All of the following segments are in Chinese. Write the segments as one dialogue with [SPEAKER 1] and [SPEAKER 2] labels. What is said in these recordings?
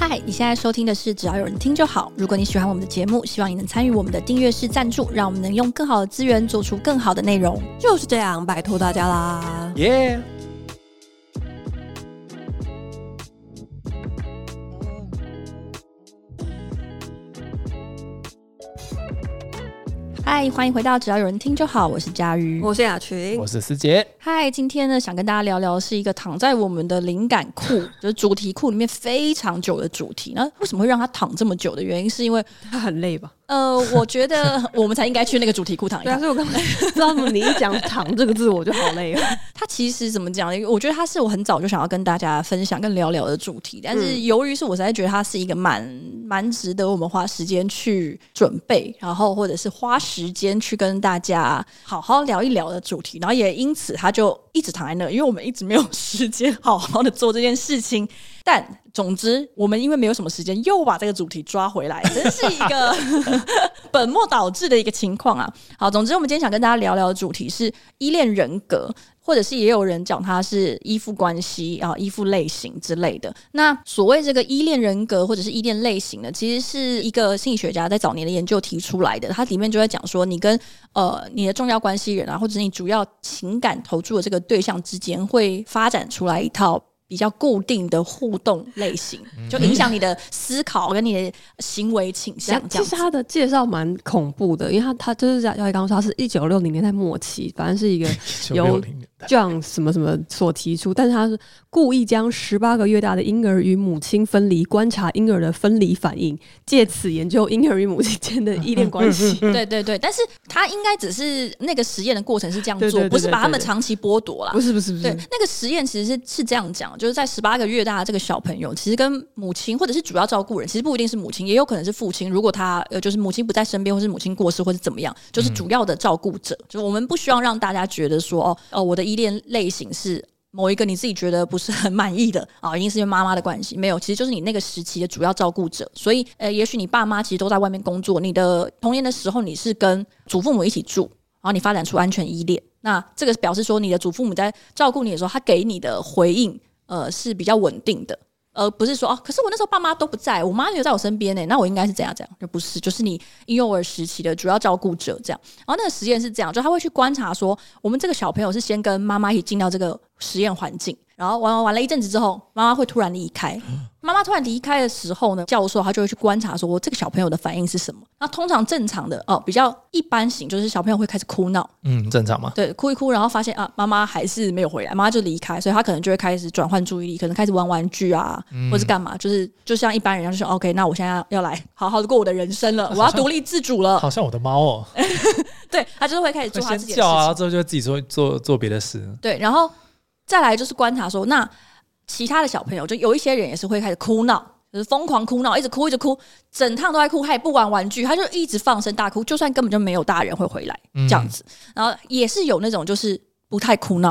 [SPEAKER 1] 嗨，你现在收听的是《只要有人听就好》。如果你喜欢我们的节目，希望你能参与我们的订阅式赞助，让我们能用更好的资源做出更好的内容。
[SPEAKER 2] 就是这样，拜托大家啦。
[SPEAKER 3] 耶、
[SPEAKER 1] 嗨，欢迎回到《只要有人听就好》，我是佳瑜。
[SPEAKER 2] 我是雅群
[SPEAKER 3] 我，是思杰，
[SPEAKER 1] 嗨，今天呢，想跟大家聊聊是一个躺在我们的灵感库，就是主题库里面非常久的主题。那为什么会让它躺这么久的原因，是因为
[SPEAKER 2] 他很累吧？
[SPEAKER 1] 呃，我觉得我们才应该去那个主题库 躺一
[SPEAKER 2] 对啊，
[SPEAKER 1] 躺。
[SPEAKER 2] 所以我刚才知道你一讲“躺”这个字，我就好累 啊。
[SPEAKER 1] 它其实怎么讲呢？我觉得它是我很早就想要跟大家分享、跟聊聊的主题，但是由于是我实在觉得它是一个蛮蛮值得我们花时间去准备，然后或者是花时间去跟大家好好聊一聊的主题，然后也因此它就一直躺在那，因为我们一直没有时间好好的做这件事情。但总之，我们因为没有什么时间，又把这个主题抓回来，真是一个本末倒置的一个情况啊。好，总之我们今天想跟大家聊聊的主题是依恋人格，或者是也有人讲它是依附关系啊、依附类型之类的。那所谓这个依恋人格或者是依恋类型呢，其实是一个心理学家在早年的研究提出来的，它里面就在讲说，你跟呃你的重要关系人啊，或者是你主要情感投注的这个对象之间，会发展出来一套。比较固定的互动类型，就影响你的思考跟你的行为倾向。这
[SPEAKER 2] 其
[SPEAKER 1] 样子
[SPEAKER 2] 实他的介绍蛮恐怖的，因为他他就是在要刚刚说，他是一九六零年代末期，反正是 一个有
[SPEAKER 3] 960年代
[SPEAKER 2] John 什么什么所提出，但是他是故意将十八个月大的婴儿与母亲分离，观察婴儿的分离反应，借此研究婴儿与母亲间的依恋关系。
[SPEAKER 1] 对对对，但是他应该只是那个实验的过程是这样
[SPEAKER 2] 对对
[SPEAKER 1] 做，
[SPEAKER 2] 对
[SPEAKER 1] 不是把他们
[SPEAKER 2] 对对
[SPEAKER 1] 长期剥夺啦。
[SPEAKER 2] 不是不是不
[SPEAKER 1] 对
[SPEAKER 2] 是，，
[SPEAKER 1] 那个实验其实是是这样讲，就是在十八个月大的这个小朋友，其实跟母亲或者是主要照顾人，其实不一定是母亲，也有可能是父亲。如果他呃，就是母亲不在身边，或是母亲过世，或是怎么样，就是主要的照顾者。就是我们不希望让大家觉得说，哦，
[SPEAKER 2] 嗯
[SPEAKER 1] 呃，我的依恋类型是。某一个你自己觉得不是很满意的啊，一定是因为妈妈的关系，没有，其实就是你那个时期的主要照顾者。所以，呃，也许你爸妈其实都在外面工作，你的童年的时候你是跟祖父母一起住，然后你发展出安全依恋。那这个表示说，你的祖父母在照顾你的时候，他给你的回应，呃，是比较稳定的，而不是说哦，可是我那时候爸妈都不在，我妈留在我身边呢，那我应该是怎样怎样？就不是，就是你婴幼儿时期的主要照顾者这样。然后那个实验是这样，就他会去观察说，我们这个小朋友是先跟妈妈一起进到这个实验环境，然后玩玩玩了一阵子之后，妈妈会突然离开，妈妈突然离开的时候呢，教授他就会去观察说，这个小朋友的反应是什么。那通常正常的哦，比较一般型就是小朋友会开始哭闹，
[SPEAKER 3] 嗯，正常嘛。
[SPEAKER 1] 对，哭一哭，然后发现啊，妈妈还是没有回来，妈妈就离开，所以他可能就会开始转换注意力，可能开始玩玩具啊，或是干嘛，就是就像一般人一样，就说 OK，那我现在要要来好好的过我的人生了，我要独立自主了。
[SPEAKER 3] 好像我的猫哦，
[SPEAKER 1] 对，他就是会开始做他
[SPEAKER 3] 先
[SPEAKER 1] 自己的事
[SPEAKER 3] 叫啊，
[SPEAKER 1] 情。
[SPEAKER 3] 之后就会自己做做做别的事。
[SPEAKER 1] 对，然后再来就是观察说，那其他的小朋友，就有一些人也是会开始哭闹。就是疯狂哭闹，一直哭，一直哭，整趟都在哭，他也不玩玩具，他就一直放声大哭，就算根本就没有大人会回来
[SPEAKER 3] 嗯
[SPEAKER 1] 这样子。然后也是有那种就是不太哭闹，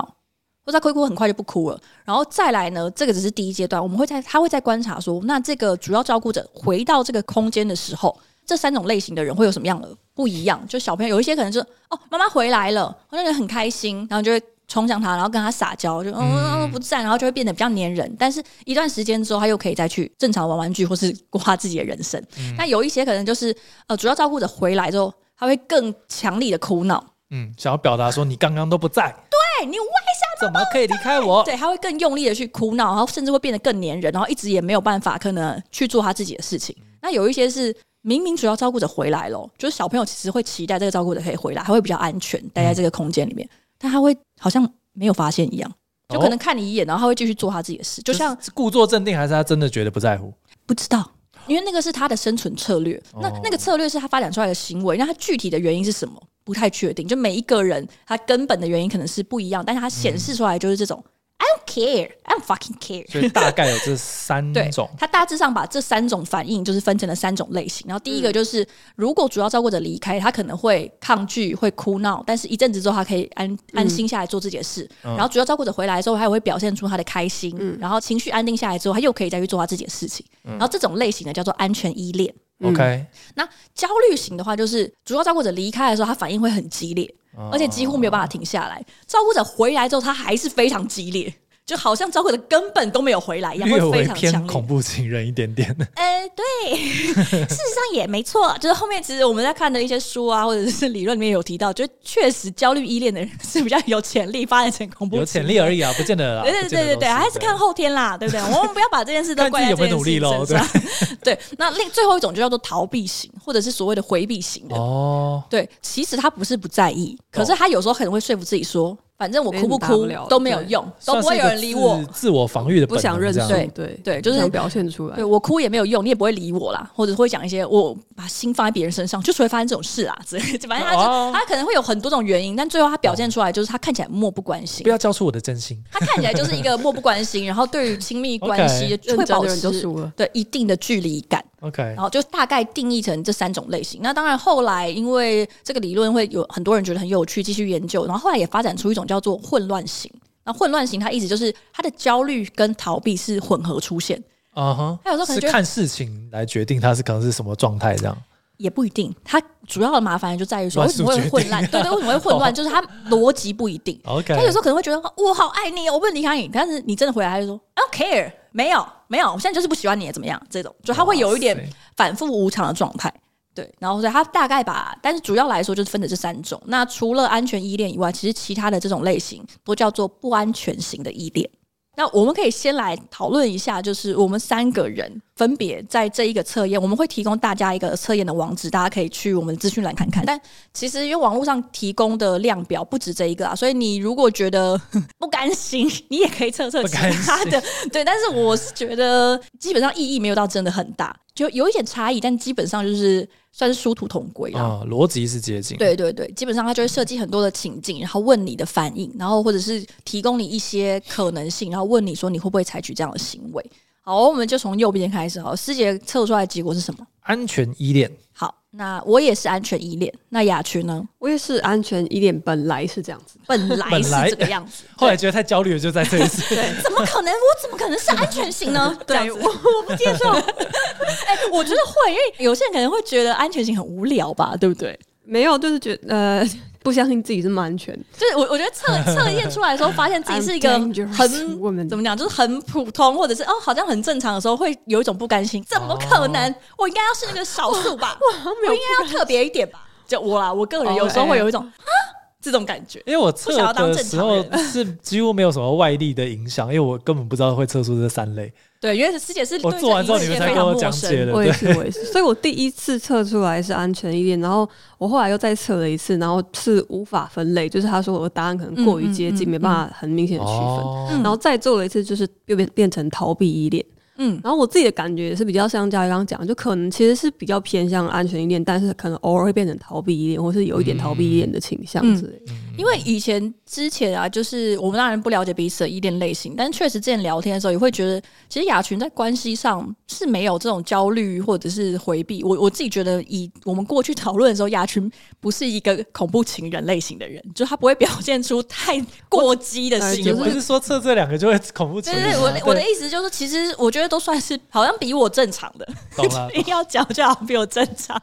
[SPEAKER 1] 或者他哭一哭很快就不哭了，然后再来呢，这个只是第一阶段，我们会在他会在观察说，那这个主要照顾者回到这个空间的时候，这三种类型的人会有什么样的不一样？就小朋友有一些可能就哦，妈妈回来了，那个人很开心，然后就会。冲向他，然后跟他撒娇，就嗯嗯嗯不在，然后就会变得比较粘人。但是一段时间之后，他又可以再去正常玩玩具，或是过他自己的人生。但有一些可能就是呃，主要照顾者回来之后，他会更强力的哭闹，
[SPEAKER 3] 嗯，想要表达说你刚刚都不在，
[SPEAKER 1] 哎，你
[SPEAKER 3] 怎么可以离开 我？
[SPEAKER 1] 对，他会更用力的去哭闹，然后甚至会变得更粘人，然后一直也没有办法可能去做他自己的事情。那有一些是明明主要照顾者回来了，就是小朋友其实会期待这个照顾者可以回来，他会比较安全待在这个空间里面，但他会好像没有发现一样，就可能看你一眼，然后他会继续做他自己的事，就像
[SPEAKER 3] 是故作镇定，还是他真的觉得不在 乎？
[SPEAKER 1] 不知道。因为那个是他的生存策略，那
[SPEAKER 3] 哦
[SPEAKER 1] 那个策略是他发展出来的行为，那他具体的原因是什么不太确定。就每一个人他根本的原因可能是不一样，但是他显示出来就是这种、I don't care, I don't fucking care。
[SPEAKER 3] 所以大概有这三
[SPEAKER 1] 对
[SPEAKER 3] 种，。
[SPEAKER 1] 他大致上把这三种反应就是分成了三种类型。然后第一个就是，如果主要照顾者离开，他可能会抗拒、会哭闹，但是一阵子之后，他可以安安心下来做自己的事。然后主要照顾者回来之后，他也会表现出他的开心，然后情绪安定下来之后，他又可以再去做他自己的事情。然后这种类型呢，叫做安全依恋。
[SPEAKER 3] OK，
[SPEAKER 1] 那焦虑型的话，就是主要照顾者离开的时候，他反应会很激烈，而且几乎没有办法停下来。照顾者回来之后，他还是非常激烈，就好像照顾的根本都没有回来一样，
[SPEAKER 3] 略
[SPEAKER 1] 会非
[SPEAKER 3] 微
[SPEAKER 1] 常
[SPEAKER 3] 偏
[SPEAKER 1] 强
[SPEAKER 3] 恐
[SPEAKER 1] 烈。
[SPEAKER 3] 怖情人一点点。
[SPEAKER 1] 呃，对， 事实上也没错， 就是后面其实我们在看的一些书啊，或者是理论里面有提到，就是确实焦虑依恋的人是比较有潜力发展成恐怖
[SPEAKER 3] 有
[SPEAKER 1] 情
[SPEAKER 3] 潜
[SPEAKER 1] 人
[SPEAKER 3] 力而已啊，不见得啦。
[SPEAKER 1] 对对
[SPEAKER 3] 不见
[SPEAKER 1] 对对
[SPEAKER 3] 得
[SPEAKER 1] 对，
[SPEAKER 3] 都
[SPEAKER 1] 还是看后天啦， 对不对？我们不要把这件事都
[SPEAKER 3] 看自
[SPEAKER 1] 怪
[SPEAKER 3] 己
[SPEAKER 1] 在
[SPEAKER 3] 有没
[SPEAKER 1] 这
[SPEAKER 3] 有
[SPEAKER 1] 件
[SPEAKER 3] 努
[SPEAKER 1] 事
[SPEAKER 3] 力
[SPEAKER 1] 情
[SPEAKER 3] 咯
[SPEAKER 1] 身上。 对，那另最后一种就叫做逃避型，或者是所谓的回避型的。
[SPEAKER 3] 哦，
[SPEAKER 1] 对，其实他不是不在意，可是他有时候很会说服自己说，反正我
[SPEAKER 3] 哎
[SPEAKER 1] 哭不
[SPEAKER 2] 没什么大不
[SPEAKER 1] 哭
[SPEAKER 2] 了
[SPEAKER 1] 都没有用，都不会有人理
[SPEAKER 3] 算
[SPEAKER 1] 我
[SPEAKER 3] 是一个。自自我防御的
[SPEAKER 2] 不
[SPEAKER 3] 本能，
[SPEAKER 2] 想认
[SPEAKER 3] 这
[SPEAKER 2] 输
[SPEAKER 3] 样，
[SPEAKER 2] 对
[SPEAKER 1] 对就是
[SPEAKER 2] 不想表现出来
[SPEAKER 1] 对。我哭也没有用，你也不会理我啦，或者会讲一些我把心放在别人身上，就只会发生这种事啊之类的。反正他就、
[SPEAKER 3] 哦
[SPEAKER 1] 他可能会有很多种原因，但最后他表现出来就是他看起来漠不关心
[SPEAKER 3] 不，要交出我的真心。
[SPEAKER 1] 他看起来就是一个漠不关心，然后对于亲密关系
[SPEAKER 3] OK
[SPEAKER 1] 会
[SPEAKER 2] 认真
[SPEAKER 1] 保
[SPEAKER 2] 的人就
[SPEAKER 1] 持
[SPEAKER 2] 输了。
[SPEAKER 1] 对一定的距离感，
[SPEAKER 3] OK，
[SPEAKER 1] 然后就大概定义成这三种类型。那当然，后来因为这个理论会有很多人觉得很有趣，继续研究，然后后来也发展出一种叫做混乱型。那混乱型，它意思就是它的焦虑跟逃避是混合出现，
[SPEAKER 3] 啊哈，
[SPEAKER 1] 还有时候可能
[SPEAKER 3] 是
[SPEAKER 1] 觉得
[SPEAKER 3] 看事情来决定他是可能是什么状态这样。
[SPEAKER 1] 也不一定。它主要的麻烦就在于说，为
[SPEAKER 3] 乱
[SPEAKER 1] 什
[SPEAKER 3] 数
[SPEAKER 1] 么会
[SPEAKER 3] 决哦
[SPEAKER 1] 混 乱？对对，为什么会混乱？就是它逻辑不一定。
[SPEAKER 3] OK，
[SPEAKER 1] 他有时候可能会觉得哦我好爱你，我不能离开你，但是你真的回来，他就说 I don't care，没有没有，我现在就是不喜欢你，怎么样？这种就他会有一点
[SPEAKER 3] 哇塞
[SPEAKER 1] 反复无常的状态。对，然后所以他大概把，但是主要来说就是分的这三种。那除了安全依恋以外，其实其他的这种类型都叫做不安全型的依恋。那我们可以先来讨论一下，就是我们三个人分别在这一个测验，我们会提供大家一个测验的网址，大家可以去我们的资讯栏看看。但其实因为网络上提供的量表不止这一个啊，所以你如果觉得 不甘心，你也可以测测
[SPEAKER 3] 不
[SPEAKER 1] 其
[SPEAKER 3] 甘
[SPEAKER 1] 他的。 对，但是我是觉得基本上意义没有到真的很大，就有一点差异，但基本上就是算是殊途同归啊。
[SPEAKER 3] 啊，逻辑是接近。
[SPEAKER 1] 对对对，基本上他就会设计很多的情境，然后问你的反应，然后或者是提供你一些可能性，然后问你说你会不会采取这样的行为。好，我们就从右边开始好了。师姐测出来的结果是什么？
[SPEAKER 3] 安全依恋，
[SPEAKER 1] 好，那我也是安全依恋。那雅群呢？
[SPEAKER 2] 我也是安全依恋，本来是这样子，
[SPEAKER 1] 本来
[SPEAKER 3] 本
[SPEAKER 1] 是
[SPEAKER 3] 来
[SPEAKER 1] 这个样子，
[SPEAKER 3] 后来觉得太焦虑了，就在这 一次。
[SPEAKER 1] 怎么可能？我怎么可能是安全型 呢？这样子，我我不接受。 哎、我觉得会，因为有些人可能会觉得安全型很无聊吧，对不对？
[SPEAKER 2] 没有，就是觉得呃，不相信自己这么安全。
[SPEAKER 1] 就是我我觉得测测验出来的时候，发现自己是一个
[SPEAKER 2] I'm dangerous
[SPEAKER 1] 很
[SPEAKER 2] woman
[SPEAKER 1] 怎么讲，就是很普通，或者是哦好像很正常的时候，会有一种不甘心，怎么可能？
[SPEAKER 2] 哦
[SPEAKER 1] 我应该要是那个少数 吧，我应该要特别一点吧。就我啦，我个人
[SPEAKER 2] 哦
[SPEAKER 1] 有时候
[SPEAKER 2] 哎
[SPEAKER 1] 会有一种、啊这种感觉。
[SPEAKER 3] 因为我
[SPEAKER 1] 不想要
[SPEAKER 3] 测
[SPEAKER 1] 当
[SPEAKER 3] 的
[SPEAKER 1] 正
[SPEAKER 3] 时
[SPEAKER 1] 常
[SPEAKER 3] 候
[SPEAKER 1] 人
[SPEAKER 3] 是几乎没有什么外力的影响，因为我根本不知道会测出这三类。
[SPEAKER 1] 对，因为师姐是
[SPEAKER 3] 我
[SPEAKER 1] 对
[SPEAKER 3] 做完之后
[SPEAKER 1] 这
[SPEAKER 3] 你
[SPEAKER 1] 一切
[SPEAKER 3] 们才
[SPEAKER 1] 非
[SPEAKER 3] 跟
[SPEAKER 1] 常
[SPEAKER 3] 我
[SPEAKER 1] 陌
[SPEAKER 3] 讲
[SPEAKER 1] 生
[SPEAKER 3] 解的，
[SPEAKER 2] 我也
[SPEAKER 3] 对，
[SPEAKER 2] 是，我也是，所以我第一次测出来是安全依恋，然后我后来又再测了一次，然后是无法分类，就是他说我的答案可能过于接
[SPEAKER 1] 嗯
[SPEAKER 2] 近，
[SPEAKER 1] 嗯嗯
[SPEAKER 2] 没办法很明显的区分。
[SPEAKER 3] 哦
[SPEAKER 2] 然后再做了一次，就是又变变成逃避依恋。
[SPEAKER 1] 嗯，
[SPEAKER 2] 然后我自己的感觉也是比较像佳怡刚刚讲，就可能其实是比较偏向安全依恋，但是可能偶尔会变成逃避依恋，或是有一点逃避依恋的倾向之类的。
[SPEAKER 1] 因
[SPEAKER 3] 嗯
[SPEAKER 1] 为以前之前啊，就是我们当然不了解彼此的依恋类型，但确实之前聊天的时候也会觉得，其实雅群在关系上是没有这种焦虑或者是回避。我我自己觉得，以我们过去讨论的时候，雅群不是一个恐怖情人类型的人，就他不会表现出太过激的
[SPEAKER 2] 我
[SPEAKER 1] 行
[SPEAKER 2] 就
[SPEAKER 3] 也
[SPEAKER 1] 为。
[SPEAKER 3] 不
[SPEAKER 2] 是
[SPEAKER 3] 是说测这两个就会恐怖情
[SPEAKER 1] 对
[SPEAKER 3] 人
[SPEAKER 1] 对对，
[SPEAKER 3] 啊。
[SPEAKER 1] 我的我的
[SPEAKER 3] 对
[SPEAKER 1] 意思就是，其实我觉得都算是好像比我正常的，
[SPEAKER 3] 懂了
[SPEAKER 1] 硬要讲 就好像比我正常，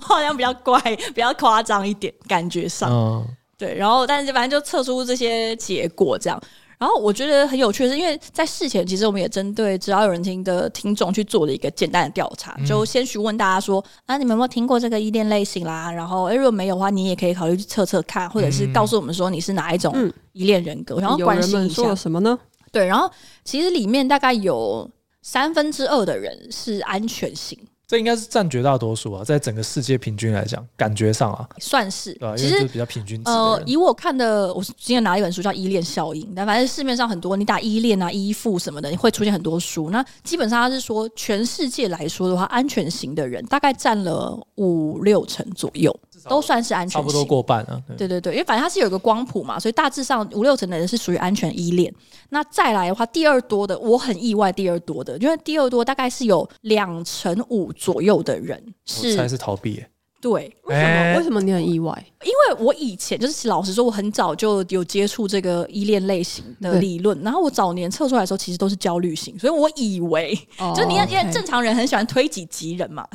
[SPEAKER 1] 我好像比较乖，比较夸张一点，感觉上。
[SPEAKER 3] 嗯，
[SPEAKER 1] 对，然后但是反正就测出这些结果这样。然后我觉得很有趣的是，因为在事前其实我们也针对只要有人听的听众去做了一个简单的调查，
[SPEAKER 3] 嗯
[SPEAKER 1] 就先询问大家说啊，你们有没有听过这个依恋类型啦？然后诶如果没有的话，你也可以考虑去测测看，或者
[SPEAKER 3] 嗯
[SPEAKER 1] 是告诉我们说你是哪一种
[SPEAKER 2] 嗯
[SPEAKER 1] 依恋人格，然后
[SPEAKER 2] 有
[SPEAKER 1] 关
[SPEAKER 2] 人
[SPEAKER 1] 心啊
[SPEAKER 2] 们
[SPEAKER 1] 一下
[SPEAKER 2] 说了。什么呢？
[SPEAKER 1] 对，然后其实里面大概有三分之二的人是安全型，
[SPEAKER 3] 这应该是占绝大多数啊，在整个世界平均来讲，感觉上啊，
[SPEAKER 1] 算是
[SPEAKER 3] 对吧？因
[SPEAKER 1] 其
[SPEAKER 3] 为
[SPEAKER 1] 实
[SPEAKER 3] 就是比较平均值的
[SPEAKER 1] 呃，
[SPEAKER 3] 人。
[SPEAKER 1] 以我看的，我今天拿了一本书叫《依恋效应》，但反正市面上很多，你打依恋啊、依附什么的，会出现很多书。那基本上它是说，全世界来说的话，安全型的人大概占了五六成左右，都算是安全
[SPEAKER 3] 差
[SPEAKER 1] 型。
[SPEAKER 3] 不多过半啊，对
[SPEAKER 1] 对对对，因为反正它是有一个光谱嘛，所以大致上五六成的人是属于安全依恋。那再来的话，第二多的，我很意外，第二多的，因为第二多大概是有两成五左右的人
[SPEAKER 3] 我猜
[SPEAKER 1] 是
[SPEAKER 3] 是逃避耶。
[SPEAKER 1] 对
[SPEAKER 2] 为什么？
[SPEAKER 3] 哎
[SPEAKER 2] 为什么你很意外？
[SPEAKER 1] 因为我以前就是老实说，我很早就有接触这个依恋类型的理论，然后我早年测出来的时候其实都是焦虑型，所以我以为、
[SPEAKER 2] 哦
[SPEAKER 1] 就你要因为
[SPEAKER 3] 哎
[SPEAKER 2] OK
[SPEAKER 1] 正常人很喜欢推己及人嘛，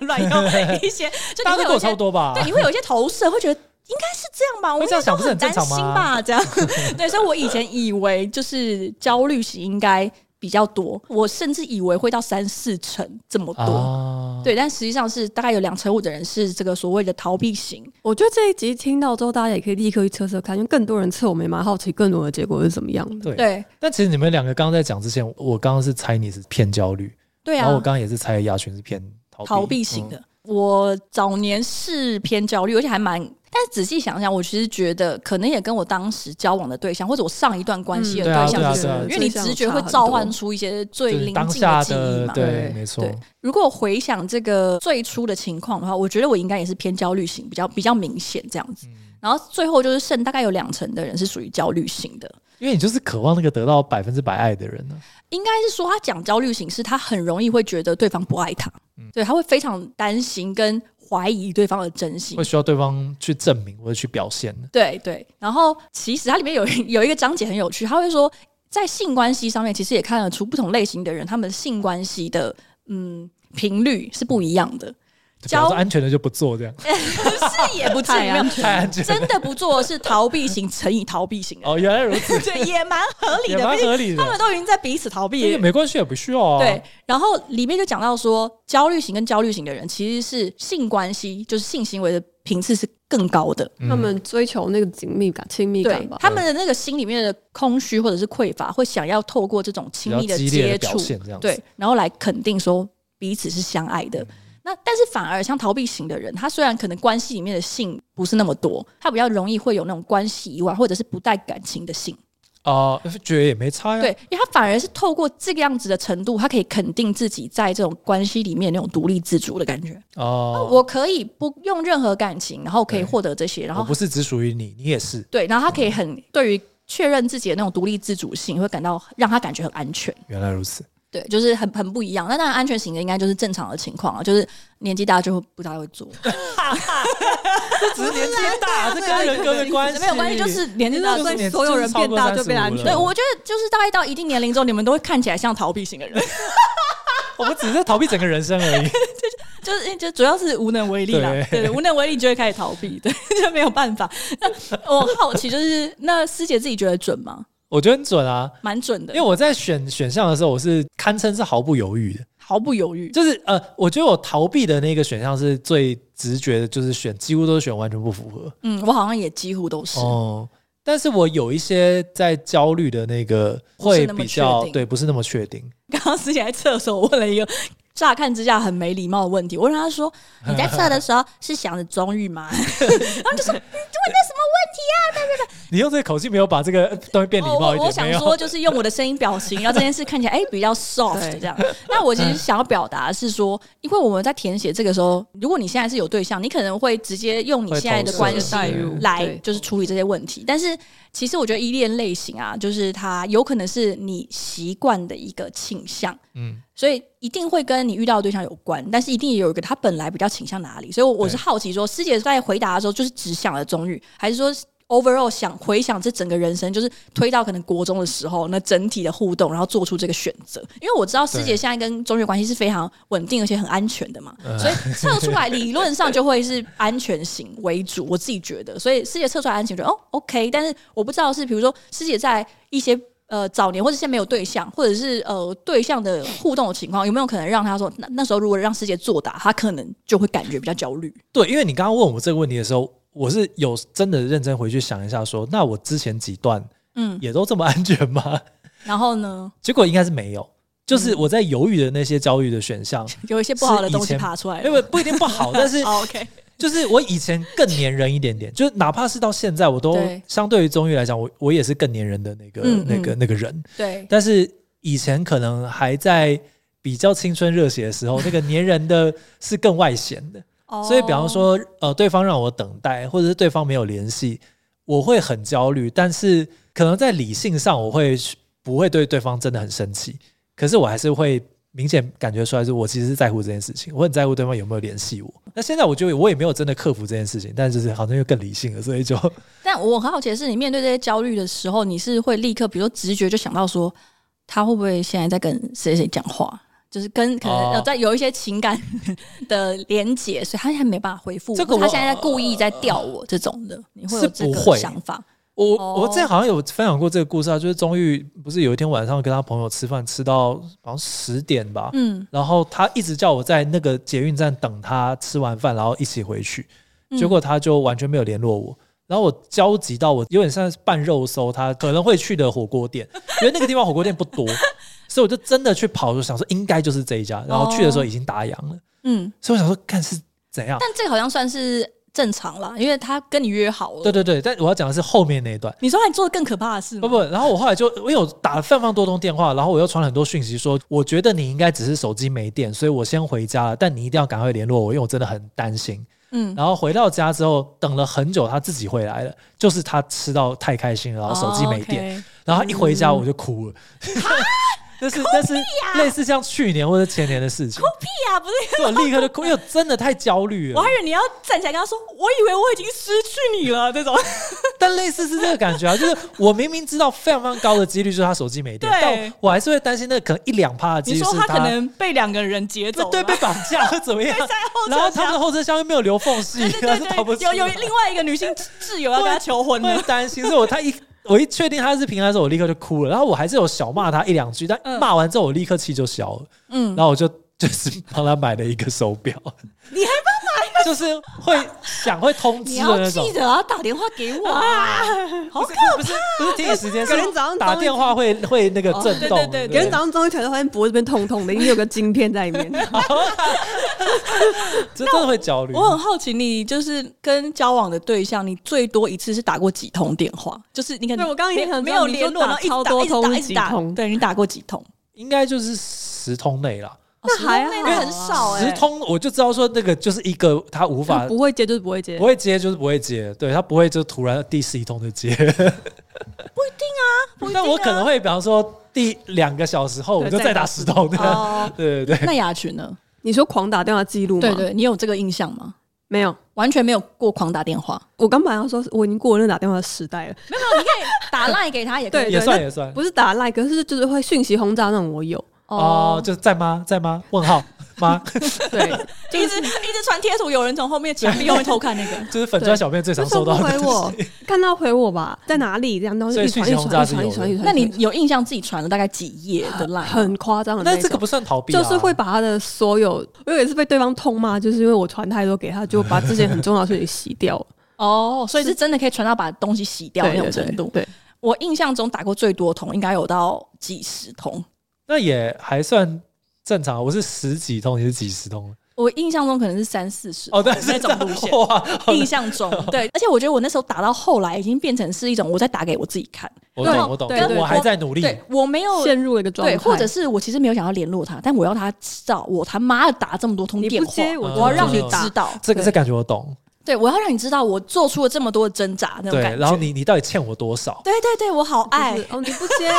[SPEAKER 1] 乱用一些，就
[SPEAKER 3] 大
[SPEAKER 1] 你会
[SPEAKER 3] 家都跟
[SPEAKER 1] 有 一
[SPEAKER 3] 我差
[SPEAKER 1] 些
[SPEAKER 3] 不多吧啊
[SPEAKER 1] 对，？你会有一些投射，会觉得该是这样吧，我
[SPEAKER 3] 会这样想不是很
[SPEAKER 1] 担
[SPEAKER 3] 正常
[SPEAKER 1] 心
[SPEAKER 3] 吗？
[SPEAKER 1] 吧，这 样。对，所以我以前以为就是焦虑型应该比较多，我甚至以为会到三四成这么多。
[SPEAKER 3] 啊，
[SPEAKER 1] 对，但实际上是大概有两成五的人是这个所谓的逃避型，
[SPEAKER 2] 我觉得这一集听到之后，大家也可以立刻去测测看，因为更多人测，我们也蛮好奇更多的结果是怎么样的。
[SPEAKER 3] 对。
[SPEAKER 1] 对
[SPEAKER 3] 但其实你们两个刚刚在讲之前，我刚刚是猜你是偏焦虑，
[SPEAKER 1] 对
[SPEAKER 3] 然后我
[SPEAKER 1] 啊，
[SPEAKER 3] 刚刚也是猜雅群是偏逃避嗯
[SPEAKER 1] 逃避型的。我早年是偏焦虑，而且还蛮……但是仔细想想，我其实觉得可能也跟我当时交往的对象，或者我上一段关系的
[SPEAKER 3] 嗯对啊
[SPEAKER 1] 对象
[SPEAKER 3] 对啊
[SPEAKER 1] 是
[SPEAKER 3] 对啊
[SPEAKER 1] 因为你直觉会召唤出一些最
[SPEAKER 3] 嗯就是
[SPEAKER 1] 临
[SPEAKER 3] 当
[SPEAKER 1] 近的
[SPEAKER 3] 下
[SPEAKER 1] 记忆嘛。
[SPEAKER 3] 对
[SPEAKER 2] 对，
[SPEAKER 3] 没错，
[SPEAKER 1] 对如果回想这个最初的情况的话，我觉得我应该也是偏焦虑型，比较比较明显这样子。
[SPEAKER 3] 嗯
[SPEAKER 1] 然后最后就是剩大概有两成的人是属于焦虑型的，
[SPEAKER 3] 因为你就是渴望那个得到百分之百爱的人啊呢、
[SPEAKER 1] 应该是说他讲焦虑型是他很容易会觉得对方不爱他，对他会非常担心跟怀疑对方的真心
[SPEAKER 3] 会。需要对方去证明或者去表现的。
[SPEAKER 1] 对对，然后其实它里面有有一个 章节很有趣，他会说在性关系上面，其实也看得出不同类型的人他们性关系的嗯频率是不一样的，
[SPEAKER 3] 比方
[SPEAKER 1] 交
[SPEAKER 3] 说安全的就不做这样，
[SPEAKER 1] 是也哎不至于没有
[SPEAKER 3] 太安
[SPEAKER 1] 哎
[SPEAKER 3] 全。
[SPEAKER 1] 真的不做是逃避型 乘以逃避型的，
[SPEAKER 3] 哦，原来如此，
[SPEAKER 1] 对，也蛮合理
[SPEAKER 3] 也
[SPEAKER 1] 的，
[SPEAKER 3] 蛮
[SPEAKER 1] 毕竟
[SPEAKER 3] 合理
[SPEAKER 1] 他们
[SPEAKER 3] 的。
[SPEAKER 1] 都已经在彼此逃避
[SPEAKER 3] 这个
[SPEAKER 1] 了。
[SPEAKER 3] 没关系，也不需要啊。
[SPEAKER 1] 对，，然后里面就讲到说，焦虑型跟焦虑型的人其实是性关系，就是性行为的频次是更高的。
[SPEAKER 3] 嗯
[SPEAKER 2] 他们追求那个紧密感、亲密感
[SPEAKER 1] 对
[SPEAKER 2] 吧，。
[SPEAKER 1] 他们的那个心里面的空虚或者是匮乏，会想要透过这种亲密
[SPEAKER 3] 比较激烈
[SPEAKER 1] 接
[SPEAKER 3] 的表
[SPEAKER 1] 触，
[SPEAKER 3] 现这样子。
[SPEAKER 1] 对，然后来肯定说彼此是相爱的。那但是反而像逃避型的人，他虽然可能关系里面的性不是那么多，他比较容易会有那种关系以外或者是不带感情的性。
[SPEAKER 3] 啊，觉得也没差呀。啊
[SPEAKER 1] 对，因为他反而是透过这个样子的程度，他可以肯定自己在这种关系里面那种独立自主的感觉。
[SPEAKER 3] 哦，
[SPEAKER 1] 我可以不用任何感情，然后可以
[SPEAKER 3] 对
[SPEAKER 1] 获得这些，然
[SPEAKER 3] 我
[SPEAKER 1] 后
[SPEAKER 3] 不是只属于你，你也是。
[SPEAKER 1] 对，然后他可以很对于确认自己的那种独立自主性，会感到让他感觉很安全。
[SPEAKER 3] 原来如此。
[SPEAKER 1] 对，就是很很不一样。那当然，安全型的应该就是正常的情况啊，就是年纪大就会不太会做，
[SPEAKER 3] 这只是 年纪
[SPEAKER 1] 啊
[SPEAKER 3] 大，啊这跟人格没关系，
[SPEAKER 1] 没有关系，就是年纪大
[SPEAKER 3] 就是
[SPEAKER 1] 所以
[SPEAKER 3] 年纪
[SPEAKER 2] 所有人变大就变安
[SPEAKER 3] 就是
[SPEAKER 2] 全
[SPEAKER 3] 超
[SPEAKER 1] 对，
[SPEAKER 3] 过35了
[SPEAKER 1] 我觉得就是大概到一定年龄之后，你们都会看起来像逃避型的人，
[SPEAKER 3] 我们只是在逃避整个人生而已。
[SPEAKER 1] 就是就主要是无能为力啦，
[SPEAKER 3] 对
[SPEAKER 1] 对，无能为力就会开始逃避，对， 就没有办法。那我好奇就是，那师姐自己觉得准吗？
[SPEAKER 3] 我觉得很准啊，
[SPEAKER 1] 蛮准的，
[SPEAKER 3] 因为我在选选项的时候，我是堪称是毫不犹豫的。
[SPEAKER 1] 毫不犹豫。
[SPEAKER 3] 就是呃，我觉得我逃避的那个选项是最直觉的，就是选几乎都是选完全不符合
[SPEAKER 1] 嗯，我好像也几乎都是，
[SPEAKER 3] 哦。但是我有一些在焦虑的那个
[SPEAKER 1] 不是
[SPEAKER 3] 会
[SPEAKER 1] 那么
[SPEAKER 3] 比
[SPEAKER 1] 确
[SPEAKER 3] 较
[SPEAKER 1] 定
[SPEAKER 3] 对，不是那么确定。
[SPEAKER 1] 刚刚师姐在厕所问了一个乍看之下很没礼貌的问题，我问她说：“你在测的时候是想着中玉吗？”然后就说：“
[SPEAKER 3] 你用这个口气没有把这个呃东西变礼
[SPEAKER 1] 哦，
[SPEAKER 3] 貌一
[SPEAKER 1] 我我
[SPEAKER 3] 点，没
[SPEAKER 1] 想
[SPEAKER 3] 有
[SPEAKER 1] 说就是用我的声音表情，让这件事看起来哎、比较 soft
[SPEAKER 2] 对
[SPEAKER 1] 这样。那我其
[SPEAKER 3] 嗯
[SPEAKER 1] 实想要表达的是说，因为我们在填写这个时候，如果你现在是有对象，你可能会直接用你
[SPEAKER 3] 会
[SPEAKER 1] 现在的
[SPEAKER 3] 投射
[SPEAKER 1] 关
[SPEAKER 3] 对
[SPEAKER 1] 系
[SPEAKER 2] 代入
[SPEAKER 1] 来
[SPEAKER 2] 对
[SPEAKER 1] 就是处理这些问题。但是其实我觉得依恋类型啊，就是它有可能是你习惯的一个倾向。
[SPEAKER 3] 嗯，
[SPEAKER 1] 所以一定会跟你遇到的对象有关，但是一定也有一个他本来比较倾向哪里。所以我，我是
[SPEAKER 3] 对
[SPEAKER 1] 好奇说，师姐在回答的时候，就是只想了中玉，还是说 overall 想回想这整个人生，就是推到可能国中的时候，那整体的互动，然后做出这个选择？因为我知道师姐
[SPEAKER 3] 对
[SPEAKER 1] 现在跟中玉关系是非常稳定而且很安全的嘛，
[SPEAKER 3] 嗯
[SPEAKER 1] 所以测出来理论上就会是安全型为主，我自己觉得。所以师姐测出来安全，我觉得哦 OK，但是我不知道是比如说师姐在一些呃早年或者现在没有对象，或者是呃对象的互动的情况，有没有可能让他说那那时候如果让师姐作答，他可能就会感觉比较焦虑。
[SPEAKER 3] 对，因为你刚刚问我这个问题的时候，我是有真的认真回去想一下说那我之前几段
[SPEAKER 1] 嗯，
[SPEAKER 3] 也都这么安全吗？
[SPEAKER 1] 然后呢，
[SPEAKER 3] 结果应该是没有，就是我在犹豫的那些焦虑的选项，
[SPEAKER 1] 有一些不好的
[SPEAKER 3] 是以
[SPEAKER 1] 东西
[SPEAKER 3] 前
[SPEAKER 1] 爬出来
[SPEAKER 3] 因
[SPEAKER 1] 了。哦
[SPEAKER 3] 为不一定不 好，但是
[SPEAKER 1] o k
[SPEAKER 3] 就是我以前更粘人一点点，就是哪怕是到现在，我都
[SPEAKER 1] 对
[SPEAKER 3] 相对于综艺来讲，我我也是更粘人的那个、
[SPEAKER 1] 嗯嗯
[SPEAKER 3] 那个那个人。
[SPEAKER 1] 对，
[SPEAKER 3] 但是以前可能还在比较青春热血的时候，那个粘人的是更外显的。所以，比方
[SPEAKER 1] 哦，
[SPEAKER 3] 说，呃，对方让我等待，或者是对方没有联系，我会很焦虑。但是，可能在理性上，我会不会对对方真的很生气？可是，我还是会明显感觉出来，是我其实是在乎这件事情，我很在乎对方有没有联系我。那现在，我觉得我也没有真的克服这件事情，但就是好像又更理性了，所以就
[SPEAKER 1] 但我很好奇的是，你面对这些焦虑的时候，你是会立刻，比如说直觉就想到说，他会不会现在在跟谁谁讲话？就是跟可能
[SPEAKER 3] 哦
[SPEAKER 1] 有在有一些情感的连结，所以他现在没办法回复我，
[SPEAKER 3] 这个我
[SPEAKER 1] 或是他现在在故意在吊我这种的，你会有
[SPEAKER 3] 是
[SPEAKER 1] 这
[SPEAKER 3] 不
[SPEAKER 1] 个
[SPEAKER 3] 会
[SPEAKER 1] 想法？
[SPEAKER 3] 我
[SPEAKER 1] 哦
[SPEAKER 3] 我之前好像有分享过这个故事啊，就是钟玉不是有一天晚上跟他朋友吃饭，吃到好像十点吧，
[SPEAKER 1] 嗯，
[SPEAKER 3] 然后他一直叫我在那个捷运站等他吃完饭，然后一起回去，
[SPEAKER 1] 嗯
[SPEAKER 3] 结果他就完全没有联络我。然后我焦急到我有点像是半肉搜他可能会去的火锅店， 因为那个地方火锅店不多，所以我就真的去跑，我想说应该就是这一家。然后去的
[SPEAKER 1] 哦
[SPEAKER 3] 时候已经打烊了，
[SPEAKER 1] 嗯，
[SPEAKER 3] 所以我想说看是怎样。
[SPEAKER 1] 但这个好像算是正常啦，因为他跟你约好了。
[SPEAKER 3] 对对对，但我要讲的是后面那一段。
[SPEAKER 1] 你说他做的更可怕的事吗？
[SPEAKER 3] 不不，然后我后来就因为我打了非常多通电话，然后我又传了很多讯息说，我觉得你应该只是手机没电，所以我先回家了，但你一定要赶快联络我，因为我真的很担心。
[SPEAKER 1] 嗯，
[SPEAKER 3] 然后回到家之后，等了很久，他自己回来了，就是他吃到太开心了，然后手机没电，
[SPEAKER 1] 哦，OK 嗯
[SPEAKER 3] 然后他一回家我就哭了。 但是但是类似像去年或者前年的事情，
[SPEAKER 1] 屁哎呀，不是，
[SPEAKER 3] 所以我立刻就哭，因为我真的太焦虑
[SPEAKER 1] 我
[SPEAKER 3] 了
[SPEAKER 1] 还。以为你要站起来跟他说，我以为我已经失去你了这 种。
[SPEAKER 3] 但类似是这个 感觉啊，就是我明明知道非常非常高的几率就是他手机没电，
[SPEAKER 1] 对
[SPEAKER 3] 但我还是会担心那可能一两趴的几
[SPEAKER 1] 你
[SPEAKER 3] 率
[SPEAKER 1] 说
[SPEAKER 3] 是
[SPEAKER 1] 他可能被两个人劫
[SPEAKER 3] 对
[SPEAKER 1] 走，
[SPEAKER 3] 对被绑架 或怎么样，
[SPEAKER 1] 后车
[SPEAKER 3] 然后他们的后车厢又没有留缝隙，
[SPEAKER 1] 对
[SPEAKER 3] 他是
[SPEAKER 1] 对
[SPEAKER 3] 逃不出
[SPEAKER 1] 对，有有
[SPEAKER 3] 来
[SPEAKER 1] 另外一个女性 挚友要跟他求婚
[SPEAKER 3] 会
[SPEAKER 1] 的，
[SPEAKER 3] 担心，所以我他一我一确定他是平安的时候，我立刻就哭了。然后我还是有小骂他一两句，但
[SPEAKER 1] 嗯
[SPEAKER 3] 骂完之后我立刻气就消了。
[SPEAKER 1] 嗯
[SPEAKER 3] 然后我就就是帮他买了一个手表，
[SPEAKER 1] 你还
[SPEAKER 3] 帮买，就是会想会通知
[SPEAKER 1] 你
[SPEAKER 3] 的
[SPEAKER 1] 要
[SPEAKER 3] 那种
[SPEAKER 1] 记。得啊要打电话给我啊！好可怕！
[SPEAKER 3] 不是不是提醒时间，
[SPEAKER 2] 隔天
[SPEAKER 3] 是
[SPEAKER 2] 早上
[SPEAKER 3] 打
[SPEAKER 2] 终于
[SPEAKER 3] 电话会会那个
[SPEAKER 1] 哦
[SPEAKER 3] 震
[SPEAKER 1] 对
[SPEAKER 3] 动，
[SPEAKER 1] 对对
[SPEAKER 2] 隔天早上终于起来，发现脖子这边痛痛的，因为有个晶片在里面。
[SPEAKER 3] 这真的会焦虑。
[SPEAKER 1] 我很好奇，你就是跟交往的对象，你最多一次是打过几通电话？就是你可能
[SPEAKER 2] 对我刚刚也想知
[SPEAKER 1] 没
[SPEAKER 2] 道
[SPEAKER 1] 有
[SPEAKER 2] 你说
[SPEAKER 1] 联络，
[SPEAKER 2] 打
[SPEAKER 1] 然后一
[SPEAKER 2] 超
[SPEAKER 1] 直打
[SPEAKER 2] 多
[SPEAKER 1] 一直打
[SPEAKER 2] 通
[SPEAKER 1] 一直
[SPEAKER 2] 几
[SPEAKER 1] 打，
[SPEAKER 2] 通
[SPEAKER 1] 对你打过几通？
[SPEAKER 3] 应该就是十通内啦，
[SPEAKER 2] 那 还
[SPEAKER 1] 哦十通
[SPEAKER 2] 好
[SPEAKER 1] 内那很少哎、
[SPEAKER 3] 十通我就知道说那个就是一个他无法
[SPEAKER 2] 不会接就是不会接
[SPEAKER 3] 不，会接就是不会接，对他不会就突然第十一通就接，不一定啊。但我可能会比方说第两个小时后我
[SPEAKER 2] 对
[SPEAKER 3] 就
[SPEAKER 2] 再
[SPEAKER 3] 再打
[SPEAKER 2] 打
[SPEAKER 3] 十通的，
[SPEAKER 1] 哦，
[SPEAKER 3] 对对对。
[SPEAKER 1] 那雅群呢？
[SPEAKER 2] 你说狂打电话记录吗？
[SPEAKER 1] 对对，你有这个印象吗？
[SPEAKER 2] 没有。
[SPEAKER 1] 完全没有过狂打电话，
[SPEAKER 2] 我刚本来要说，我已经过了那打电话的时代了。
[SPEAKER 1] 没有，你可以打赖给他也
[SPEAKER 2] 可以对
[SPEAKER 3] 也算
[SPEAKER 2] 那
[SPEAKER 3] 也算
[SPEAKER 2] 不是打 like，可是就是会讯息轰炸那种，我有。
[SPEAKER 3] 哦，就在吗？在吗？问号吗？
[SPEAKER 2] 对，
[SPEAKER 1] 一直一直传贴图，有人从后面墙壁后面偷看那个。
[SPEAKER 3] 就是粉砖小编最常收到
[SPEAKER 2] 为
[SPEAKER 3] 的
[SPEAKER 2] 什么不回
[SPEAKER 3] 东
[SPEAKER 2] 我
[SPEAKER 3] 西。，
[SPEAKER 2] 看到回我吧，在哪里？这样东西
[SPEAKER 3] 所以
[SPEAKER 2] 一传一
[SPEAKER 3] 讯息轰炸
[SPEAKER 2] 传一
[SPEAKER 3] 是有
[SPEAKER 2] 传
[SPEAKER 3] 的
[SPEAKER 2] 一传一传，
[SPEAKER 1] 那你有印象自己传了大概几页的赖？
[SPEAKER 2] 很夸张的那
[SPEAKER 3] 但
[SPEAKER 2] 种。
[SPEAKER 3] 这个不算逃避啊，
[SPEAKER 2] 就是会把他的所有，我有一次被对方痛骂，就是因为我传太多给他，就把之前很重要的事情洗 掉了，
[SPEAKER 1] 哦，所以是真的可以传到把东西洗掉
[SPEAKER 2] 对
[SPEAKER 1] 那种程度。
[SPEAKER 2] 对，对
[SPEAKER 1] 我印象中打过最多通，应该有到几十通。
[SPEAKER 3] 那也还算正常。我是十几通，你是几十通了？
[SPEAKER 1] 我印象中可能是三四十
[SPEAKER 3] 哦，但是
[SPEAKER 1] 那种路线。
[SPEAKER 3] 哇，
[SPEAKER 1] 印象 中对，而且我觉得我那时候打到后来，已经变成是一种我在打给我自己看。
[SPEAKER 3] 我
[SPEAKER 2] 对
[SPEAKER 3] 懂我懂，
[SPEAKER 2] 对对
[SPEAKER 3] 我还在努力。
[SPEAKER 1] 对我没有
[SPEAKER 2] 陷入了一个状态，
[SPEAKER 1] 对，或者是我其实没有想要联络他，但我要他知道我他妈的打这么多通
[SPEAKER 2] 你
[SPEAKER 1] 电
[SPEAKER 2] 不
[SPEAKER 1] 话，
[SPEAKER 2] 接，
[SPEAKER 3] 我
[SPEAKER 2] 我
[SPEAKER 3] 就
[SPEAKER 1] 我要让你
[SPEAKER 3] 嗯
[SPEAKER 1] 知道，
[SPEAKER 3] 这个
[SPEAKER 1] 对
[SPEAKER 3] 这感觉我懂，
[SPEAKER 1] 对我要让你知道我做出了这么多的挣扎那种
[SPEAKER 3] 对
[SPEAKER 1] 感，觉。
[SPEAKER 3] 然后你你到底欠我多少？
[SPEAKER 1] 对对对，我好爱
[SPEAKER 2] 爱，就是哦，你不接，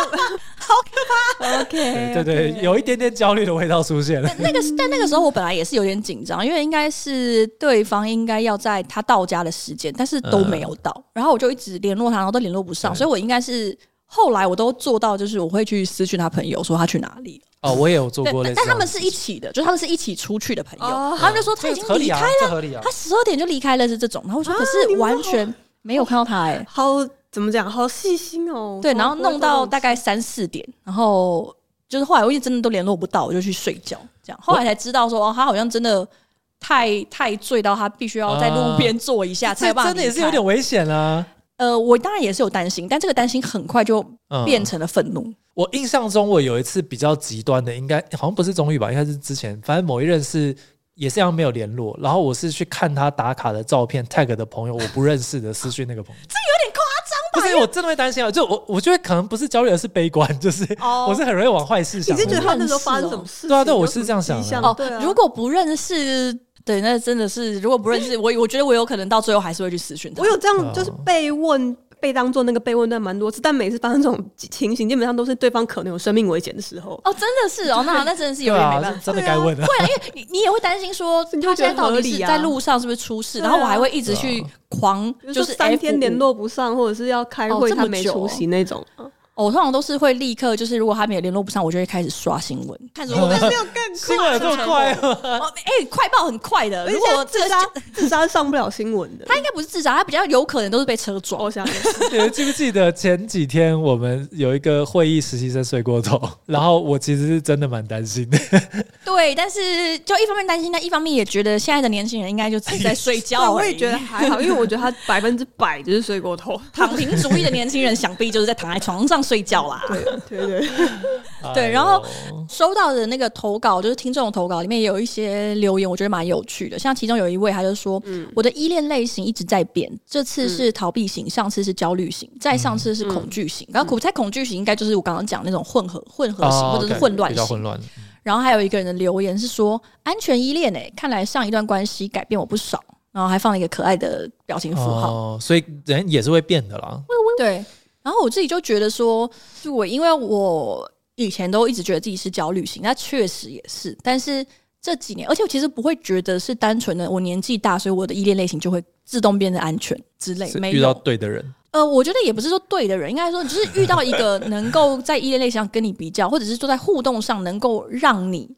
[SPEAKER 2] 好可怕，OK，
[SPEAKER 3] 对对对，有一点点焦虑的味道出现了。
[SPEAKER 1] 那个是，但那个时候我本来也是有点紧张，因为应该是对方应该要在他到家的时间，但是都没有到，然后我就一直联络他，然后都联络不上，
[SPEAKER 3] 嗯对
[SPEAKER 1] 所以我应该是后来我都做到，就是我会去私讯他朋友说他去哪里了，
[SPEAKER 3] 哦，我也有做
[SPEAKER 1] 对
[SPEAKER 3] 过类，似
[SPEAKER 1] 但
[SPEAKER 3] 这
[SPEAKER 1] 他
[SPEAKER 3] 样的
[SPEAKER 1] 们是
[SPEAKER 3] 事情，
[SPEAKER 1] 一起的，就是他们是一起出去的朋友
[SPEAKER 2] 哦，
[SPEAKER 1] 他们就说他
[SPEAKER 3] 这
[SPEAKER 1] 已
[SPEAKER 3] 个
[SPEAKER 1] 经
[SPEAKER 3] 合
[SPEAKER 1] 离
[SPEAKER 3] 理啊
[SPEAKER 1] 开，
[SPEAKER 3] 这合理啊
[SPEAKER 1] 他。十二点就离开了，是这种，然后我说可是完全没有看到他哎、欸
[SPEAKER 2] 好怎么讲，好细心 哦，
[SPEAKER 1] 对，
[SPEAKER 2] 从
[SPEAKER 1] 然后
[SPEAKER 2] 来不会
[SPEAKER 1] 弄到
[SPEAKER 2] 做这种
[SPEAKER 1] 大概三四点，然后就是后来我一直真的都联络不到，我就去睡觉，这样后来才知道说哦，他好像真的太太醉到他必须要在路边坐一
[SPEAKER 2] 啊
[SPEAKER 1] 下，才有
[SPEAKER 3] 这
[SPEAKER 1] 办法
[SPEAKER 3] 真的也是
[SPEAKER 1] 离开
[SPEAKER 3] 有点危险啊啦、
[SPEAKER 1] 呃，我当然也是有担心，但这个担心很快就
[SPEAKER 3] 嗯
[SPEAKER 1] 变成了愤怒。
[SPEAKER 3] 我印象中，我有一次比较极端的，应该好像不是中玉吧，应该是之前，反正某一任是也是一样没有联络，然后我是去看他打卡的照片，tag 的朋友，我不认识的私讯那个朋友，这有点夸张吧？不是，因为我真的会担心啊，就我我觉得可能不是焦虑，而是悲观，就是、
[SPEAKER 1] 哦
[SPEAKER 3] 我是很容易往坏事想的
[SPEAKER 2] 你是
[SPEAKER 3] 人。
[SPEAKER 2] 觉得他那时候发生什么事情？
[SPEAKER 3] 对啊对我是这样想的
[SPEAKER 2] 有什么迹象
[SPEAKER 1] 哦，
[SPEAKER 2] 对啊，
[SPEAKER 1] 如果不认识，对，那真的是如果不认 识，我我觉得我有可能到最后还是会去私讯他
[SPEAKER 2] 我。有这
[SPEAKER 3] 嗯
[SPEAKER 2] 样，就是被问。被当做那个被问段蛮多次，但每次发生这种情形，基本上都是对方可能有生命危险的时候。
[SPEAKER 1] 哦，真的是哦，那那真的是
[SPEAKER 3] 对
[SPEAKER 1] 有点没
[SPEAKER 3] 啊，
[SPEAKER 1] 办法
[SPEAKER 3] 是。真的该问的、
[SPEAKER 1] 对啊，因为你你也会担心说
[SPEAKER 2] 你就
[SPEAKER 1] 他
[SPEAKER 2] 会
[SPEAKER 1] 现
[SPEAKER 2] 觉
[SPEAKER 1] 在
[SPEAKER 2] 得
[SPEAKER 1] 到
[SPEAKER 2] 合
[SPEAKER 1] 底
[SPEAKER 2] 理
[SPEAKER 1] 是
[SPEAKER 2] 啊
[SPEAKER 1] 在路上是不是出事，
[SPEAKER 2] 对啊啊
[SPEAKER 1] 然后我还会一直去狂
[SPEAKER 2] 比如
[SPEAKER 1] 就
[SPEAKER 2] 说
[SPEAKER 1] 是
[SPEAKER 2] 三天
[SPEAKER 1] F5
[SPEAKER 2] 联络不上，或者是要开
[SPEAKER 1] 哦
[SPEAKER 2] 会
[SPEAKER 1] 这么
[SPEAKER 2] 他没出席那种。
[SPEAKER 1] 哦哦我通常都是会立刻，就是如果他们也联络不上，我就会开始刷新闻，看什么。
[SPEAKER 3] 我
[SPEAKER 1] 我
[SPEAKER 3] 们
[SPEAKER 1] 哎、
[SPEAKER 3] 没
[SPEAKER 2] 有更
[SPEAKER 3] 新闻有这么快吗？
[SPEAKER 1] 快报很快的。
[SPEAKER 2] 而
[SPEAKER 1] 如果
[SPEAKER 2] 且
[SPEAKER 1] 这
[SPEAKER 2] 自
[SPEAKER 1] 个
[SPEAKER 2] 杀，自杀上不了新闻的。
[SPEAKER 1] 他应该不是自杀，他比较有可能都是被车撞。
[SPEAKER 2] 我想也是，
[SPEAKER 3] 你们记不记得前几天我们有一个会议实习生睡过头，然后我其实是真的蛮担心的，
[SPEAKER 1] 对，但是就一方面担心，但一方面也觉得现在的年轻人应该就只是在睡
[SPEAKER 2] 对
[SPEAKER 1] 觉而已。
[SPEAKER 2] 我也觉得还好，因为我觉得他百分之百就是睡过头。
[SPEAKER 1] 躺平主义的年轻人，想必就是在躺在床上睡觉啦。
[SPEAKER 2] 对 对对，
[SPEAKER 1] 对
[SPEAKER 3] 哎呦
[SPEAKER 1] 然后收到的那个投稿，就是听众的投稿，里面也有一些留言，我觉得蛮有趣的。像其中有一位，他就说：“
[SPEAKER 3] 嗯
[SPEAKER 1] 我的依恋类型一直在变，这次是逃避型，上次是焦虑型，
[SPEAKER 3] 嗯
[SPEAKER 1] 再上次是恐惧型。然后恐在恐惧型应该就是我刚刚讲那种混合混合型、
[SPEAKER 3] 哦
[SPEAKER 1] 或者是
[SPEAKER 3] OK，
[SPEAKER 1] 混乱
[SPEAKER 3] 比较
[SPEAKER 1] 型。
[SPEAKER 3] 混乱。
[SPEAKER 1] 然后还有一个人的留言是说：“安全依恋诶、欸看来上一段关系改变我不少。”然后还放了一个可爱的表情符号。
[SPEAKER 3] 哦，所以人也是会变的啦。
[SPEAKER 1] 对，然后我自己就觉得说，就我因为我以前都一直觉得自己是焦虑型，那确实也是，但是这几年，而且我其实不会觉得是单纯的我年纪大，所以我的依恋类型就会自动变得安全之类，
[SPEAKER 3] 是
[SPEAKER 1] 没
[SPEAKER 3] 遇到
[SPEAKER 1] 有。
[SPEAKER 3] 对的人，
[SPEAKER 1] 呃，我觉得也不是说对的人，应该说只是遇到一个能够在依恋类型上跟你比较，或者是说在互动上能够让你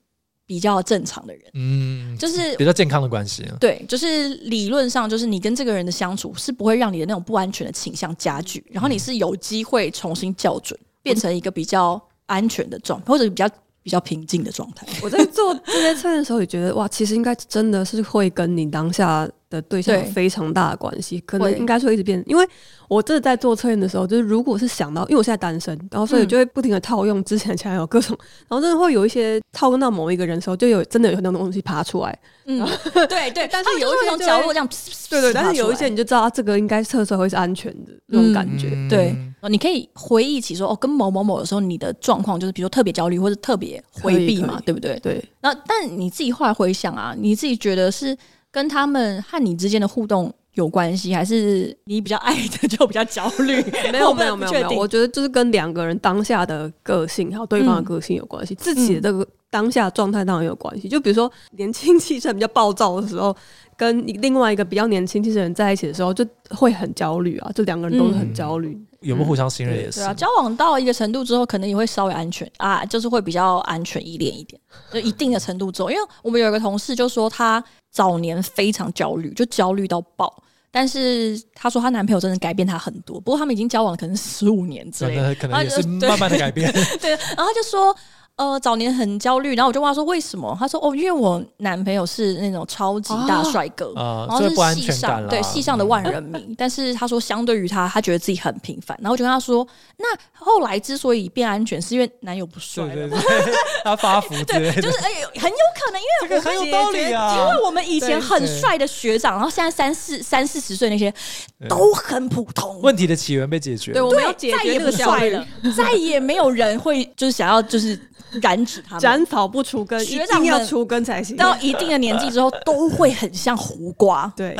[SPEAKER 1] 比较正常的人，
[SPEAKER 3] 嗯，
[SPEAKER 1] 就是
[SPEAKER 3] 比较健康的关系。啊
[SPEAKER 1] 对，就是理论上，就是你跟这个人的相处是不会让你的那种不安全的倾向加剧，然后
[SPEAKER 2] 嗯
[SPEAKER 1] 你是有机会重新校准，变成一个比较安全的状态，或者比较比较平静的状 态。
[SPEAKER 2] 我在做这些测验的时候也觉得，哇，其实应该真的是会跟你当下的对象有
[SPEAKER 1] 对
[SPEAKER 2] 非常大的关系，可能
[SPEAKER 1] 会
[SPEAKER 2] 应该是会一直变。因为我真的在做测验的时候，就是如果是想到，因为我现在单身，然后所以
[SPEAKER 1] 嗯
[SPEAKER 2] 就会不停的套用之前前男友各种， 然后真的会有一些套用到某一个人的时候，就有真的有很多东西爬出来。
[SPEAKER 1] 嗯，对 对，
[SPEAKER 2] 但是
[SPEAKER 1] 他们就
[SPEAKER 2] 有一
[SPEAKER 1] 会
[SPEAKER 2] 些
[SPEAKER 1] 从
[SPEAKER 2] 就
[SPEAKER 1] 角
[SPEAKER 2] 会
[SPEAKER 1] 落这样，
[SPEAKER 2] 对对，但是有一
[SPEAKER 1] 些。
[SPEAKER 2] 些你就知道，这个应该测出来会是安全的那种感觉。
[SPEAKER 3] 嗯
[SPEAKER 1] 对，哦你可以回忆起说哦，跟某某某的时候，你的状况就是比如说特别焦虑或者特别回
[SPEAKER 2] 可以
[SPEAKER 1] 避
[SPEAKER 2] 可
[SPEAKER 1] 嘛
[SPEAKER 2] 以，
[SPEAKER 1] 对不对？
[SPEAKER 2] 对，
[SPEAKER 1] 那但你自己后来回想啊，你自己觉得是跟他们和你之间的互动有关系，还是你比较爱的 就比较焦虑？
[SPEAKER 2] 没有
[SPEAKER 1] 我
[SPEAKER 2] 没
[SPEAKER 1] 们
[SPEAKER 2] 有
[SPEAKER 1] 不
[SPEAKER 2] 没有
[SPEAKER 1] 确
[SPEAKER 2] 没有，
[SPEAKER 1] 定
[SPEAKER 2] 我觉得就是跟两个人当下的个性还有对方的个性有
[SPEAKER 1] 嗯
[SPEAKER 2] 关系，自己的这个当下状态当然有关系。就比如说年轻气盛、比较暴躁的时候，跟另外一个比较年轻气盛的人在一起的时候，就会很焦虑啊，就两个人都是很焦虑。
[SPEAKER 1] 嗯
[SPEAKER 3] 有没有互相信任也是
[SPEAKER 1] 对啊，。交往到一个程度之后，可能也会稍微安全啊，就是会比较安全依恋一点，就一定的程度之后。因为我们有一个同事就说，她早年非常焦虑，就焦虑到爆。但是她说，她男朋友真的改变她很多。不过他们已经交往了可能十五年之类
[SPEAKER 3] 真
[SPEAKER 1] 的，
[SPEAKER 3] 的可能也
[SPEAKER 1] 啊
[SPEAKER 3] 是
[SPEAKER 1] 就
[SPEAKER 3] 慢慢的改 变，
[SPEAKER 1] 对。然后她就说，呃，早年很焦虑。然后我就问她说为什么？她说，哦，因为我男朋友是那种超级
[SPEAKER 2] 哦
[SPEAKER 1] 大帅哥，
[SPEAKER 3] 啊
[SPEAKER 1] 然后
[SPEAKER 3] 所以不安
[SPEAKER 1] 是系
[SPEAKER 3] 全感
[SPEAKER 1] 上
[SPEAKER 3] 啦嗯
[SPEAKER 1] 对系上的万人迷，但是他说相对于他，他觉得自己很平凡。然后我就跟他说，那后来之所以变安全，是因为男友不帅
[SPEAKER 3] 对
[SPEAKER 1] 了。
[SPEAKER 3] 对对， 他发 福之类
[SPEAKER 1] 就
[SPEAKER 3] 的，
[SPEAKER 1] 是哎、很有可能，因为我
[SPEAKER 3] 很
[SPEAKER 1] 们
[SPEAKER 3] 有道理啊
[SPEAKER 1] 因为我们以前很
[SPEAKER 3] 对对
[SPEAKER 1] 帅的学长，然后现在三四三四十岁那些
[SPEAKER 3] 对
[SPEAKER 1] 都很普通，
[SPEAKER 3] 问题的起源被解决了。
[SPEAKER 2] 对，我们要解
[SPEAKER 1] 再
[SPEAKER 2] 决
[SPEAKER 1] 也
[SPEAKER 2] 这
[SPEAKER 1] 不
[SPEAKER 2] 个焦
[SPEAKER 1] 帅
[SPEAKER 2] 虑
[SPEAKER 1] 了，再也没有人会就是想要就是染指他们，
[SPEAKER 2] 斩草不除根，
[SPEAKER 1] 学
[SPEAKER 2] 一
[SPEAKER 1] 长
[SPEAKER 2] 定要
[SPEAKER 1] 们
[SPEAKER 2] 除根才行。
[SPEAKER 1] 到一定的年纪之后都会很像胡瓜，
[SPEAKER 2] 对，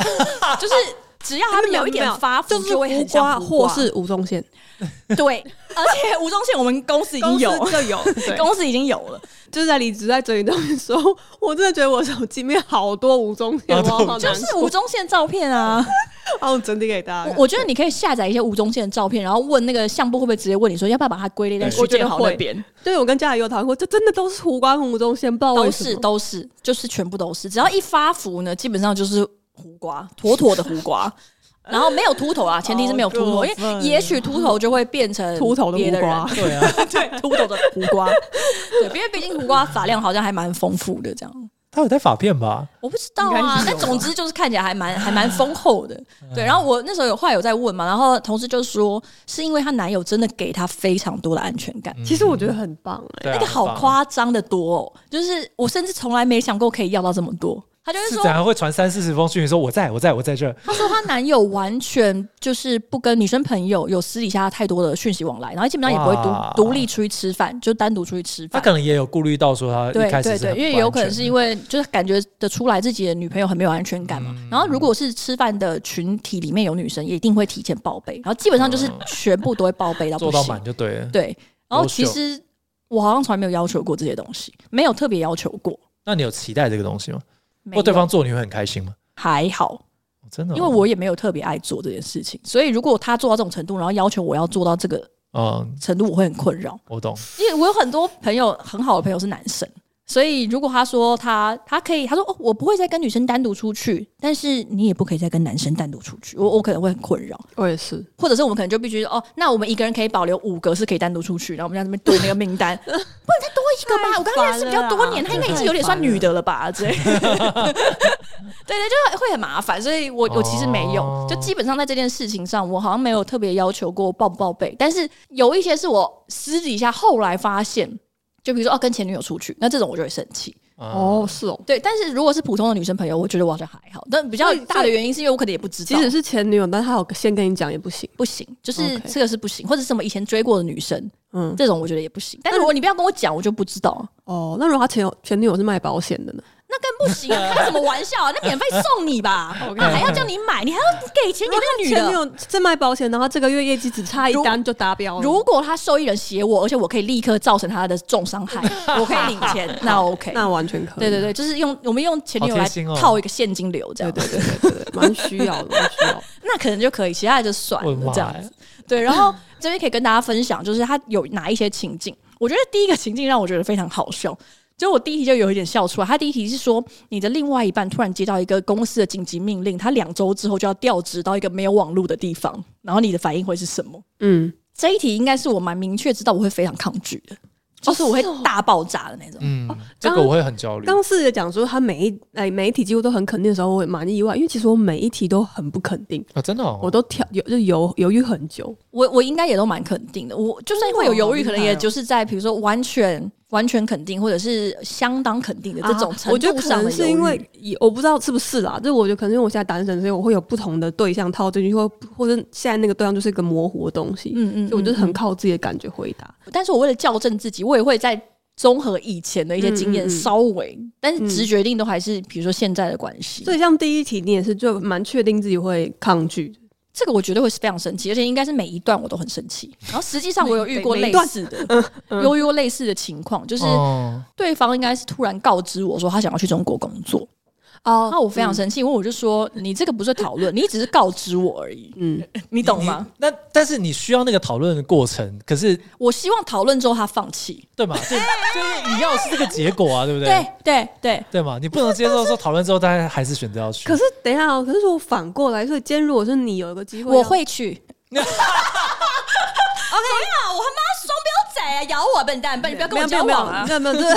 [SPEAKER 1] 就是只要他们有一点发福，
[SPEAKER 2] 就是
[SPEAKER 1] 会
[SPEAKER 2] 胡
[SPEAKER 1] 很像
[SPEAKER 2] 瓜
[SPEAKER 1] 胡瓜
[SPEAKER 2] 或是吴宗宪，
[SPEAKER 1] 对，而且吴宗宪我们公司已经
[SPEAKER 2] 公司
[SPEAKER 1] 有，
[SPEAKER 2] 就有， 对
[SPEAKER 1] 公司已经有了，
[SPEAKER 2] 就是在离职在整理东西的时候，我真的觉得我手机里面好多吴宗宪，
[SPEAKER 3] 啊
[SPEAKER 2] 我好难 过，
[SPEAKER 1] 就是吴宗宪照片啊。
[SPEAKER 2] 帮我整理给大家看。
[SPEAKER 1] 我我觉得你可以下载一些吴宗宪的照片，然后问那个相簿会不会直接问你说要不要把它归类在
[SPEAKER 3] 对
[SPEAKER 1] 徐建豪
[SPEAKER 2] 我觉得会
[SPEAKER 1] 那边？
[SPEAKER 2] 对，我跟家里有讨论过，这真的都是胡瓜跟吴宗宪，不知道为
[SPEAKER 1] 都
[SPEAKER 2] 什
[SPEAKER 1] 是
[SPEAKER 2] 么
[SPEAKER 1] 都是，就是全部都是，只要一发福呢，基本上就是胡瓜，妥妥的胡 瓜。然后没有秃头啊，前提是没有秃头，
[SPEAKER 2] 好
[SPEAKER 1] 因
[SPEAKER 2] 过分
[SPEAKER 1] 为也许秃头就会变成
[SPEAKER 2] 秃头的
[SPEAKER 1] 别
[SPEAKER 2] 胡
[SPEAKER 1] 的人
[SPEAKER 2] 瓜，
[SPEAKER 3] 对啊，
[SPEAKER 1] 对，秃头的胡瓜，对，因为毕竟胡瓜发量好像还蛮丰富的，这样
[SPEAKER 3] 他有带发片吧？
[SPEAKER 1] 我不知道
[SPEAKER 2] 应该
[SPEAKER 1] 啊
[SPEAKER 2] 是，
[SPEAKER 1] 但
[SPEAKER 2] 有吧
[SPEAKER 1] 总之就是看起来还蛮还蛮丰厚的，对。然后我那时候有后来有在问嘛，然后同事就说是因为她男友真的给她非常多的安全感，
[SPEAKER 2] 其实我觉得很棒哎、
[SPEAKER 3] 对啊
[SPEAKER 1] 那个好，夸张的多、哦，就是我甚至从来没想过可以要到这么多。她就
[SPEAKER 3] 很
[SPEAKER 1] 是说
[SPEAKER 3] 棒是怎，样会传三四十封讯息说我在我在我在这儿？
[SPEAKER 1] 她说她男友完全就是不跟女生朋友有私底下太多的讯息往来，然后基本上也不
[SPEAKER 3] 哇
[SPEAKER 1] 会独独立出去吃饭，就单独出去吃
[SPEAKER 3] 他
[SPEAKER 1] 饭。
[SPEAKER 3] 可能也有顾虑到说他
[SPEAKER 1] 对
[SPEAKER 3] 呃一开始
[SPEAKER 1] 对
[SPEAKER 3] 是
[SPEAKER 1] 对，
[SPEAKER 3] 很
[SPEAKER 1] 因为
[SPEAKER 3] 不安
[SPEAKER 1] 有可能
[SPEAKER 3] 全
[SPEAKER 1] 是
[SPEAKER 3] 的
[SPEAKER 1] 因为就是感觉得出来自己的女朋友很没有安全感
[SPEAKER 3] 嗯
[SPEAKER 1] 嘛。然后如果是吃饭的群体里面有女生，也一定会提前报备，然后基本上就是全部都会报备到
[SPEAKER 3] 嗯 做
[SPEAKER 1] 不
[SPEAKER 3] 到
[SPEAKER 1] 行。
[SPEAKER 3] 满就对了。
[SPEAKER 1] 对，然后
[SPEAKER 3] 优
[SPEAKER 1] 其
[SPEAKER 3] 秀
[SPEAKER 1] 实我好像从来没有要求过这些东西，没有特别要求过。
[SPEAKER 3] 那你有期待这个东西吗？
[SPEAKER 1] 没
[SPEAKER 3] 哦或对
[SPEAKER 1] 有
[SPEAKER 3] 方做你会很开心吗？
[SPEAKER 1] 还好，
[SPEAKER 3] 哦真的哦，
[SPEAKER 1] 因为我也没有特别爱做这件事情，所以如果他做到这种程度，然后要求我要做到这个
[SPEAKER 3] 嗯，
[SPEAKER 1] 程度，我会很困扰。
[SPEAKER 3] 我懂，
[SPEAKER 1] 因为我有很多朋友，很好的朋友是男生，所以如果他说他他可以，他说哦，我不会再跟女生单独出去，但是你也不可以再跟男生单独出去，我我可能会很困扰，
[SPEAKER 2] 我也是，
[SPEAKER 1] 或者是我们可能就必须哦，那我们一个人可以保留五个是可以单独出去，然后我们在那边对那个名 单，不能再多一个吧？我跟他认识比较多年，他应该已经有点算女的了吧？之类的，对对，就是会很麻烦，所以我我其实没有，
[SPEAKER 3] 哦
[SPEAKER 1] 就基本上在这件事情上，我好像没有特别要求过报不报备，但是有一些是我私底下后来发现，就比如说哦跟前女友出去，那这种我就会生气。
[SPEAKER 3] 哦，
[SPEAKER 2] 哦，是哦。
[SPEAKER 1] 对，但是如果是普通的女生朋友，我觉得我好像还好，但比较
[SPEAKER 2] 所以
[SPEAKER 1] 大的原因是因为我可能也不知道，
[SPEAKER 2] 即使是前女友，但她有先跟你讲也不行。
[SPEAKER 1] 不行，就是
[SPEAKER 2] OK
[SPEAKER 1] 这个是不行，或者什么以前追过的女生，
[SPEAKER 2] 嗯，
[SPEAKER 1] 这种我觉得也不行。但如果你不要跟我讲，我就不知道，
[SPEAKER 2] 哦，那如果她前前女友是卖保险的呢？
[SPEAKER 1] 那更不行 啊！开什么玩笑啊？那免费送你吧，还要叫你买，你还要给钱给那个女
[SPEAKER 2] 前女
[SPEAKER 1] 的。
[SPEAKER 2] 友在卖保险，然后这个月业绩只差一单就达标了。
[SPEAKER 1] 如果他受益人写我，而且我可以立刻造成他的重伤 害，我可以领 钱，那 OK。
[SPEAKER 2] 那完全可以，
[SPEAKER 1] 对对对，就是用我们用前女友
[SPEAKER 3] 好
[SPEAKER 1] 来
[SPEAKER 3] 贴心哦
[SPEAKER 1] 套一个现金流这样，
[SPEAKER 2] 对对对对对，蛮需要的，蛮需要的。
[SPEAKER 1] 那可能就可以，其他的就算
[SPEAKER 3] 我的
[SPEAKER 1] 了
[SPEAKER 3] 妈
[SPEAKER 1] 这样
[SPEAKER 3] 呀。
[SPEAKER 1] 对，然后这边可以跟大家分享，就是他有哪一些情境。我觉得第一个情境让我觉得非常好笑，就我第一题就有一点笑出来。他第一题是说，你的另外一半突然接到一个公司的紧急命令，他两周之后就要调职到一个没有网络的地方，然后你的反应会是什么？
[SPEAKER 2] 嗯，
[SPEAKER 1] 这一题应该是我蛮明确知道我会非常抗拒的，就是
[SPEAKER 2] 哦
[SPEAKER 1] 我会大爆炸的那种。
[SPEAKER 3] 嗯，这个我会很焦虑。
[SPEAKER 2] 刚刚四姐讲说她每一哎每一题几乎都很肯定的时候，我也蛮意外，因为其实我每一题都很不肯定，
[SPEAKER 3] 啊，真的哦，
[SPEAKER 2] 我都挑犹就犹犹豫很久。
[SPEAKER 1] 我我应该也都蛮肯定的，我就算会有犹豫，
[SPEAKER 2] 真
[SPEAKER 1] 可
[SPEAKER 2] 的哦
[SPEAKER 1] 能
[SPEAKER 2] 厉害哦
[SPEAKER 1] 也就是在比如说完全完全肯定，或者是相当肯定的这种
[SPEAKER 2] 啊我
[SPEAKER 1] 程
[SPEAKER 2] 觉得
[SPEAKER 1] 度
[SPEAKER 2] 可
[SPEAKER 1] 上的
[SPEAKER 2] 能
[SPEAKER 1] 犹豫。
[SPEAKER 2] 是因为也我不知道是不是啦，就是我觉得可能因为我现在单身，所以我会有不同的对象套进去，或或者现在那个对象就是一个模糊的东西，
[SPEAKER 1] 嗯嗯
[SPEAKER 2] 所以我就是很
[SPEAKER 1] 嗯
[SPEAKER 2] 靠自己的感觉回答。
[SPEAKER 1] 嗯但是我为了校正自己，我也会在综合以前的一些经
[SPEAKER 2] 嗯嗯
[SPEAKER 1] 验
[SPEAKER 2] 嗯
[SPEAKER 1] 稍微，但是直觉定都还是比如说现在的关系。
[SPEAKER 2] 所以像第一题，你也是就蛮确定自己会抗拒，
[SPEAKER 1] 这个我绝对会是非常生气，而且应该是每一段我都很生 气。然后实际上我有遇过
[SPEAKER 2] 每每
[SPEAKER 1] 类
[SPEAKER 2] 一段嗯
[SPEAKER 1] 似的，有遇过类似的情况，就是
[SPEAKER 3] 哦
[SPEAKER 1] 对方应该是突然告知我说他想要去中国工作，
[SPEAKER 2] 哦
[SPEAKER 1] 那我非常生气，因为我就说你这个不是讨论，你只是告知我而 已，
[SPEAKER 2] 嗯，
[SPEAKER 1] 你懂吗？？
[SPEAKER 3] 你那但是你需要那个讨论的过程，可是
[SPEAKER 1] 我希望讨论之后他放弃，
[SPEAKER 3] 对嘛？就就是你要的是这个结果啊，对不
[SPEAKER 1] 对？对对，
[SPEAKER 3] 对嘛？你不能接受说讨论之后，大家还是选择要去。
[SPEAKER 2] 可是等一下哦，可是我反过来，所以今天如果是你有一个机会要，
[SPEAKER 1] 我会 去。OK，我他妈双标仔啊，咬我笨蛋，笨，你不要
[SPEAKER 2] 没
[SPEAKER 1] 跟我
[SPEAKER 2] 有没
[SPEAKER 1] 交
[SPEAKER 2] 有没有
[SPEAKER 1] 往啊
[SPEAKER 2] 没！有没有这个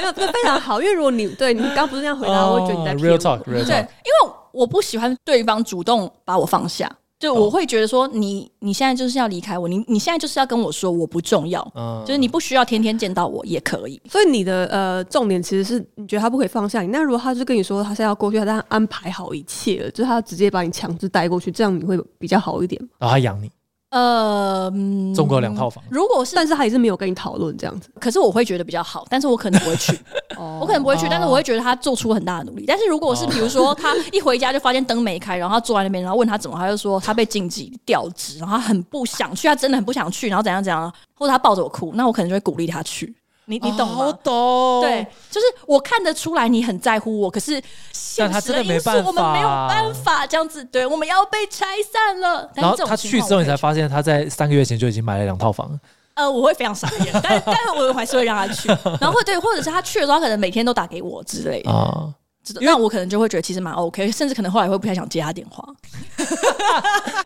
[SPEAKER 2] 没有这个非常好，因为如果你对你刚不是那样回答，我会觉得你在
[SPEAKER 3] 哦
[SPEAKER 2] 骗
[SPEAKER 3] real
[SPEAKER 2] 我
[SPEAKER 3] talk real
[SPEAKER 1] 对，因
[SPEAKER 3] talk，
[SPEAKER 1] 为我不喜欢对方主动把我放下，就
[SPEAKER 3] 哦
[SPEAKER 1] 我会觉得说你你现在就是要离开我，你你现在就是要跟我说我不重要，
[SPEAKER 3] 嗯
[SPEAKER 1] 就是你不需要天天见到我也可以。
[SPEAKER 2] 所以你的呃重点其实是你觉得他不可以放下你。那如果他就跟你说他现在要过去，他但安排好一切了，就是他直接把你强制带过去，这样你会比较好一点。
[SPEAKER 3] 然后他养你，
[SPEAKER 1] 呃，嗯
[SPEAKER 3] 中国有两套房，
[SPEAKER 1] 如果是，
[SPEAKER 2] 但是他也是没有跟你讨论这样子。
[SPEAKER 1] 可是我会觉得比较好，但是我可能不会去，
[SPEAKER 2] 哦
[SPEAKER 1] 我可能不会去
[SPEAKER 3] 哦，
[SPEAKER 1] 但是我会觉得他做出很大的努力。但是如果是
[SPEAKER 3] 哦
[SPEAKER 1] 比如说他一回家就发现灯没开，然后他坐在那边，然后问他怎么，他就说他被晋级调职，然后他很不想去，他真的很不想去，然后怎样怎样，或者他抱着我哭，那我可能就会鼓励他去。你你懂吗？
[SPEAKER 3] 哦我懂。
[SPEAKER 1] 对，，就是我看得出来你很在乎我，可是现
[SPEAKER 3] 但他
[SPEAKER 1] 实
[SPEAKER 3] 真的没
[SPEAKER 1] 因素
[SPEAKER 3] 办
[SPEAKER 1] 我们没有
[SPEAKER 3] 法
[SPEAKER 1] 办法这样子，对，我们要被拆散了。但
[SPEAKER 3] 然
[SPEAKER 1] 是
[SPEAKER 3] 后
[SPEAKER 1] 这种
[SPEAKER 3] 他
[SPEAKER 1] 情
[SPEAKER 3] 去
[SPEAKER 1] 况
[SPEAKER 3] 之后，
[SPEAKER 1] 我
[SPEAKER 3] 你才
[SPEAKER 1] 会
[SPEAKER 3] 发现他在三个月前就已经买了两套房。
[SPEAKER 1] 呃，我会非常傻眼，但 但是我还是会让他去，然后会对，或者是他去的时候，他可能每天都打给我之类的，
[SPEAKER 3] 啊，
[SPEAKER 1] 知道那我可能就会觉得其实蛮 OK，甚至可能后来会不太想接他电话。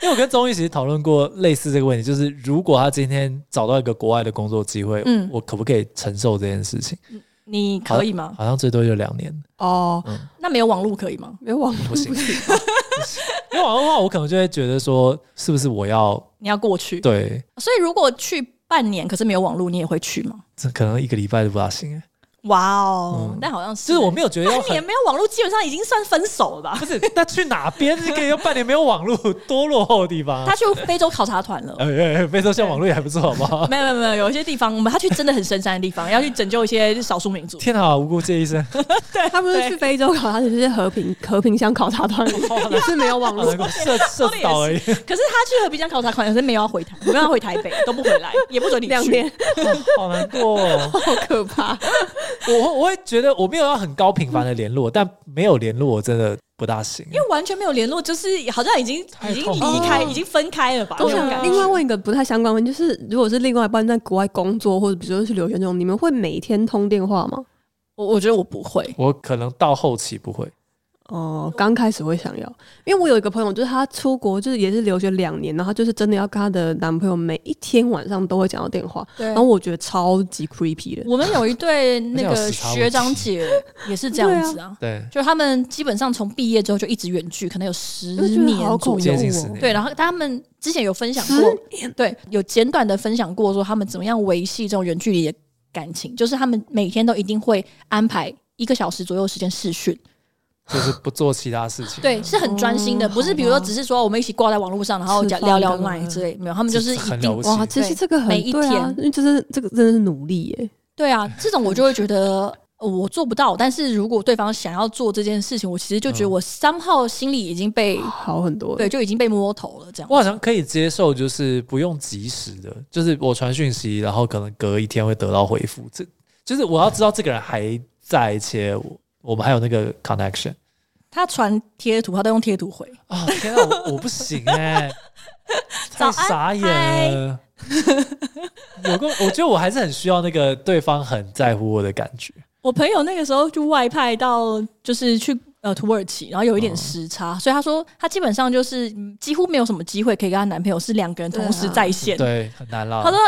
[SPEAKER 3] 因为我跟钟玉其实讨论过类似这个问题，就是如果他今天找到一个国外的工作机会，
[SPEAKER 1] 嗯
[SPEAKER 3] 我可不可以承受这件事情？
[SPEAKER 1] 你可以吗？
[SPEAKER 3] 好像最多就两年，
[SPEAKER 2] 哦，
[SPEAKER 1] 那没有网络可以吗？
[SPEAKER 2] 没有网
[SPEAKER 3] 不行。因为网络的话，我可能就会觉得说，是不是我要
[SPEAKER 1] 你要过去，
[SPEAKER 3] 对，
[SPEAKER 1] 所以如果去半年，可是没有网络，你也会去吗？
[SPEAKER 3] 这可能一个礼拜都不大行欸。
[SPEAKER 1] 哇哦，
[SPEAKER 3] 嗯
[SPEAKER 1] 但好像是
[SPEAKER 3] 就是我没有觉得要
[SPEAKER 1] 半年
[SPEAKER 3] 很
[SPEAKER 1] 没有网络，基本上已经算分手了吧？
[SPEAKER 3] 不是，那去哪边是可以要半年没有网络，多落后的地方啊
[SPEAKER 1] 他。去非洲考察团了。
[SPEAKER 3] 哎哎哎，非洲像网络也还不错，好不好？
[SPEAKER 1] 没有没有没有，有一些地方我们他去真的很深山的地方，要去拯救一些少数民族。
[SPEAKER 3] 天啊，无辜谢医生，
[SPEAKER 2] 他不是去非洲考察，只是和平和平乡考察团，也是没有网
[SPEAKER 3] 好
[SPEAKER 2] 络
[SPEAKER 3] 难。 过射射死岛而已。
[SPEAKER 1] 可是他去和平江考察团，可是没有要回台，没有要回台北，都不回来，也不准你
[SPEAKER 2] 两
[SPEAKER 1] 去。
[SPEAKER 2] 年，
[SPEAKER 3] 好难过哦、
[SPEAKER 2] 好可怕！
[SPEAKER 3] 我我会觉得我没有要很高频繁的联络，但没有联络我真的不大行。
[SPEAKER 1] 因为完全没有联络，就是好像已经
[SPEAKER 3] 太
[SPEAKER 1] 已经
[SPEAKER 3] 痛苦啊
[SPEAKER 1] 离开，
[SPEAKER 2] 了
[SPEAKER 1] 已经分开了吧？
[SPEAKER 2] 我
[SPEAKER 1] 那种感
[SPEAKER 2] 想
[SPEAKER 1] 觉
[SPEAKER 2] 另外问一个不太相关问题，就是如果是另外一半在国外工作，或者比如说去留学那种，你们会每天通电话吗？
[SPEAKER 1] 我我觉得我不会，
[SPEAKER 3] 我可能到后期不会，
[SPEAKER 2] 哦，刚开始会想要，因为我有一个朋友，就是她出国，就是也是留学两年，然后她就是真的要跟她的男朋友每一天晚上都会讲到电话，
[SPEAKER 1] 对
[SPEAKER 2] 然后我觉得超级 creepy 的。
[SPEAKER 1] 我们有一 对那
[SPEAKER 3] 而且有
[SPEAKER 1] 个
[SPEAKER 3] 时差问题
[SPEAKER 1] 学长姐也是这样子啊，
[SPEAKER 3] 对，
[SPEAKER 1] 就他们基本上从毕业之后就一直远距，可能有十
[SPEAKER 2] 我就觉得好
[SPEAKER 1] 年
[SPEAKER 2] 恐
[SPEAKER 1] 左
[SPEAKER 2] 怖、
[SPEAKER 1] 右
[SPEAKER 3] 接
[SPEAKER 2] 哦。
[SPEAKER 3] 近十年
[SPEAKER 1] 对，然后他们之前有分享
[SPEAKER 2] 十
[SPEAKER 1] 过，对，有简短的分享过说他们怎么样维系这种远距离的感情，就是他们每天都一定会安排一个小时左右的时间视讯，
[SPEAKER 3] 就是不做其他事情。
[SPEAKER 1] 对，是很专心的，
[SPEAKER 2] 哦
[SPEAKER 1] 不是比如说只是说我们一起挂在网络上，然后
[SPEAKER 2] 吃
[SPEAKER 1] 讲
[SPEAKER 2] 饭
[SPEAKER 1] 聊聊
[SPEAKER 2] 干嘛
[SPEAKER 1] line 之类，没有，他们就是
[SPEAKER 3] 这很
[SPEAKER 1] 一
[SPEAKER 3] 了
[SPEAKER 1] 定
[SPEAKER 3] 不起
[SPEAKER 2] 哇，其实
[SPEAKER 1] 对
[SPEAKER 2] 这个很
[SPEAKER 1] 每一
[SPEAKER 2] 对啊
[SPEAKER 1] 天，
[SPEAKER 2] 因为这是这个真的是努力耶。
[SPEAKER 1] 对啊，这种我就会觉 得。呃我做不到，但是如果对方想要做这件事情，我其实就觉得
[SPEAKER 3] 嗯哦
[SPEAKER 1] 我三号心里已经被、
[SPEAKER 2] 好很多。
[SPEAKER 1] 对，，就已经被摸头了，这样
[SPEAKER 3] 我好像可以接受，就是不用及时的，就是我传讯息，然后可能隔一天会得到回复。这就是我要知道这个人还在，且我我们还有那个 connection。
[SPEAKER 1] 他传贴图，他都用贴图回，
[SPEAKER 3] 啊、天啊，我我不行 哎、
[SPEAKER 1] 早安
[SPEAKER 3] 太傻眼了。有个，我觉得我还是很需要那个对方很在乎我的感觉。
[SPEAKER 1] 我朋友那个时候就外派到，就是去呃土耳其，然后有一点
[SPEAKER 3] 哦
[SPEAKER 1] 时差，所以她说她基本上就是嗯几乎没有什么机会可以跟她男朋友是两个人
[SPEAKER 2] 对啊
[SPEAKER 1] 同时在线。
[SPEAKER 3] 对，很难啦。
[SPEAKER 1] 她说。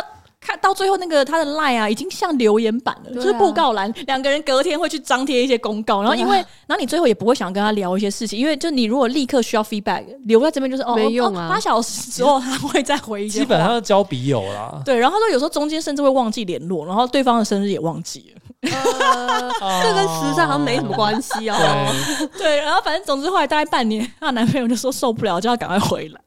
[SPEAKER 1] 看到最后那个她的 line 啊，已经像留言板了，
[SPEAKER 2] 对啊
[SPEAKER 1] 就是布告栏，两个人隔天会去张贴一些公告，然后因为，
[SPEAKER 2] 对啊
[SPEAKER 1] 然后你最后也不会想跟他聊一些事情，因为就你如果立刻需要 feedback，留在这边就是哦，
[SPEAKER 2] 没用啊
[SPEAKER 1] 哦八小时之后他会再回一 些话，
[SPEAKER 3] 基本上交笔友 啦。
[SPEAKER 1] 对。然后他说有时候中间甚至会忘记联络，然后对方的生日也忘记了。
[SPEAKER 2] 这跟时尚好像没什么关系哦。
[SPEAKER 3] 对，
[SPEAKER 1] 对，然后反正总之后来大概半年，她男朋友就说受不了，叫她赶快回来，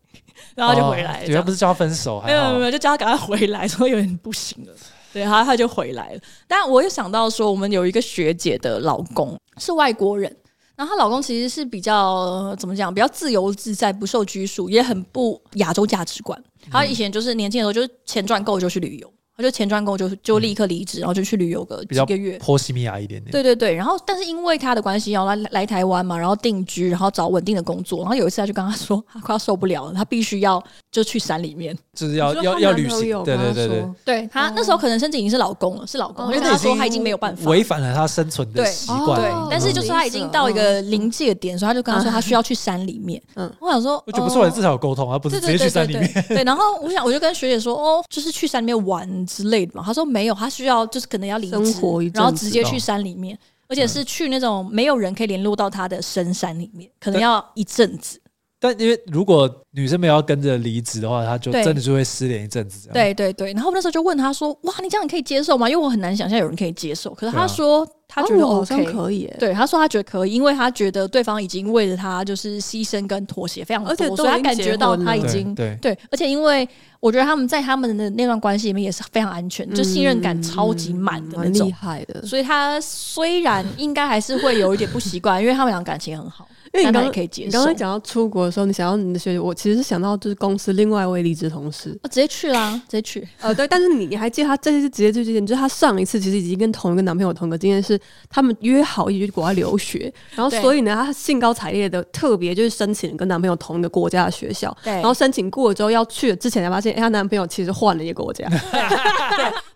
[SPEAKER 1] 然后她就回来了。
[SPEAKER 3] 哦
[SPEAKER 1] 这
[SPEAKER 3] 原来
[SPEAKER 1] 样
[SPEAKER 3] 不是叫他分手，
[SPEAKER 1] 没
[SPEAKER 3] 还
[SPEAKER 1] 有没
[SPEAKER 3] 好
[SPEAKER 1] 有没有，就叫她赶快回来，说有点不行了。对，然后她就回来了。但我又想到说，我们有一个学姐的老公是外国人。然后她老公其实是比较呃怎么讲，比较自由自在，不受拘束，也很不亚洲价值观。他以前就是年轻的时候，就是钱赚够就去旅游，他就钱赚够就就立刻离职，然后就去旅游个
[SPEAKER 3] 比
[SPEAKER 1] 几
[SPEAKER 3] 较
[SPEAKER 1] 个月。
[SPEAKER 3] 波西米亚一点点。
[SPEAKER 1] 对对对，然后但是因为他的关系，然后来来台湾嘛，然后定居，然后找稳定的工作。然后有一次，他就跟他说，他快要受不了了，他必须要就去山里面。
[SPEAKER 3] 就是要
[SPEAKER 2] 你说
[SPEAKER 3] 要
[SPEAKER 2] 她
[SPEAKER 3] 要
[SPEAKER 2] 男
[SPEAKER 3] 旅
[SPEAKER 2] 朋
[SPEAKER 3] 行
[SPEAKER 2] 友，
[SPEAKER 3] 对
[SPEAKER 2] 跟
[SPEAKER 3] 对
[SPEAKER 2] 她
[SPEAKER 3] 对对
[SPEAKER 2] 说，
[SPEAKER 1] 对他、那时候可能甚至已经是老公了，是老公，
[SPEAKER 2] 哦
[SPEAKER 1] 我就跟他说他已经没有办法。
[SPEAKER 3] 违反了他生存的
[SPEAKER 1] 对
[SPEAKER 3] 习惯
[SPEAKER 1] 对
[SPEAKER 3] 了。嗯
[SPEAKER 1] 但是就是他已经到一个临界点，所以他就跟他说
[SPEAKER 2] 哦嗯
[SPEAKER 1] 他需要去山里面。
[SPEAKER 2] 嗯
[SPEAKER 1] 我想说，
[SPEAKER 3] 我觉得不错，
[SPEAKER 1] 哦
[SPEAKER 3] 至少有沟通，而不是
[SPEAKER 1] 对对
[SPEAKER 3] 直接
[SPEAKER 1] 对
[SPEAKER 3] 去
[SPEAKER 1] 对
[SPEAKER 3] 山里
[SPEAKER 1] 对
[SPEAKER 3] 面。
[SPEAKER 1] 对，然后我想，我就跟学姐说，哦，就是去山里面玩之类的嘛。她说没有，她需要就是可能要离职
[SPEAKER 2] 生活一，阵
[SPEAKER 1] 然后直接
[SPEAKER 3] 子
[SPEAKER 1] 去
[SPEAKER 3] 哦嗯
[SPEAKER 1] 山里面，而且是去那种没有人可以联络到她的深山里面，可能要一阵子。
[SPEAKER 3] 但因为如果女生没有要跟着离职的话，她就
[SPEAKER 1] 对
[SPEAKER 3] 真的就会失联一阵子。，
[SPEAKER 1] 对对对，然后我那时候就问她说，哇，你这样你可以接受吗？因为我很难想象有人可以接受。可是
[SPEAKER 3] 对啊
[SPEAKER 1] 她说，她
[SPEAKER 2] 哦
[SPEAKER 1] 觉得
[SPEAKER 2] 我好
[SPEAKER 1] OK，、
[SPEAKER 2] 像可以耶，
[SPEAKER 1] 对，她说她觉得可以，因为她觉得对方已经为了她就是牺牲跟妥协非常多，
[SPEAKER 2] 而且都
[SPEAKER 1] 所以她
[SPEAKER 2] 已经
[SPEAKER 1] 感
[SPEAKER 2] 结
[SPEAKER 1] 觉到
[SPEAKER 2] 婚
[SPEAKER 1] 她
[SPEAKER 2] 了
[SPEAKER 1] 已
[SPEAKER 3] 对
[SPEAKER 1] 经
[SPEAKER 3] 对，
[SPEAKER 1] 对，而且因为我觉得他们在他们的那段关系里面也是非常安全，就信任感超级满的那
[SPEAKER 2] 嗯蛮
[SPEAKER 1] 种
[SPEAKER 2] 厉。害的。
[SPEAKER 1] 所以他虽然应该还是会有一点不习惯，因为他们俩感情很好，
[SPEAKER 2] 因
[SPEAKER 1] 但
[SPEAKER 2] 为你
[SPEAKER 1] 他
[SPEAKER 2] 刚
[SPEAKER 1] 也可以接
[SPEAKER 2] 你
[SPEAKER 1] 受。
[SPEAKER 2] 刚才讲到出国的时候，你想到你的学姐，我其实是想到就是公司另外一位离职同事，
[SPEAKER 1] 哦，直接去啦，直接去。
[SPEAKER 2] 呃，对，但是你你还记得她这次直接最经典，就是她上一次其实已经跟同一个男朋友同个经验是，他们约好一起去国外留学，然后
[SPEAKER 1] 对
[SPEAKER 2] 所以呢，她兴高采烈的特别就是申请了跟男朋友同一个国家的学校，
[SPEAKER 1] 对
[SPEAKER 2] 然后申请过了之后要去了之前才发现，哎、她男朋友其实换了一个国家，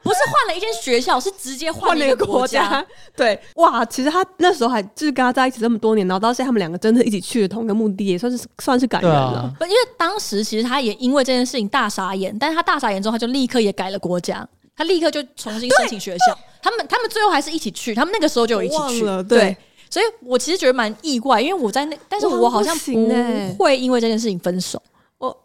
[SPEAKER 1] 不是换了一间学校，是直接换
[SPEAKER 2] 换
[SPEAKER 1] 了
[SPEAKER 2] 了
[SPEAKER 1] 一
[SPEAKER 2] 一
[SPEAKER 1] 个
[SPEAKER 2] 个
[SPEAKER 1] 国
[SPEAKER 2] 国
[SPEAKER 1] 家
[SPEAKER 2] 家。，对，哇，其实她那时候还就是跟他在一起这么多年，然后到现在他们两个真的一起去了同一个目的地，也算是算是感
[SPEAKER 3] 对
[SPEAKER 2] 人了
[SPEAKER 3] 啊。，
[SPEAKER 1] 不，因为当时其实他也因为这件事情大傻眼，但是他大傻眼之后，他就立刻也改了国家，他立刻就重新申请学校。他们他们最后还是一起去，他们那个时候就有一起
[SPEAKER 2] 我忘
[SPEAKER 1] 去
[SPEAKER 2] 了
[SPEAKER 1] 对
[SPEAKER 2] 对。
[SPEAKER 1] 所以我其实觉得蛮意外，因为我在那，但是
[SPEAKER 2] 哇
[SPEAKER 1] 我好像
[SPEAKER 2] 不
[SPEAKER 1] 不
[SPEAKER 2] 行欸
[SPEAKER 1] 会因为这件事情分手，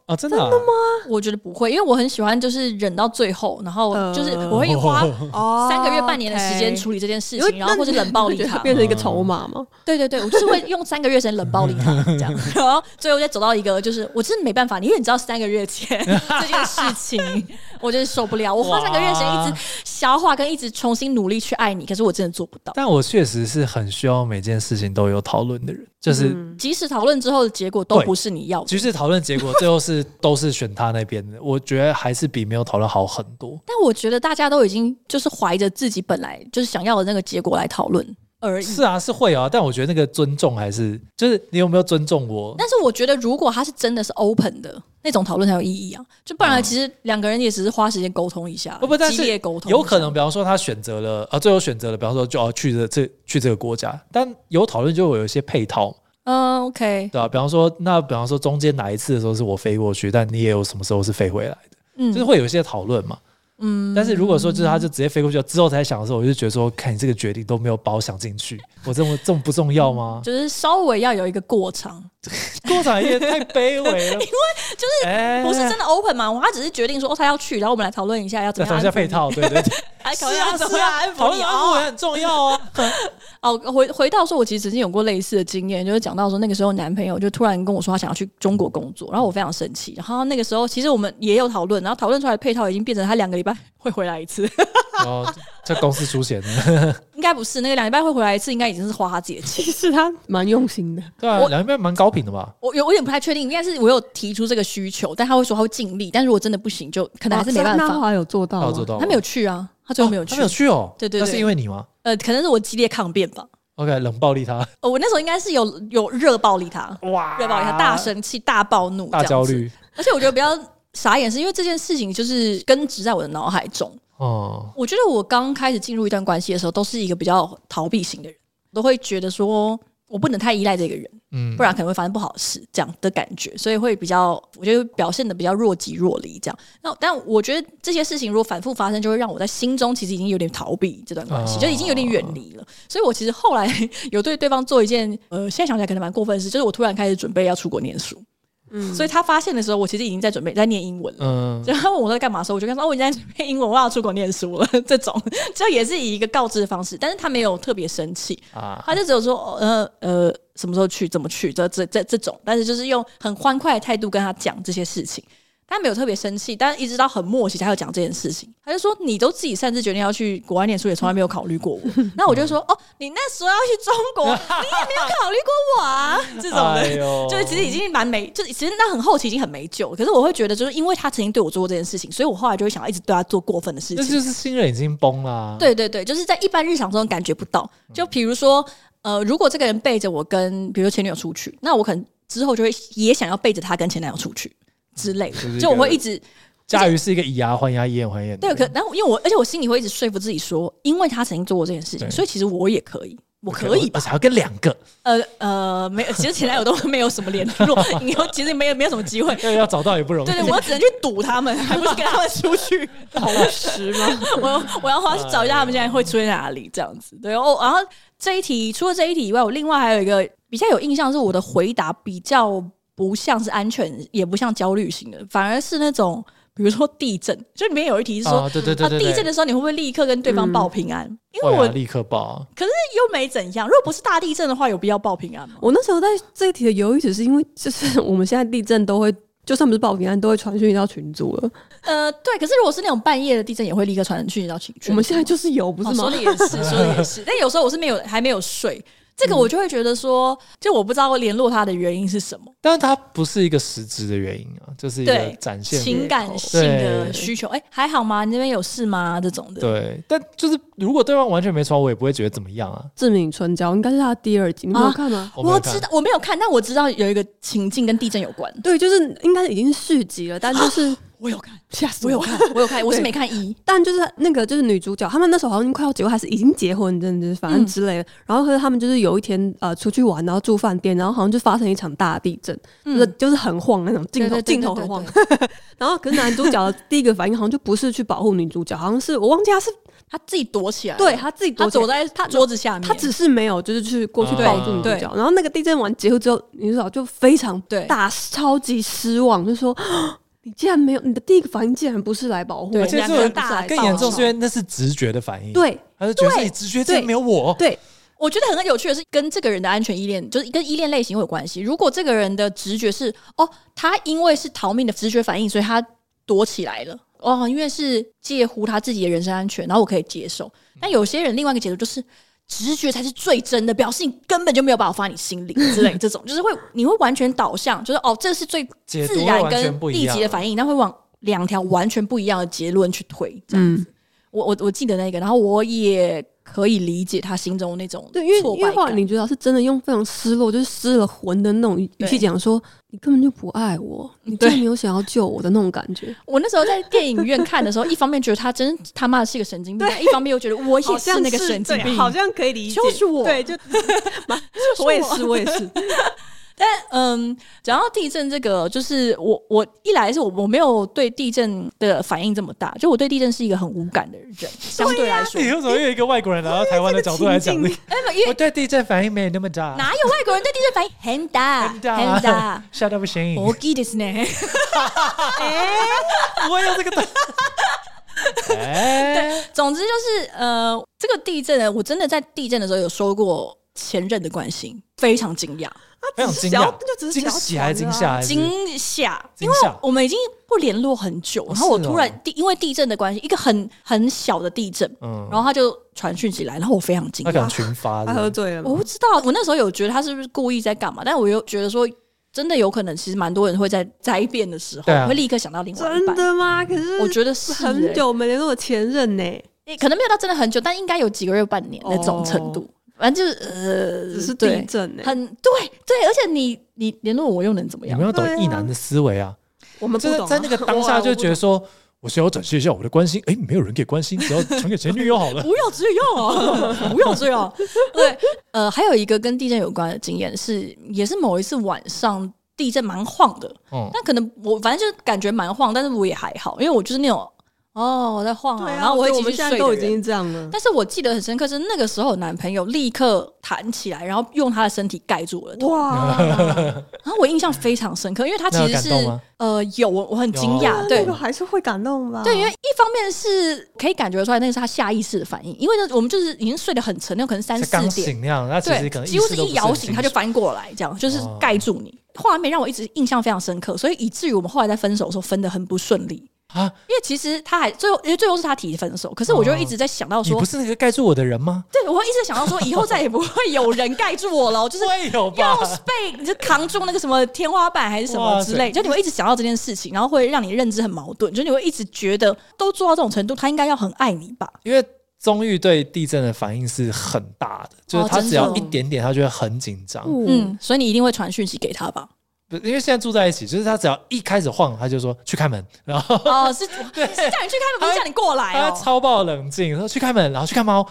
[SPEAKER 3] 啊，真的真的 吗？
[SPEAKER 1] 我觉得不会，因为我很喜欢就是忍到最后，然后
[SPEAKER 2] 呃
[SPEAKER 1] 就是我会花
[SPEAKER 2] 哦
[SPEAKER 1] 三个月、半年的时间处理这件事情，然后或者冷暴力他。
[SPEAKER 2] 变成一个筹码嘛。
[SPEAKER 1] 对对对，我就是会用三个月时间冷暴力他这样，然后最后再走到一个就是我真的没办法，因为你知道三个月前这件事情，我真的受不 了，我花三个月时间一直
[SPEAKER 3] 哇
[SPEAKER 1] 消化跟一直重新努力去爱你，可是我真的做不到。
[SPEAKER 3] 但我确实是很需要每件事情都有讨论的人，就是
[SPEAKER 2] 嗯
[SPEAKER 1] 即使讨论之后的结果都
[SPEAKER 3] 对
[SPEAKER 1] 不是你要的，
[SPEAKER 3] 局势讨论结果最后是是都是选他那边的，我觉得还是比没有讨论好很多。
[SPEAKER 1] 但我觉得大家都已经就是怀着自己本来就是想要的那个结果来讨论而已。
[SPEAKER 3] 是啊，是会啊，但我觉得那个尊重还是就是你有没有尊重我？
[SPEAKER 1] 但是我觉得，如果他是真的是 open 的那种讨论才有意义啊，就不然其实两个人也只是花时间沟通一下，
[SPEAKER 3] 哦不不但是
[SPEAKER 1] 激烈沟通一下，
[SPEAKER 3] 有可能，比方说他选择了啊，最后选择了，比方说就要、哦去这这去这个国家，但有讨论就会有一些配套，
[SPEAKER 1] 嗯，OK，
[SPEAKER 3] 对吧、比方说，那比方说中间哪一次的时候是我飞过去，但你也有什么时候是飞回来的，
[SPEAKER 1] 嗯，
[SPEAKER 3] 就是会有一些讨论嘛。
[SPEAKER 1] 嗯，
[SPEAKER 3] 但是如果说就是他就直接飞过去之后才想的时候，我就觉得说，看你这个决定都没有把我想进去，我这么这么不重要吗？
[SPEAKER 1] 就是稍微要有一个过场，
[SPEAKER 3] 过场也太 卑微了，因为哎就是、
[SPEAKER 1] 不是真的 open 嘛，他只是决定说哦他要去，然后我们来讨哎论一下要怎
[SPEAKER 3] 再
[SPEAKER 1] 么样
[SPEAKER 3] 找一下
[SPEAKER 1] 安抚
[SPEAKER 3] 配
[SPEAKER 1] 你，
[SPEAKER 3] 套，对对对，
[SPEAKER 1] 还考虑
[SPEAKER 3] 是
[SPEAKER 1] 要
[SPEAKER 3] 啊
[SPEAKER 1] 怎
[SPEAKER 3] 是
[SPEAKER 1] 么样
[SPEAKER 3] 啊
[SPEAKER 1] 安，
[SPEAKER 3] 讨
[SPEAKER 1] 抚
[SPEAKER 3] 论
[SPEAKER 1] 你
[SPEAKER 3] 安抚
[SPEAKER 1] 哦
[SPEAKER 3] 也很重要啊。
[SPEAKER 1] 哦，回回到说，我其实曾经有过类似的经验，就是讲到说那个时候男朋友就突然跟我说他想要去中国工作，然后我非常生气。然后那个时候其实我们也有讨论，然后讨论出来的配套已经变成他两个礼拜会回来一次，
[SPEAKER 3] 然后在哦公司出钱的，
[SPEAKER 1] 应该不是那个两个礼拜会回来一次，应该已经是花他自己的钱。
[SPEAKER 2] 其实他蛮用心的，
[SPEAKER 3] 对啊，
[SPEAKER 1] 我
[SPEAKER 3] 两边蛮高频的吧？
[SPEAKER 1] 我有我有点不太确定，应该是我有提出这个需求，但他会说他会尽力，但如果真的不行，就可能哦还是啊没办
[SPEAKER 2] 哦那
[SPEAKER 1] 法。
[SPEAKER 2] 后来有做到
[SPEAKER 3] 他
[SPEAKER 2] 吗，
[SPEAKER 3] 有做到吗，
[SPEAKER 1] 他没有去啊，他最后没有
[SPEAKER 3] 他
[SPEAKER 1] 去，
[SPEAKER 3] 没有去哦。
[SPEAKER 1] 对对对
[SPEAKER 3] 那是因为你吗
[SPEAKER 1] 呃，可能是我激烈抗辩吧。
[SPEAKER 3] ？OK，冷暴 力他，
[SPEAKER 1] 呃我那时候应该是有有热暴力他，
[SPEAKER 3] 哇
[SPEAKER 1] 热暴力他，大生气、大暴怒、
[SPEAKER 3] 大焦虑，
[SPEAKER 1] 而且我觉得比较傻眼，是因为这件事情就是根植在我的脑海中。
[SPEAKER 3] 哦，
[SPEAKER 1] 我觉得我刚开始进入一段关系的时候，都是一个比较逃避型的人，都会觉得说我不能太依赖这个人，
[SPEAKER 3] 嗯
[SPEAKER 1] 不然可能会发生不好的事这样的感觉，所以会比较，我觉得表现的比较若即若离这样。那但我觉得这些事情如果反复发生，就会让我在心中其实已经有点逃避这段关系，
[SPEAKER 3] 哦
[SPEAKER 1] 就已经有点远离了。所以我其实后来 有对对方做一件，呃，现在想起来可能蛮过分的事，就是我突然开始准备要出国念书，
[SPEAKER 2] 嗯，
[SPEAKER 1] 所以他发现的时候，我其实已经在准备在念英文了。
[SPEAKER 3] 嗯，
[SPEAKER 1] 就他问我在干嘛的时候，我就跟他说：“哦，我已经在准备英文，我要出国念书了。”这种 就也是以一个告知的方式，但是他没有特别生气，
[SPEAKER 3] 啊，
[SPEAKER 1] 他就只有说：“哦呃呃，什么时候去，怎么去，这这这这种。”但是就是用很欢快的态度跟他讲这些事情，他没有特别生气，但一直到很默契，他有讲这件事情，他就说：“你都自己擅自决定要去国外念书，也从来没有考虑过我。” 那我就说：“哦，你那时候要去中国，你也没有考虑过我啊。”这种的。
[SPEAKER 3] 的
[SPEAKER 1] 就是其实已经蛮没，就是其实那很后期已经很没救了。可是我会觉得，就是因为他曾经对我做过这件事情，所以我后来就会想要一直对他做过分的事
[SPEAKER 3] 这
[SPEAKER 1] 情。
[SPEAKER 3] 就是新人已经崩啦。，
[SPEAKER 1] 对对对，就是在一般日常中感觉不到。就比如说，呃，如果这个人背着我跟，比如说前女友出去，那我可能之后就会也想要背着他跟前男友出去之类
[SPEAKER 3] 就是一
[SPEAKER 1] 的。
[SPEAKER 3] 个
[SPEAKER 1] 就我会一直
[SPEAKER 3] 佳瑜是一个以牙还牙，以眼还眼的
[SPEAKER 1] 对，
[SPEAKER 3] 人。
[SPEAKER 1] 可然后因为我，而且我心里会一直说服自己说，因为他曾经做过这件事情，
[SPEAKER 3] 对
[SPEAKER 1] 所以其实我也可以，我
[SPEAKER 3] 我
[SPEAKER 1] 可以吧
[SPEAKER 3] 而且？还要跟两 个，
[SPEAKER 1] 呃呃，没有，其实前男友都没有什么联络， 你又其实没有没有什么机会。
[SPEAKER 3] 要要找到也不容易。
[SPEAKER 1] 对 对，我只能去堵他 们，还不是跟他们出 去。
[SPEAKER 2] 同时吗？
[SPEAKER 1] 我我要花去找一下他们现在会出现在哪里，这样子。对哦，然后这一题除了这一题以外，我另外还有一个比较有印象是我的回答比较不像是安全，也不像焦虑型的，反而是那种比如说地震，就里面有一题是说
[SPEAKER 3] 啊，对对对
[SPEAKER 1] 啊
[SPEAKER 3] 对，
[SPEAKER 1] 地震的时候你会不会立刻跟对方报平安？因为我
[SPEAKER 3] 我立刻爆，
[SPEAKER 1] 又没怎样，如果不是大地震的话，有必要报平安吗？
[SPEAKER 2] 我那时候在这一题的犹豫，只是因为就是我们现在地震都会，就算不是报平安，都会传讯到群组了。
[SPEAKER 1] 呃，对，可是如果是那种半夜的地震，也会立刻传讯息到群。
[SPEAKER 2] 我们现在就是有，不
[SPEAKER 1] 不
[SPEAKER 2] 是
[SPEAKER 1] 哦说
[SPEAKER 2] 吗？
[SPEAKER 1] 的也是，说的也 是。但有时候我是没有还没有睡，这
[SPEAKER 2] 嗯
[SPEAKER 1] 个我就会觉得说，就我不知道联络他的原因是什么，
[SPEAKER 3] 但是它不是一个实质的原因啊，就是一个
[SPEAKER 1] 对
[SPEAKER 3] 展现
[SPEAKER 1] 情
[SPEAKER 2] 哦
[SPEAKER 1] 感性的
[SPEAKER 3] 对
[SPEAKER 1] 需求。哎、还好吗？你那边有事吗？这种的。
[SPEAKER 3] 对，但就是如果对方完全没传，我也不会觉得怎么样啊。
[SPEAKER 2] 志明春娇应该是他第二集，你没
[SPEAKER 1] 啊
[SPEAKER 2] 有看吗？
[SPEAKER 3] 没有
[SPEAKER 1] 我
[SPEAKER 3] 看
[SPEAKER 1] 知道我没有看，但我知道有一个情境跟地震有 关。
[SPEAKER 2] 对，就是应该已经续集了，但就是
[SPEAKER 1] 我有看，
[SPEAKER 2] 吓死
[SPEAKER 1] 我有
[SPEAKER 2] 我！
[SPEAKER 1] 看，我有看，我是没看一。
[SPEAKER 2] 但就是那个就是女主角，他们那时候好像已经快要结婚，还是已经结婚，真的就是反
[SPEAKER 1] 嗯
[SPEAKER 2] 正之类的。然后可是他们就是有一天呃出去玩，然后住饭店，然后好像就发生一场大地震，就是就是很晃那种镜
[SPEAKER 1] 嗯
[SPEAKER 2] 头，
[SPEAKER 1] 对对对
[SPEAKER 2] 镜头
[SPEAKER 1] 对
[SPEAKER 2] 很
[SPEAKER 1] 对
[SPEAKER 2] 晃
[SPEAKER 1] 对。
[SPEAKER 2] 然后可是男主角的第一个反应好像就不是去保护女主角，好像是我忘记他是
[SPEAKER 1] 他自己躲起来，
[SPEAKER 2] 对，他自己
[SPEAKER 1] 嗯他
[SPEAKER 2] 躲起
[SPEAKER 1] 躲
[SPEAKER 2] 来
[SPEAKER 1] 在他桌子下面，
[SPEAKER 2] 他只是没有，就是去过去抱住女主
[SPEAKER 1] 对
[SPEAKER 2] 角。然后那个地震完结束之后，女主角就非常
[SPEAKER 1] 对
[SPEAKER 2] 大超级失望，就说啊：“你竟然没有，你的第一个反应竟然不是来保护
[SPEAKER 1] 对
[SPEAKER 2] 我，
[SPEAKER 3] 而且
[SPEAKER 1] 两
[SPEAKER 3] 这
[SPEAKER 1] 个
[SPEAKER 3] 种
[SPEAKER 1] 大来
[SPEAKER 3] 更
[SPEAKER 1] 抱
[SPEAKER 3] 严重
[SPEAKER 1] 抱
[SPEAKER 3] 是因为那是直觉的反应，，
[SPEAKER 2] 对
[SPEAKER 3] 他就觉得自己
[SPEAKER 1] 对
[SPEAKER 3] 直觉这没有我，
[SPEAKER 2] 对
[SPEAKER 1] 我觉得很有趣的是，跟这个人的安全依恋，就是跟依恋类型会有关系。如果这个人的直觉是哦，他因为是逃命的直觉反应，所以他躲起来了。哦，因为是介乎他自己的人身安全，然后我可以接受。但有些人另外一个解读就是，直觉才是最真的，表示你根本就没有把我放在你心里之类，这种 就是会你会完全导向，就是哦，这是最
[SPEAKER 3] 解读
[SPEAKER 1] 自
[SPEAKER 3] 会
[SPEAKER 1] 然
[SPEAKER 3] 完
[SPEAKER 1] 跟
[SPEAKER 3] 全不一
[SPEAKER 1] 立
[SPEAKER 3] 样
[SPEAKER 1] 即的反应，那会往两条完全不一样的结论去推。这样，
[SPEAKER 2] 嗯，
[SPEAKER 1] 我我我记得那个，然后我也可以理解他心中那种
[SPEAKER 2] 对，因为
[SPEAKER 1] 挫
[SPEAKER 2] 因为
[SPEAKER 1] 败
[SPEAKER 2] 后来
[SPEAKER 1] 感。
[SPEAKER 2] 你觉得是真的用非常失落，就是失了魂的那种语
[SPEAKER 1] 对
[SPEAKER 2] 气讲说，你根本就不爱我，你真的
[SPEAKER 1] 对
[SPEAKER 2] 没有想要救我的那种感觉。
[SPEAKER 1] 我那时候在电影院看的时候，一方面觉得他真他妈的是个神经病，啊但一方面又觉得我也是那个神经病，
[SPEAKER 2] 像可以理
[SPEAKER 1] 解就是我对
[SPEAKER 2] 就
[SPEAKER 1] 是我也是
[SPEAKER 2] 我 也是。
[SPEAKER 1] 嗯，讲到地震这个，就是我我一来是我我没有对地震的反应这么大，就我对地震是一个很无感的人，相对来说，
[SPEAKER 3] 你为什么用一个外国人拿到台湾的角度来讲
[SPEAKER 2] 这个
[SPEAKER 3] 这
[SPEAKER 2] 情
[SPEAKER 3] 个？
[SPEAKER 1] 哎、没有因
[SPEAKER 3] 我
[SPEAKER 1] 为
[SPEAKER 3] 对地震反应没有那么大，
[SPEAKER 1] 哪有外国人对地震反应很大
[SPEAKER 3] 很大
[SPEAKER 1] 大？
[SPEAKER 3] 吓到不行。
[SPEAKER 1] 我记得是呢，
[SPEAKER 3] 我也有这 个大。哎，
[SPEAKER 1] 总之就是呃，这个地震呢，我真的在地震的时候有收过前任的关心，非常惊讶，
[SPEAKER 3] 非常惊讶，
[SPEAKER 2] 就只是
[SPEAKER 3] 惊
[SPEAKER 2] 小
[SPEAKER 3] 喜还是惊
[SPEAKER 2] 船啊
[SPEAKER 3] 吓还是？
[SPEAKER 1] 惊吓，
[SPEAKER 3] 惊吓
[SPEAKER 1] 我们已经不联络很久，然后我
[SPEAKER 3] 是哦
[SPEAKER 1] 突然地、因为地震的关系，一个很很小的地震，
[SPEAKER 3] 嗯
[SPEAKER 1] 然后他就传讯起来，然后我非常惊
[SPEAKER 3] 他
[SPEAKER 1] 讶
[SPEAKER 3] 可。能群发
[SPEAKER 2] 他喝
[SPEAKER 3] 的，
[SPEAKER 2] 醉了
[SPEAKER 1] 我
[SPEAKER 2] 吗？
[SPEAKER 1] 不知道，我那时候有觉得他是不是故意在干嘛，但我又觉得说，真的有可能，其实蛮多人会在灾变的时候、
[SPEAKER 3] 对啊
[SPEAKER 1] 会立刻想到另外一
[SPEAKER 2] 真
[SPEAKER 1] 半。
[SPEAKER 2] 的吗？可是
[SPEAKER 1] 我觉得是、
[SPEAKER 2] 很久没联络的前任呢、
[SPEAKER 1] 欸，可能没有到真的很久，但应该有几个月、半年那种程
[SPEAKER 2] 哦
[SPEAKER 1] 度。反正就是呃，
[SPEAKER 2] 只是
[SPEAKER 1] 对
[SPEAKER 2] 地震呢、
[SPEAKER 1] 很对对，而且你你联络我又能怎么
[SPEAKER 3] 你
[SPEAKER 1] 样
[SPEAKER 3] 们？要懂
[SPEAKER 2] 对啊
[SPEAKER 3] 异男的思维啊！
[SPEAKER 2] 我们不
[SPEAKER 3] 就是
[SPEAKER 2] 懂、啊，
[SPEAKER 3] 在那个当下就觉得说，我想要展示一下我的关心，哎，没有人给关心，只要传给前女友好了。
[SPEAKER 1] 不要这样 啊！不要这样。对，呃，还有一个跟地震有关的经验是，也是某一次晚上地震蛮晃的，
[SPEAKER 3] 嗯，
[SPEAKER 1] 但可能我反正就是感觉蛮晃，但是我也还好，因为我就是那种哦我在晃
[SPEAKER 2] 对
[SPEAKER 1] 啊，
[SPEAKER 2] 啊，
[SPEAKER 1] 然后我会继
[SPEAKER 2] 我觉得我们
[SPEAKER 1] 续
[SPEAKER 2] 现
[SPEAKER 1] 睡
[SPEAKER 2] 在都
[SPEAKER 1] 的
[SPEAKER 2] 已
[SPEAKER 1] 人。
[SPEAKER 2] 经这样了。
[SPEAKER 1] 但是我记得很深刻，是那个时候我男朋友立刻弹起来，然后用他的身体盖住我的头，
[SPEAKER 2] 哇，
[SPEAKER 1] 然后我印象非常深刻，因为他其
[SPEAKER 3] 那有
[SPEAKER 1] 实
[SPEAKER 3] 感
[SPEAKER 1] 是
[SPEAKER 3] 动吗
[SPEAKER 1] 呃有我我很惊讶，
[SPEAKER 3] 有
[SPEAKER 1] 对
[SPEAKER 2] 那个还是会感动吧？
[SPEAKER 1] 对，因为
[SPEAKER 3] 嗯
[SPEAKER 1] 一方面是可以感觉出来那是他下意识的反应，因为呢我们就是已经睡得很沉，那可能 三
[SPEAKER 3] 才
[SPEAKER 1] 四
[SPEAKER 3] 刚
[SPEAKER 1] 点，
[SPEAKER 3] 醒那样，他其实
[SPEAKER 1] 对
[SPEAKER 3] 可，能
[SPEAKER 1] 几乎
[SPEAKER 3] 意识
[SPEAKER 1] 是
[SPEAKER 3] 都不
[SPEAKER 1] 一摇
[SPEAKER 3] 很
[SPEAKER 1] 醒
[SPEAKER 3] 清
[SPEAKER 1] 他就
[SPEAKER 3] 楚
[SPEAKER 1] 翻过来，这样就是
[SPEAKER 3] 哦
[SPEAKER 1] 盖住你。画面让我一直印象非常深刻，所以以至于我们后来在分手的时候分的很不顺利。
[SPEAKER 3] 啊，哦
[SPEAKER 1] 因为其实他还最后，因为最后是他提分手，可是我就一直在想到
[SPEAKER 3] 你
[SPEAKER 1] 说，
[SPEAKER 3] 不是那个盖住我的人吗？
[SPEAKER 1] 对我一直在想到说，以后再也不会有人盖住我了，就是
[SPEAKER 3] 会有吧？
[SPEAKER 1] 要是被你就扛住那个什么天花板还是什么之类，
[SPEAKER 3] 哇塞
[SPEAKER 1] 就你会一直想到这件事情，然后会让你认知很矛盾，就你会一直觉得都做到这种程度，他应该要很爱你吧？
[SPEAKER 3] 因为宗玉对地震的反应是很大的，就是他
[SPEAKER 1] 真的
[SPEAKER 3] 只要
[SPEAKER 1] 哦
[SPEAKER 3] 一点点，他就会很紧张。
[SPEAKER 2] 嗯，
[SPEAKER 1] 嗯，所以你一定会传讯息给他 吧？
[SPEAKER 3] 不，因为现在住在一起，就是他只要一开始晃，他就说去开门，然后
[SPEAKER 1] 哦，是是叫你去开门，不是叫你过来
[SPEAKER 3] 他
[SPEAKER 1] 哦。
[SPEAKER 3] 超爆冷静，说去开门，然后去看猫，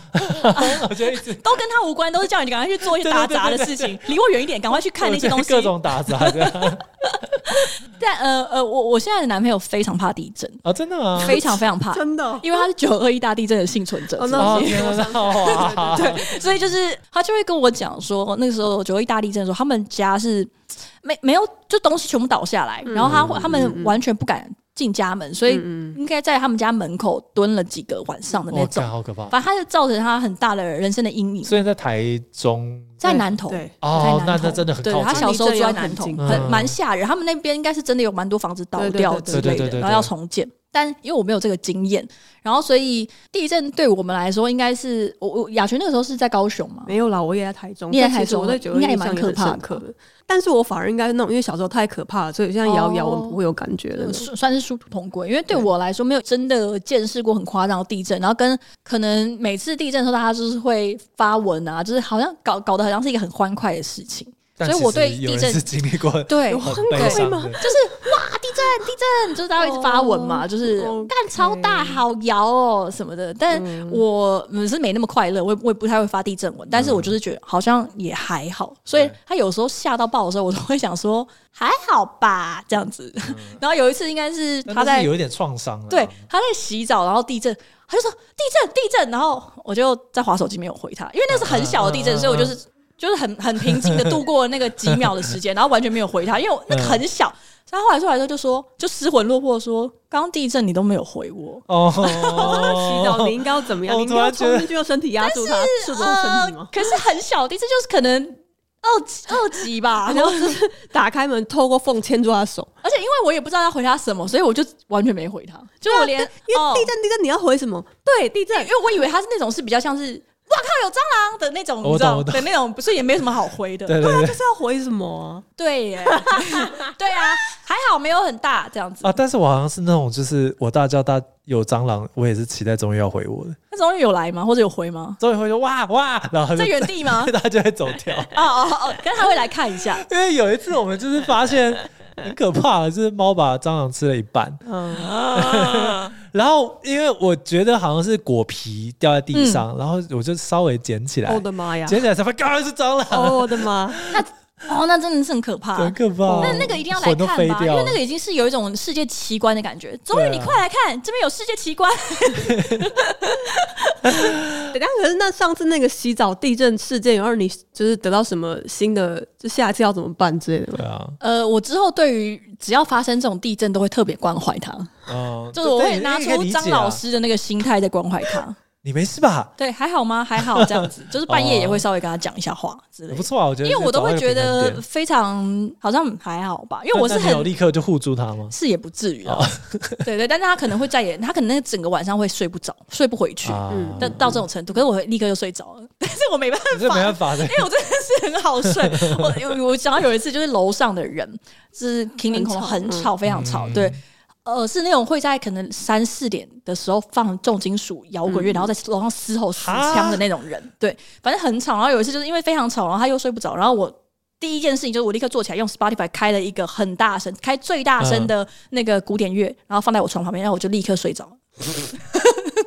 [SPEAKER 3] 我就一直
[SPEAKER 1] 都跟他无关，都是叫你赶快去做一些打杂的事情，离我远一点，赶快去看那些东
[SPEAKER 3] 我
[SPEAKER 1] 西
[SPEAKER 3] 就。各种打杂的
[SPEAKER 1] 但呃呃，我我现在的男朋友非常怕地震，
[SPEAKER 3] 啊，真的吗？
[SPEAKER 1] 非常非常怕，
[SPEAKER 2] 真的哦，
[SPEAKER 1] 因为他是九二一大地震的幸存者
[SPEAKER 2] 哦，
[SPEAKER 1] 之一
[SPEAKER 2] 那
[SPEAKER 3] 哦 天哪，哇！
[SPEAKER 1] 所以就是他就会跟我讲说，那个时候九二一大地震的时候，他们家是没没有就东西全部倒下
[SPEAKER 3] 嗯
[SPEAKER 1] 来，然后他会他们完全不敢进家门，所以应该在他们家门口蹲了几个晚上的那
[SPEAKER 3] 我
[SPEAKER 1] 种
[SPEAKER 3] 靠，，好可怕！
[SPEAKER 1] 反正他就造成他很大的人生的阴影，
[SPEAKER 3] 所以在台中
[SPEAKER 1] 在南投。
[SPEAKER 2] 对，
[SPEAKER 3] 哦
[SPEAKER 1] 在，
[SPEAKER 3] 那
[SPEAKER 1] 南投
[SPEAKER 3] 那真的很
[SPEAKER 1] 对
[SPEAKER 3] 靠
[SPEAKER 1] 他
[SPEAKER 3] 近，嗯
[SPEAKER 1] 小时候住在南
[SPEAKER 2] 离
[SPEAKER 1] 投，
[SPEAKER 2] 这
[SPEAKER 3] 个
[SPEAKER 1] 很
[SPEAKER 3] 很
[SPEAKER 1] 蛮吓人。他们那边应该是真的有蛮多房子倒掉之
[SPEAKER 3] 对
[SPEAKER 2] 对
[SPEAKER 3] 对
[SPEAKER 1] 类
[SPEAKER 3] 对对
[SPEAKER 1] 的，
[SPEAKER 3] 对对
[SPEAKER 1] 然后要重建。但因为我没有这个经验，然后所以地震对我们来说应该是我我雅群那个时候是在高雄嘛，
[SPEAKER 2] 没有啦，我也在台中，
[SPEAKER 1] 你也
[SPEAKER 2] 但
[SPEAKER 1] 在台
[SPEAKER 2] 其实我
[SPEAKER 1] 中
[SPEAKER 2] 对
[SPEAKER 1] 啊
[SPEAKER 2] 九
[SPEAKER 1] 应
[SPEAKER 2] 二
[SPEAKER 1] 该也
[SPEAKER 2] 印
[SPEAKER 1] 蛮
[SPEAKER 2] 象也
[SPEAKER 1] 可
[SPEAKER 2] 很
[SPEAKER 1] 怕
[SPEAKER 2] 深刻的。但是我反而应该是那种，因为小时候太可怕了，所以现在摇一摇，
[SPEAKER 1] 哦
[SPEAKER 2] 我们不会有感觉的那种。
[SPEAKER 1] 算算是殊途同归。因为对我来说，没有真的呃见识过很夸张的地震，然后跟可能每次地震的时候，大家就是会发文啊，就是好像搞搞得好像是一个很欢快的事情。
[SPEAKER 3] 但
[SPEAKER 1] 所以
[SPEAKER 3] 其
[SPEAKER 1] 我对
[SPEAKER 3] 实有
[SPEAKER 1] 地
[SPEAKER 3] 人
[SPEAKER 1] 震
[SPEAKER 3] 是经历过
[SPEAKER 1] 对，
[SPEAKER 3] 很
[SPEAKER 2] 很
[SPEAKER 3] 悲
[SPEAKER 2] 贵
[SPEAKER 3] 伤
[SPEAKER 2] 吗
[SPEAKER 3] 的。
[SPEAKER 1] 就是哇，地震，地震，就是大家会一直发文嘛，
[SPEAKER 2] 哦
[SPEAKER 1] 就是
[SPEAKER 2] ，OK
[SPEAKER 1] 干超大，好摇哦什么的。但我嗯是没那么快乐，我也我也不太会发地震文，但是我就是觉得好像也还好，所以
[SPEAKER 3] 对
[SPEAKER 1] 他有时候吓到爆的时候，我都会想说还好吧这样子。 然后有一次应该是
[SPEAKER 3] 那
[SPEAKER 1] 他
[SPEAKER 3] 那是
[SPEAKER 1] 在
[SPEAKER 3] 有一点创伤啊，
[SPEAKER 1] 对，他在洗澡，然后地震，他就说地震地震，然后我就在划手机没有回他，因为那是很小的地震，
[SPEAKER 3] 嗯嗯嗯
[SPEAKER 1] 所以我就是就是很很平静的度过那个几秒的时间，然后完全没有回他，因为我那个很 小。所以他后来出来之后就说，就失魂落魄地说，刚刚地震你都没有回 我，
[SPEAKER 3] 哦，
[SPEAKER 2] 洗澡你应该要怎么样？
[SPEAKER 3] 哦
[SPEAKER 2] 你应该要
[SPEAKER 3] 我突然觉
[SPEAKER 2] 冲
[SPEAKER 3] 得
[SPEAKER 2] 进去用身体压住它，赤裸身体吗？
[SPEAKER 1] 可是很小的地震就是可能二级二级 吧，然
[SPEAKER 2] 然
[SPEAKER 1] 后
[SPEAKER 2] 后就是打开门，透过缝牵住他的手。
[SPEAKER 1] 而且因为我也不知道要回他什么，所以我就完全没回他，就我连
[SPEAKER 2] 因为
[SPEAKER 1] 哦
[SPEAKER 2] 地震，地震你要回什么？对，地震
[SPEAKER 1] 因为我以为他是那种是比较像是靠，有蟑螂的那种，
[SPEAKER 3] 我懂
[SPEAKER 1] 你知道
[SPEAKER 3] 我懂
[SPEAKER 1] 的那种，不是也没什么好回的。
[SPEAKER 3] 对对对
[SPEAKER 2] 是要回什么、
[SPEAKER 1] 对耶， 对啊，还好没有很大这样子。
[SPEAKER 3] 啊！但是我好像是那种，就是我大叫大有蟑螂，我也是期待终于要回我的，
[SPEAKER 1] 那终于有来吗？或者有回吗？
[SPEAKER 3] 终于会说哇哇，然后他
[SPEAKER 1] 在
[SPEAKER 3] 就
[SPEAKER 1] 原地吗
[SPEAKER 3] ？他就会走 掉。
[SPEAKER 1] 哦哦哦，可是他会来看一下。
[SPEAKER 3] 因为有一次我们就是发现很可怕，就是猫把蟑螂吃了一半，
[SPEAKER 2] 嗯，
[SPEAKER 3] 然后因为我觉得好像是果皮掉在地
[SPEAKER 1] 嗯
[SPEAKER 3] 上，然后我就稍微捡起来，
[SPEAKER 2] 哦我的妈呀！
[SPEAKER 3] 捡起来才发现刚是蟑螂，
[SPEAKER 2] 哦，我的 妈！
[SPEAKER 1] 哦，那真的是很可怕。
[SPEAKER 3] 很可怕。
[SPEAKER 1] 哦那那个一定要来
[SPEAKER 3] 魂都
[SPEAKER 1] 看
[SPEAKER 3] 飞
[SPEAKER 1] 吧，因
[SPEAKER 3] 掉
[SPEAKER 1] 为
[SPEAKER 3] 了
[SPEAKER 1] 那个已经是有一种世界奇观的感觉。终于
[SPEAKER 3] 对啊
[SPEAKER 1] 你快来看，这边有世界奇观。
[SPEAKER 2] 等一下可是那上次那个洗澡地震事件，有让你就是得到什么新的，就下次要怎么办之类的吗？
[SPEAKER 3] 对啊，
[SPEAKER 1] 呃，我之后对于只要发生这种地震，都会特别关怀它，
[SPEAKER 3] 嗯，
[SPEAKER 1] 就是我
[SPEAKER 3] 对
[SPEAKER 1] 会拿出
[SPEAKER 3] 啊
[SPEAKER 1] 张老，师的那个心态在关怀它。
[SPEAKER 3] 你可以理解啊你没事吧？
[SPEAKER 1] 对，还好吗？还好这样 子，就是半夜也会稍微跟他讲一下话之类
[SPEAKER 3] 不
[SPEAKER 1] 的。
[SPEAKER 3] 错啊，我觉得
[SPEAKER 1] 因为哦我都会觉得
[SPEAKER 3] 因
[SPEAKER 1] 非常好像还好吧，因为我是
[SPEAKER 3] 有
[SPEAKER 1] 很
[SPEAKER 3] 立刻就互助他吗？
[SPEAKER 1] 是也不至于啊， 对对，但是他可能会再也，他可能那个整个晚上会睡不着，睡不回去，
[SPEAKER 3] 啊
[SPEAKER 2] 嗯
[SPEAKER 1] 但到这种程度，可是我会立刻就睡着了， 但是我没办
[SPEAKER 3] 这没
[SPEAKER 1] 法，
[SPEAKER 3] 办法的，
[SPEAKER 1] 哎因为我真的是很好睡。 我有我想到有一次，就是楼上的人就是听林恐龙很
[SPEAKER 2] 很吵
[SPEAKER 1] 吵，非常吵，
[SPEAKER 3] 嗯
[SPEAKER 1] 对。呃，是那种会在可能三四点的时候放重金属摇滚
[SPEAKER 3] 嗯
[SPEAKER 1] 乐，然后在楼上嘶吼死枪的那种人，对，反正很吵。然后有一次就是因为非常吵，然后他又睡不着，然后我第一件事情就是我立刻坐起来，用 Spotify 开了一个很大声，开最大
[SPEAKER 3] 嗯
[SPEAKER 1] 声的那个古典乐，然后放在我床旁边，然后我就立刻睡着。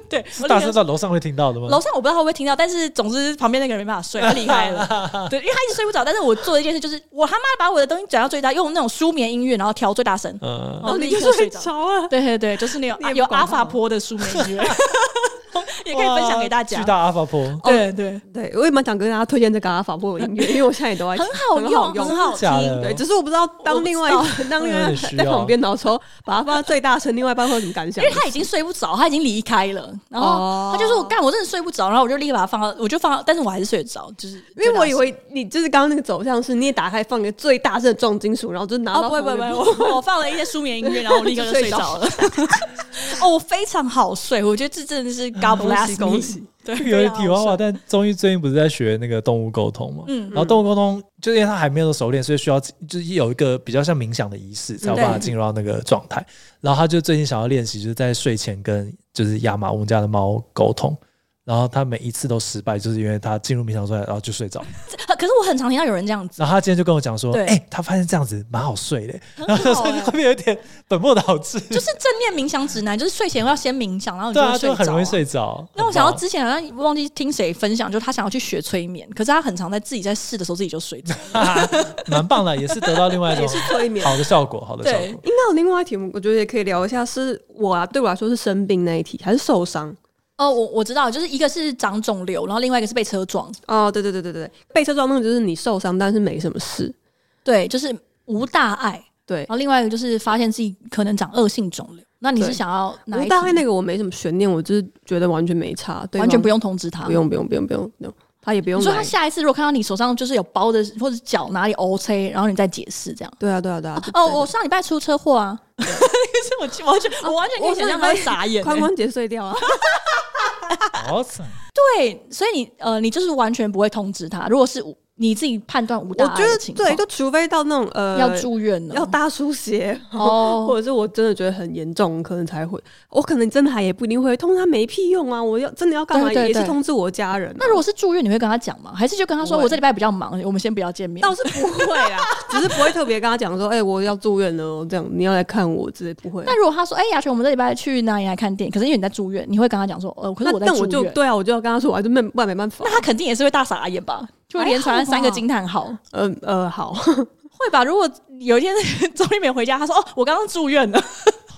[SPEAKER 1] 对，我
[SPEAKER 3] 是
[SPEAKER 1] 立刻
[SPEAKER 3] 大声到楼上会听到的吗？
[SPEAKER 1] 楼上我不知道会不会听到，但是总之旁边那个人没办法 睡，他离开了。对，因为他一直睡不着。但是我做的一件事就是，我他妈把我的东西转到最大，用那种舒眠音乐，然后调最大声。
[SPEAKER 3] 嗯，
[SPEAKER 1] 然后
[SPEAKER 2] 哦你
[SPEAKER 1] 立
[SPEAKER 2] 就
[SPEAKER 1] 刻
[SPEAKER 2] 睡
[SPEAKER 1] 睡着
[SPEAKER 2] 着了。
[SPEAKER 1] 对对对，就是那种
[SPEAKER 2] 你也不
[SPEAKER 1] 有
[SPEAKER 2] 管
[SPEAKER 1] 阿
[SPEAKER 2] 他
[SPEAKER 1] 法波的舒眠 音乐，也可以分享给大
[SPEAKER 3] 哇
[SPEAKER 1] 家哦
[SPEAKER 3] 巨。大阿法波，
[SPEAKER 1] 对
[SPEAKER 2] 嗯
[SPEAKER 1] 对，
[SPEAKER 2] 对，我也蛮想跟大家推荐这个阿法波的音乐，因为我现在也都在
[SPEAKER 1] 很
[SPEAKER 2] 听
[SPEAKER 1] 好用，
[SPEAKER 2] 很好
[SPEAKER 1] 很好
[SPEAKER 3] 真的假
[SPEAKER 1] 听
[SPEAKER 3] 的。
[SPEAKER 2] 对，只是我不知道当另外一
[SPEAKER 1] 我不
[SPEAKER 2] 当另外
[SPEAKER 3] 有点
[SPEAKER 2] 一
[SPEAKER 3] 需
[SPEAKER 2] 在
[SPEAKER 3] 要
[SPEAKER 2] 在旁边的时候，把它放在最大声，另外一半会有什么感想
[SPEAKER 1] 因为？他已经睡不着，他已经离开了，然后
[SPEAKER 2] 哦
[SPEAKER 1] 他就说：“我干，我真的睡不着。”然后我就立刻把它放到，我就放到，但是我还是睡得着，就是
[SPEAKER 2] 因为我以
[SPEAKER 1] 最大声
[SPEAKER 2] 为你就是刚刚那个走向是，你也打开放一个最大声的重金属，然后就拿
[SPEAKER 1] 哦，不
[SPEAKER 2] 到
[SPEAKER 1] 会不会
[SPEAKER 2] 旁
[SPEAKER 1] 不
[SPEAKER 2] 边
[SPEAKER 1] 会，我我放了一些舒眠音乐，然后我立刻就睡着了。 哦，我非常好睡，我觉得这真的是 God
[SPEAKER 2] 恭
[SPEAKER 1] bless
[SPEAKER 2] 喜
[SPEAKER 1] me。
[SPEAKER 2] 恭喜！
[SPEAKER 1] 对，
[SPEAKER 3] 有
[SPEAKER 1] 非
[SPEAKER 3] 人
[SPEAKER 1] 常
[SPEAKER 3] 题外
[SPEAKER 1] 好
[SPEAKER 3] 话，
[SPEAKER 1] 睡
[SPEAKER 3] 啊但中医最近不是在学那个动物沟通嘛？
[SPEAKER 1] 嗯
[SPEAKER 3] 然后动物沟通，就是因为他还没有熟练，所以需要就是有一个比较像冥想的仪式，才有办法
[SPEAKER 1] 对
[SPEAKER 3] 进入到那个状态。然后他就最近想要练习，就是在睡前跟就是亚马我们家的猫沟通。然后他每一次都失败，就是因为他进入冥想状态，然后就睡着。
[SPEAKER 1] 这呃可是我很常听到有人这 样子，
[SPEAKER 3] 然后他今天就跟我讲说：“
[SPEAKER 1] 对
[SPEAKER 3] 哎、他发现这样子蛮好睡的。”然后
[SPEAKER 1] 很
[SPEAKER 3] 他
[SPEAKER 1] 好
[SPEAKER 3] 说：“
[SPEAKER 1] 欸
[SPEAKER 3] 会不会有点本末倒置？”
[SPEAKER 1] 就是正念冥想指南，就是睡前要先冥想，然后你
[SPEAKER 3] 对
[SPEAKER 1] 会
[SPEAKER 3] 啊，
[SPEAKER 1] 睡着、
[SPEAKER 3] 就很容易。睡着。
[SPEAKER 1] 那我想到
[SPEAKER 3] 很棒
[SPEAKER 1] 之前好像忘记听谁分享，就是他想要去学催眠，可是他很常在自己在试的时候自己就睡着。
[SPEAKER 3] 蛮棒 的，也是得到另外一种
[SPEAKER 2] 也是催眠。
[SPEAKER 3] 好的效果，好的效
[SPEAKER 1] 对
[SPEAKER 3] 果。
[SPEAKER 2] 应该有另外一题目，我觉得也可以聊一下，是我啊，对我来说是生病那一题，还是受伤？
[SPEAKER 1] 哦，我我知道，就是一个是长肿瘤，然后另外一个是被车撞，
[SPEAKER 2] 哦，对对对对对，被车撞那个就是你受伤，但是没什么事。
[SPEAKER 1] 对，就是无大碍。
[SPEAKER 2] 对
[SPEAKER 1] 然，后另外一个就是发现自己可能长恶性肿瘤，那你是
[SPEAKER 2] 对
[SPEAKER 1] 想要哪一
[SPEAKER 2] 无大
[SPEAKER 1] 题
[SPEAKER 2] 概那个我没什么悬念，我就是觉得完全没差，对
[SPEAKER 1] 完全不
[SPEAKER 2] 用
[SPEAKER 1] 用通知他，
[SPEAKER 2] 不。用不用不用不用不用，他也不用
[SPEAKER 1] 你
[SPEAKER 2] 来。
[SPEAKER 1] 说他下一次如果看到你手上就是有包的或者脚哪里 O C，然后你再解释这样。
[SPEAKER 2] 对啊对 啊对啊，
[SPEAKER 1] 哦，我上礼拜出车祸 啊！可是我完全 我完全可以想象他会傻 眼、
[SPEAKER 2] 髋
[SPEAKER 1] 欸
[SPEAKER 2] 关节碎掉啊。
[SPEAKER 3] 好惨，
[SPEAKER 1] 对，所以你呃，你就是完全不会通知他。如果是无你自己判断无
[SPEAKER 2] 我
[SPEAKER 1] 大
[SPEAKER 2] 觉
[SPEAKER 1] 碍
[SPEAKER 2] 得
[SPEAKER 1] 的情况，
[SPEAKER 2] 对，就除非到那种呃
[SPEAKER 1] 要住院了，
[SPEAKER 2] 要大出血，
[SPEAKER 1] 哦
[SPEAKER 2] 或者是我真的觉得很严重，可能才会。我可能真的还也不一定会通知他没屁用啊！我要真的要干嘛
[SPEAKER 1] 对对
[SPEAKER 2] 也是
[SPEAKER 1] 对
[SPEAKER 2] 通知我家人啊、
[SPEAKER 1] 那如果是住院，你会跟他讲吗？还是就跟他说
[SPEAKER 2] 不会
[SPEAKER 1] 我这礼拜比较忙，我们先不要见面？
[SPEAKER 2] 倒是不会啦，只是不会特别跟他讲说，哎、我要住院了哦，这样你要来看我之类，不会。啊
[SPEAKER 1] 那如果他说，哎、雅泉，我们这礼拜去哪里来看电影？可是因为你在住院，你会跟他讲说，呃，可是我在
[SPEAKER 2] 那但
[SPEAKER 1] 住
[SPEAKER 2] 我就
[SPEAKER 1] 院。
[SPEAKER 2] 对啊，我就要跟他说，我还是没办没办法
[SPEAKER 1] 那。他肯定也是会大傻眼吧？就会连传三个惊叹号，
[SPEAKER 2] 呃呃，好，
[SPEAKER 1] 会吧？如果有一天 周一美回家，他说：“哦，我刚刚住院了。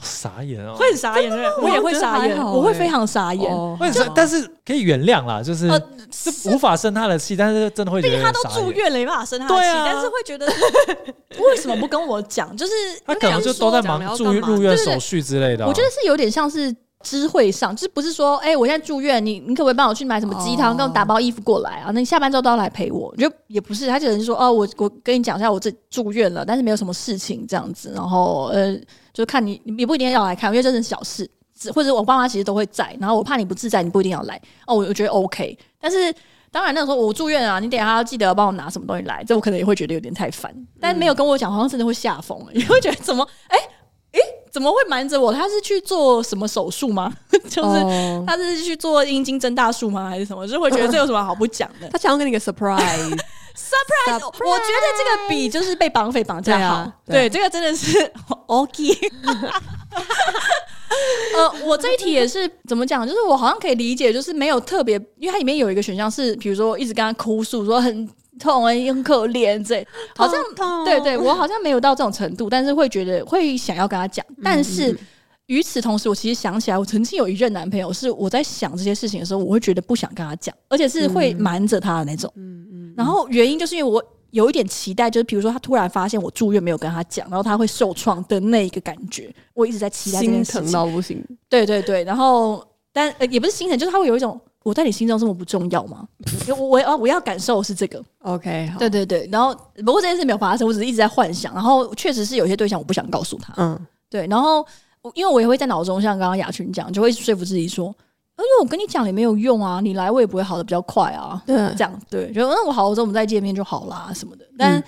[SPEAKER 3] 傻眼”哦。
[SPEAKER 1] 会很傻眼，对不对我也会傻
[SPEAKER 2] 我觉得还
[SPEAKER 1] 眼，
[SPEAKER 2] 好
[SPEAKER 1] 我会
[SPEAKER 2] 欸
[SPEAKER 1] 非常傻眼。
[SPEAKER 2] 哦
[SPEAKER 3] 但是但是可以原谅啦，就是
[SPEAKER 1] 呃
[SPEAKER 3] 这无法生他的气，但是真的会觉
[SPEAKER 1] 毕
[SPEAKER 3] 得
[SPEAKER 1] 竟他
[SPEAKER 3] 有点
[SPEAKER 1] 都
[SPEAKER 3] 傻
[SPEAKER 1] 住
[SPEAKER 3] 眼。
[SPEAKER 1] 院了，没办法生他的气，
[SPEAKER 3] 对啊
[SPEAKER 1] 但是会 觉得为什么不跟我讲？就是
[SPEAKER 3] 他可能就都在忙
[SPEAKER 2] 讲
[SPEAKER 3] 住
[SPEAKER 2] 要干嘛
[SPEAKER 3] 入院
[SPEAKER 1] 对对对
[SPEAKER 3] 手续之类的啊。
[SPEAKER 1] 我觉得是有点像是知会上，就是不是说，哎、我现在住院，你你可不可以帮我去买什么鸡汤，
[SPEAKER 2] 哦
[SPEAKER 1] 跟我打包衣服过来啊？那你下班之后都要来陪我，就也不是，他只能说，哦，我我跟你讲一下，我这住院了，但是没有什么事情这样子，然后呃，就是看你，你也不一定要来看，因为这是小事。只或者我爸妈其实都会在，然后我怕你不自在，你不一定要来哦。我我觉得 OK，但是当然那时候我住院啊，你等一下要记得帮我拿什么东西来，这我可能也会觉得有点太烦。但没有跟我讲，好像真的会吓疯、欸，你会觉得怎么哎。诶怎么会瞒着我？他是去做什么手术吗？ 就是
[SPEAKER 2] 哦
[SPEAKER 1] 他是去做阴茎增大术吗？还是什么？就会觉得这有什么好不讲的？
[SPEAKER 2] 他想要给你个 surprise，
[SPEAKER 1] surprise，我觉啊得这个比就是被绑匪绑架
[SPEAKER 2] 对
[SPEAKER 1] 好。
[SPEAKER 2] 啊
[SPEAKER 1] 对,、
[SPEAKER 2] 对
[SPEAKER 1] 这个真的是 OK。呃，我这一题也是怎么讲？就是我好像可以理解，就是没有特别，因为它里面有一个选项是，比如说一直跟他哭诉说很痛啊、很可怜 这，好像
[SPEAKER 2] 痛
[SPEAKER 1] 对对，我好像没有到这种程度，但是会觉得会想要跟他讲，但是。与此同时，我其实想起来，我曾经有一任男朋友，是我在想这些事情的时候，我会觉得不想跟他讲，而且是会瞒着他的那种。
[SPEAKER 2] 嗯嗯，
[SPEAKER 1] 然后原因就是因为我有一点期待，就是比如说他突然发现我住院没有跟他讲，然后他会受创的那一个感觉，我一直在期待这
[SPEAKER 2] 心
[SPEAKER 1] 件事
[SPEAKER 2] 疼
[SPEAKER 1] 情。
[SPEAKER 2] 到不行，
[SPEAKER 1] 对对对，然后但、呃、也不是心疼，就是他会有一种我在你心中这么不重要吗？ 我我要我要感受是这个。
[SPEAKER 2] OK，好，
[SPEAKER 1] 对对对，然后不过这件事没有发生，我只是一直在幻想。然后确实是有些对象我不想告诉他，
[SPEAKER 2] 嗯，
[SPEAKER 1] 对，然后我因为我也会在脑中像刚刚雅群讲，就会说服自己说，呃因为我跟你讲也没有用啊，你来我也不会好的比较快啊。
[SPEAKER 2] 对，
[SPEAKER 1] 这样对，就嗯那我好了之后我们再见面就好啦什么的。但
[SPEAKER 2] 嗯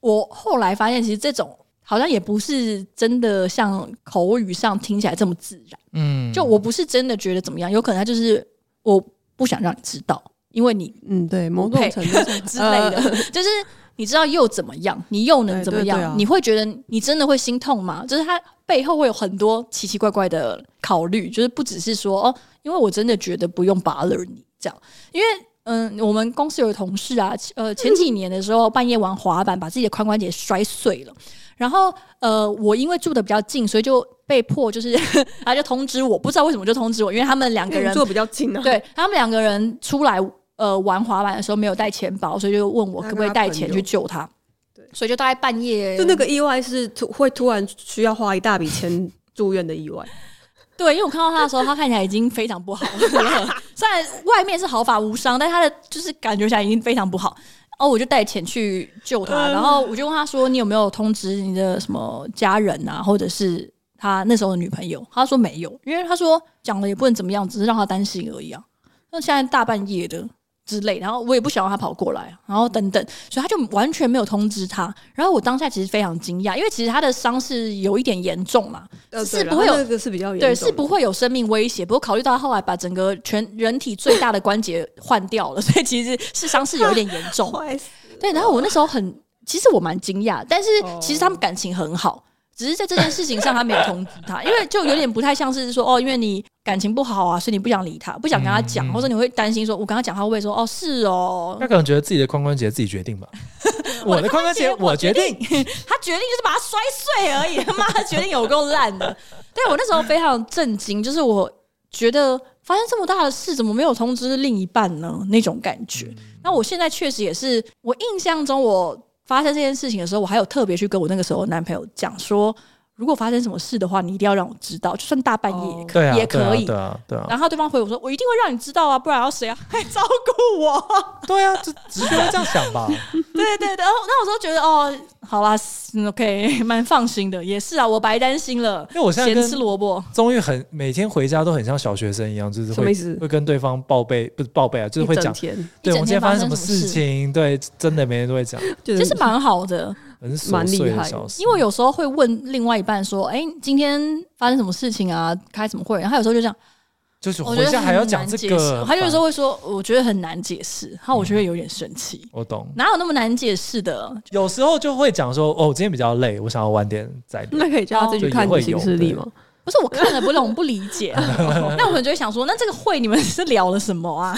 [SPEAKER 1] 我后来发现，其实这种好像也不是真的像口语上听起来这么自然。
[SPEAKER 3] 嗯，
[SPEAKER 1] 就我不是真的觉得怎么样，有可能他就是我不想让你知道，因为你
[SPEAKER 2] 嗯，对，某
[SPEAKER 1] 不配
[SPEAKER 2] 种程度上
[SPEAKER 1] 之类的， 就是你知道又怎么样，你又能
[SPEAKER 2] 对
[SPEAKER 1] 怎么
[SPEAKER 2] 嗯对
[SPEAKER 1] 样？
[SPEAKER 2] 对啊
[SPEAKER 1] 你会觉得你真的会心痛吗？就是他背后会有很多奇奇怪怪的考虑，就是不只是说哦，因为我真的觉得不用 bother 你这样，因为。嗯，我们公司有同事啊，呃，前几年的时候半夜玩滑板，把自己的髋关节摔碎了。然后，呃，我因为住的比较近，所以就被迫就是，他就通知我，不知道为什么就通知我，因为他们两
[SPEAKER 2] 因
[SPEAKER 1] 个
[SPEAKER 2] 为
[SPEAKER 1] 人
[SPEAKER 2] 你坐比较近啊，
[SPEAKER 1] 对他们两个人出来呃玩滑板的时候没有带钱包，所以就问我
[SPEAKER 2] 他
[SPEAKER 1] 可
[SPEAKER 2] 跟
[SPEAKER 1] 不可以
[SPEAKER 2] 他
[SPEAKER 1] 带
[SPEAKER 2] 朋
[SPEAKER 1] 钱
[SPEAKER 2] 友
[SPEAKER 1] 去救他。
[SPEAKER 2] 对
[SPEAKER 1] 所以就大概半夜，
[SPEAKER 2] 就那个意外是突会突然需要花一大笔钱住院的意外，
[SPEAKER 1] 对，因为我看到他的时候，他看起来已经非常不好了。 虽然外面是毫发无伤，但他的就是感觉起来已经非常不好。哦，我就带钱去救他，然后我就问他说：“你有没有通知你的什么家人啊，或者是他那时候的女朋友？”他说没有，因为他说讲了也不能怎么样，只是让他担心而已啊。那现在大半夜的之类，然后我也不想让他跑过来，啊然后等等，所以他就完全没有通知他。然后我当下其实非常惊讶，因为其实他的伤势有一点严重嘛，
[SPEAKER 2] 呃
[SPEAKER 1] 是
[SPEAKER 2] 对啦
[SPEAKER 1] 不会有
[SPEAKER 2] 那个是比较严重
[SPEAKER 1] 对，
[SPEAKER 2] 的，
[SPEAKER 1] 是不会有生命威胁。不过考虑到他后来把整个全人体最大的关节换掉了， 所以其实是伤势有一点严重。
[SPEAKER 2] 坏死。
[SPEAKER 1] 对，然后我那时候很，其实我蛮惊讶，但是
[SPEAKER 2] 哦
[SPEAKER 1] 其实他们感情很好，只是在这件事情上他没有通知他，因为就有点不太像是说哦，因为你感情不好啊，所以你不想理他，不想跟他讲，
[SPEAKER 3] 嗯嗯
[SPEAKER 1] 或者你会担心说，我跟他讲他会不会说哦是哦
[SPEAKER 3] 他，可能觉得自己的髋关节自己决定吧。我的髋关节我决定，
[SPEAKER 1] 他决定 就是把它摔碎而已，他 妈的决定有够烂的。对我那时候非常震惊，就是我觉得发生这么大的事，怎么没有通知另一半呢？那种感
[SPEAKER 3] 嗯
[SPEAKER 1] 觉。那我现在确实也是，我印象中我发生这件事情的时候，我还有特别去跟我那个时候的男朋友讲说，如果发生什么事的话，你一定要让我知道，就算大半夜也可、
[SPEAKER 3] 对啊，
[SPEAKER 1] 也可以。
[SPEAKER 3] 对啊，对啊，对啊
[SPEAKER 1] 然后对方回我说：“我一定会让你知道啊，不然要谁啊 来照顾我？”
[SPEAKER 3] 对啊，就直觉会这样想吧。
[SPEAKER 1] 对对，然后那我时候觉得哦，好啦嗯，OK，蛮 放心的，也是啊，我白担心了，
[SPEAKER 3] 因为我现在
[SPEAKER 1] 咸
[SPEAKER 3] 跟
[SPEAKER 1] 吃萝卜，
[SPEAKER 3] 终于很每天回家都很像小学生一样，就是
[SPEAKER 2] 什么
[SPEAKER 3] 会
[SPEAKER 2] 意思
[SPEAKER 3] 会跟对方报备，不是报备啊，就是会
[SPEAKER 2] 一整
[SPEAKER 3] 讲，
[SPEAKER 2] 天，
[SPEAKER 3] 对
[SPEAKER 1] 一
[SPEAKER 3] 我
[SPEAKER 1] 整
[SPEAKER 3] 今
[SPEAKER 1] 天
[SPEAKER 3] 天发
[SPEAKER 1] 生
[SPEAKER 3] 生什么
[SPEAKER 1] 事
[SPEAKER 3] 事，情，对，真的每天都会讲，
[SPEAKER 2] 就
[SPEAKER 1] 其实蛮好的，
[SPEAKER 3] 很琐
[SPEAKER 2] 蛮厉
[SPEAKER 3] 碎的
[SPEAKER 2] 害
[SPEAKER 3] 小
[SPEAKER 2] 的
[SPEAKER 3] 事。
[SPEAKER 1] 因为我有时候会问另外一半说，哎，今天发生什么事情啊？开什么会？然后他有时候就这样，
[SPEAKER 3] 就是
[SPEAKER 1] 我
[SPEAKER 3] 回
[SPEAKER 1] 觉得
[SPEAKER 3] 家还要
[SPEAKER 1] 很
[SPEAKER 3] 讲
[SPEAKER 1] 难
[SPEAKER 3] 这
[SPEAKER 1] 解
[SPEAKER 3] 个
[SPEAKER 1] 释，他有时
[SPEAKER 3] 烦
[SPEAKER 1] 候会说，我觉得很难解释，然后我就会有点生气，
[SPEAKER 3] 我懂，
[SPEAKER 1] 哪有那么难解释的？
[SPEAKER 3] 有时候就会讲说，哦，我今天比较累，我想要晚点再 聊。
[SPEAKER 2] 那可以叫他自己去
[SPEAKER 3] 哦
[SPEAKER 2] 看你的行事历吗？
[SPEAKER 1] 不是我看了不懂，我不理 解、啊，那我们就会想说，那这个会你们是聊了什么啊？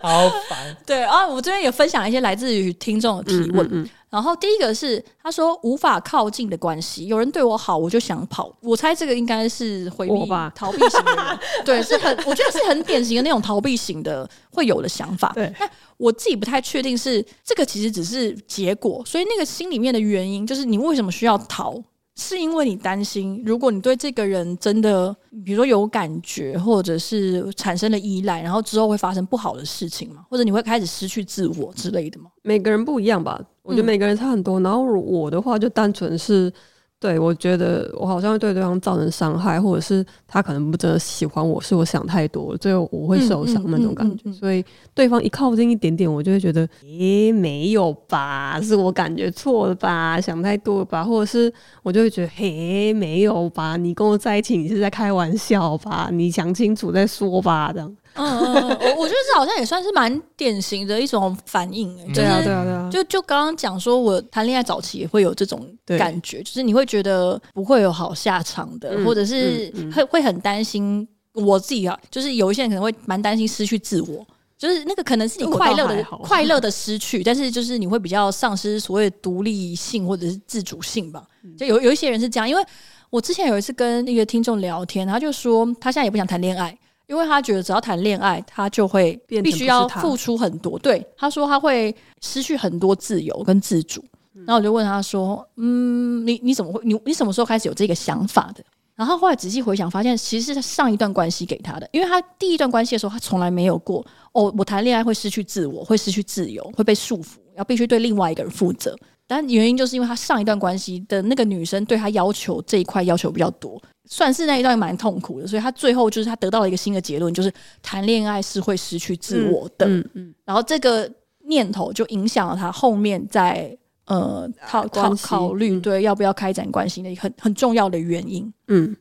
[SPEAKER 3] 好烦，
[SPEAKER 1] 对啊，我这边也分享一些来自于听众的提问。
[SPEAKER 2] 嗯嗯
[SPEAKER 1] 然后第一个是他说无法靠近的关系，有人对我好，我就想跑。我猜这个应该是回避
[SPEAKER 2] 我吧
[SPEAKER 1] 逃避型的 人，对，是很我觉得是很典型的那种逃避型的会有的想法。
[SPEAKER 2] 对，
[SPEAKER 1] 那我自己不太确定是这个，其实只是结果，所以那个心里面的原因就是你为什么需要逃。是因为你担心，如果你对这个人真的，比如说有感觉，或者是产生了依赖，然后之后会发生不好的事情吗？或者你会开始失去自我之类的吗？
[SPEAKER 2] 嗯每个人不一样吧？我觉得每个人差很多。然后我的话就单纯是对我觉得我好像会对对方造成伤害，或者是他可能不真的喜欢我，是我想太多了，最后我会受伤
[SPEAKER 1] 嗯嗯
[SPEAKER 2] 那种感觉。
[SPEAKER 1] 嗯嗯嗯
[SPEAKER 2] 所以对方一靠近一点点，我就会觉得，诶、没有吧，是我感觉错了吧，想太多了吧，或者是我就会觉得，嘿，没有吧，你跟我在一起，你是在开玩笑吧，你想清楚再说吧，这样。
[SPEAKER 1] 嗯嗯，嗯我 我觉得这好像也算是蛮典型的一种反应、欸，就是
[SPEAKER 2] 对啊，对啊，对啊，
[SPEAKER 1] 就就刚刚讲说，我谈恋爱早期也会有这种
[SPEAKER 2] 对
[SPEAKER 1] 感觉，就是你会觉得不会有好下场的，
[SPEAKER 2] 嗯
[SPEAKER 1] 或者是
[SPEAKER 2] 嗯嗯
[SPEAKER 1] 会、会很担心。我自己啊，就是有一些人可能会蛮担心失去自我，就是那个可能是你
[SPEAKER 2] 这我倒
[SPEAKER 1] 快乐
[SPEAKER 2] 还
[SPEAKER 1] 的
[SPEAKER 2] 好
[SPEAKER 1] 快乐的失去，但是就是你会比较丧失所谓的独立性或者是自主性吧。就有有一些人是这样，因为我之前有一次跟一个听众聊天，他就说他现在也不想谈恋爱，因为他觉得只要谈恋爱，他就会
[SPEAKER 2] 变成
[SPEAKER 1] 必须要
[SPEAKER 2] 不是他
[SPEAKER 1] 付出很多。对，他说他会失去很多自由跟自主。
[SPEAKER 2] 嗯
[SPEAKER 1] 然后我就问他说：“嗯，你你怎么会你你什么时候开始有这个想法的？”然后后来仔细回想，发现其实是上一段关系给他的，因为他第一段关系的时候，他从来没有过哦，我谈恋爱会失去自我，会失去自由，会被束缚，要必须对另外一个人负责。但原因就是因为他上一段关系的那个女生对他要求这一块要求比较多，算是那一段蛮痛苦的，所以他最后就是他得到了一个新的结论，就是谈恋爱是会失去自我的。
[SPEAKER 2] 嗯嗯，
[SPEAKER 1] 然后这个念头就影响了他后面在呃考考
[SPEAKER 2] 关系
[SPEAKER 1] 考虑
[SPEAKER 2] 嗯
[SPEAKER 1] 对要不要开展关系的一个很很重要的原因。
[SPEAKER 2] 嗯，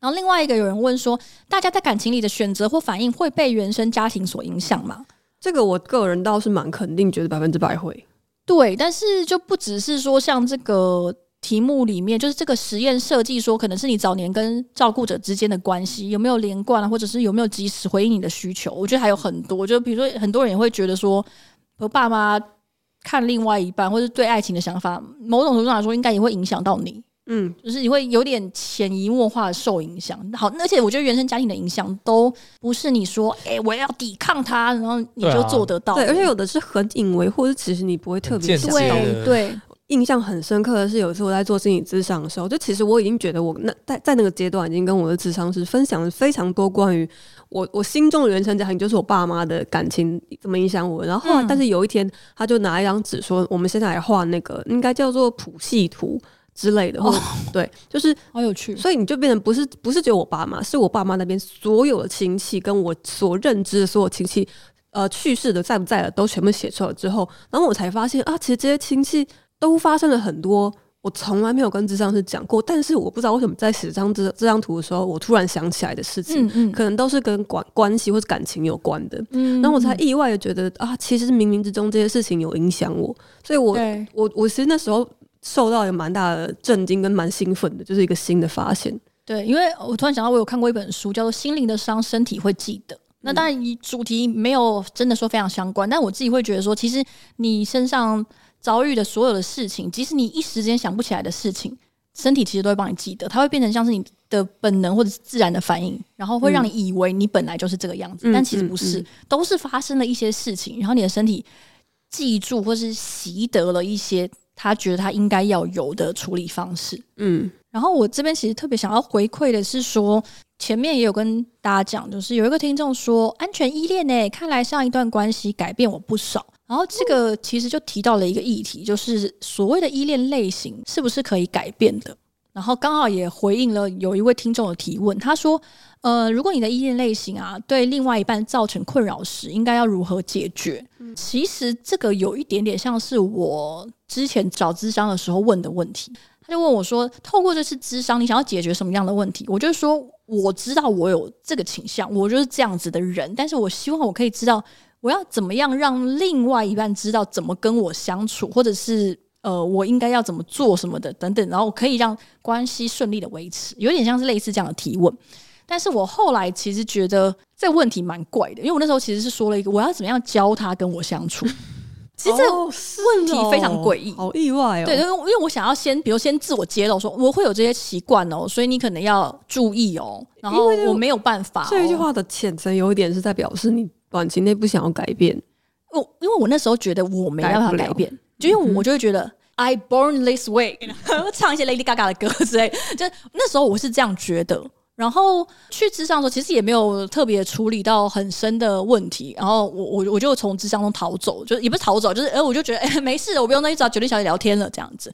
[SPEAKER 1] 然后另外一个有人问说，大家在感情里的选择或反应会被原生家庭所影响吗？
[SPEAKER 2] 这个我个人倒是蛮肯定，觉得百分之百会。
[SPEAKER 1] 对，但是就不只是说像这个题目里面，就是这个实验设计说，可能是你早年跟照顾者之间的关系有没有连贯啊，或者是有没有及时回应你的需求。我觉得还有很多，就比如说很多人也会觉得说，和爸妈看另外一半，或者对爱情的想法，某种程度上来说，应该也会影响到你。
[SPEAKER 2] 嗯，
[SPEAKER 1] 就是你会有点潜移默化地受影响。好，而且我觉得原生家庭的影响都不是你说，哎、我要抵抗他，然后你
[SPEAKER 3] 对
[SPEAKER 1] 就
[SPEAKER 3] 啊
[SPEAKER 1] 做得到的。
[SPEAKER 2] 对，而且有的是很隐微，或者其实你不会特别
[SPEAKER 3] 很间接
[SPEAKER 2] 知道
[SPEAKER 1] 对
[SPEAKER 3] 的
[SPEAKER 1] 对，
[SPEAKER 2] 印象很深刻的是，有一次我在做心理咨商的时候，就其实我已经觉得我那在在那个阶段已经跟我的咨商师分享了非常多关于我我心中的原生家庭，就是我爸妈的感情怎么影响我。然后后来，
[SPEAKER 1] 嗯
[SPEAKER 2] 但是有一天他就拿一张纸说，我们现在来画那个应该叫做谱系图。之类的，或者、对，就是，
[SPEAKER 1] 好有趣。
[SPEAKER 2] 所以你就变成不是不是只有我爸妈，是我爸妈那边所有的亲戚跟我所认知的所有亲戚，呃，去世的在不在的都全部写出来之后，然后我才发现啊，其实这些亲戚都发生了很多我从来没有跟智商师讲过，但是我不知道为什么在写这张这这张图的时候，我突然想起来的事情，
[SPEAKER 1] 嗯嗯
[SPEAKER 2] 可能都是跟关关系或者感情有关的。
[SPEAKER 1] 嗯
[SPEAKER 2] 然后我才意外的觉得啊，其实冥冥之中这些事情有影响我，所以我
[SPEAKER 1] 对
[SPEAKER 2] 我我其实那时候受到一个蛮大的震惊跟蛮兴奋的，就是一个新的发现。
[SPEAKER 1] 对，因为我突然想到，我有看过一本书，叫做《心灵的伤，身体会记得》。
[SPEAKER 2] 嗯
[SPEAKER 1] 那当然，主题没有真的说非常相关，但我自己会觉得说，其实你身上遭遇的所有的事情，即使你一时间想不起来的事情，身体其实都会帮你记得，它会变成像是你的本能或者是自然的反应，然后会让你以为你本来就是这个样子，
[SPEAKER 2] 嗯
[SPEAKER 1] 但其实不
[SPEAKER 2] 嗯
[SPEAKER 1] 是，
[SPEAKER 2] 嗯
[SPEAKER 1] 都是发生了一些事情，然后你的身体记住或是习得了一些他觉得他应该要有的处理方式。
[SPEAKER 2] 嗯
[SPEAKER 1] 然后我这边其实特别想要回馈的是说，前面也有跟大家讲，就是有一个听众说安全依恋呢、看来上一段关系改变我不少。然后这个其实就提到了一个议题，就是所谓的依恋类型是不是可以改变的？然后刚好也回应了有一位听众的提问，他说：“呃，如果你的依恋类型啊对另外一半造成困扰时，应该要如何解决？”其实这个有一点点像是我之前找咨商的时候问的问题，他就问我说：“透过这次智商，你想要解决什么样的问题？”我就说：“我知道我有这个倾向，我就是这样子的人，但是我希望我可以知道我要怎么样让另外一半知道怎么跟我相处，或者是呃，我应该要怎么做什么的等等，然后可以让关系顺利的维持，有点像是类似这样的提问。”但是我后来其实觉得这问题蛮怪的，因为我那时候其实是说了一个我要怎么样教他跟我相处，其实这
[SPEAKER 2] 哦
[SPEAKER 1] 问题非常
[SPEAKER 2] 是哦
[SPEAKER 1] 诡异
[SPEAKER 2] 好意外哦。
[SPEAKER 1] 对，因为因为我想要先，比如先自我揭露说我会有这些习惯哦，所以你可能要注意哦。然后
[SPEAKER 2] 因为
[SPEAKER 1] 我没有办法、哦。
[SPEAKER 2] 这一句，话的浅层有一点是在表示你短期内不想要改变。
[SPEAKER 1] 我因为我那时候觉得我没办法
[SPEAKER 2] 改不了嗯
[SPEAKER 1] 改变，就因为我就会觉得。I born this way，唱一些 Lady Gaga 的歌之类，就那时候我是这样觉得。然后去智商的时候，其实也没有特别处理到很深的问题。然后我我我就从智商中逃走，就是也不是逃走，就是哎、我就觉得哎、没事，我不用再去找九力小姐聊天了，这样子。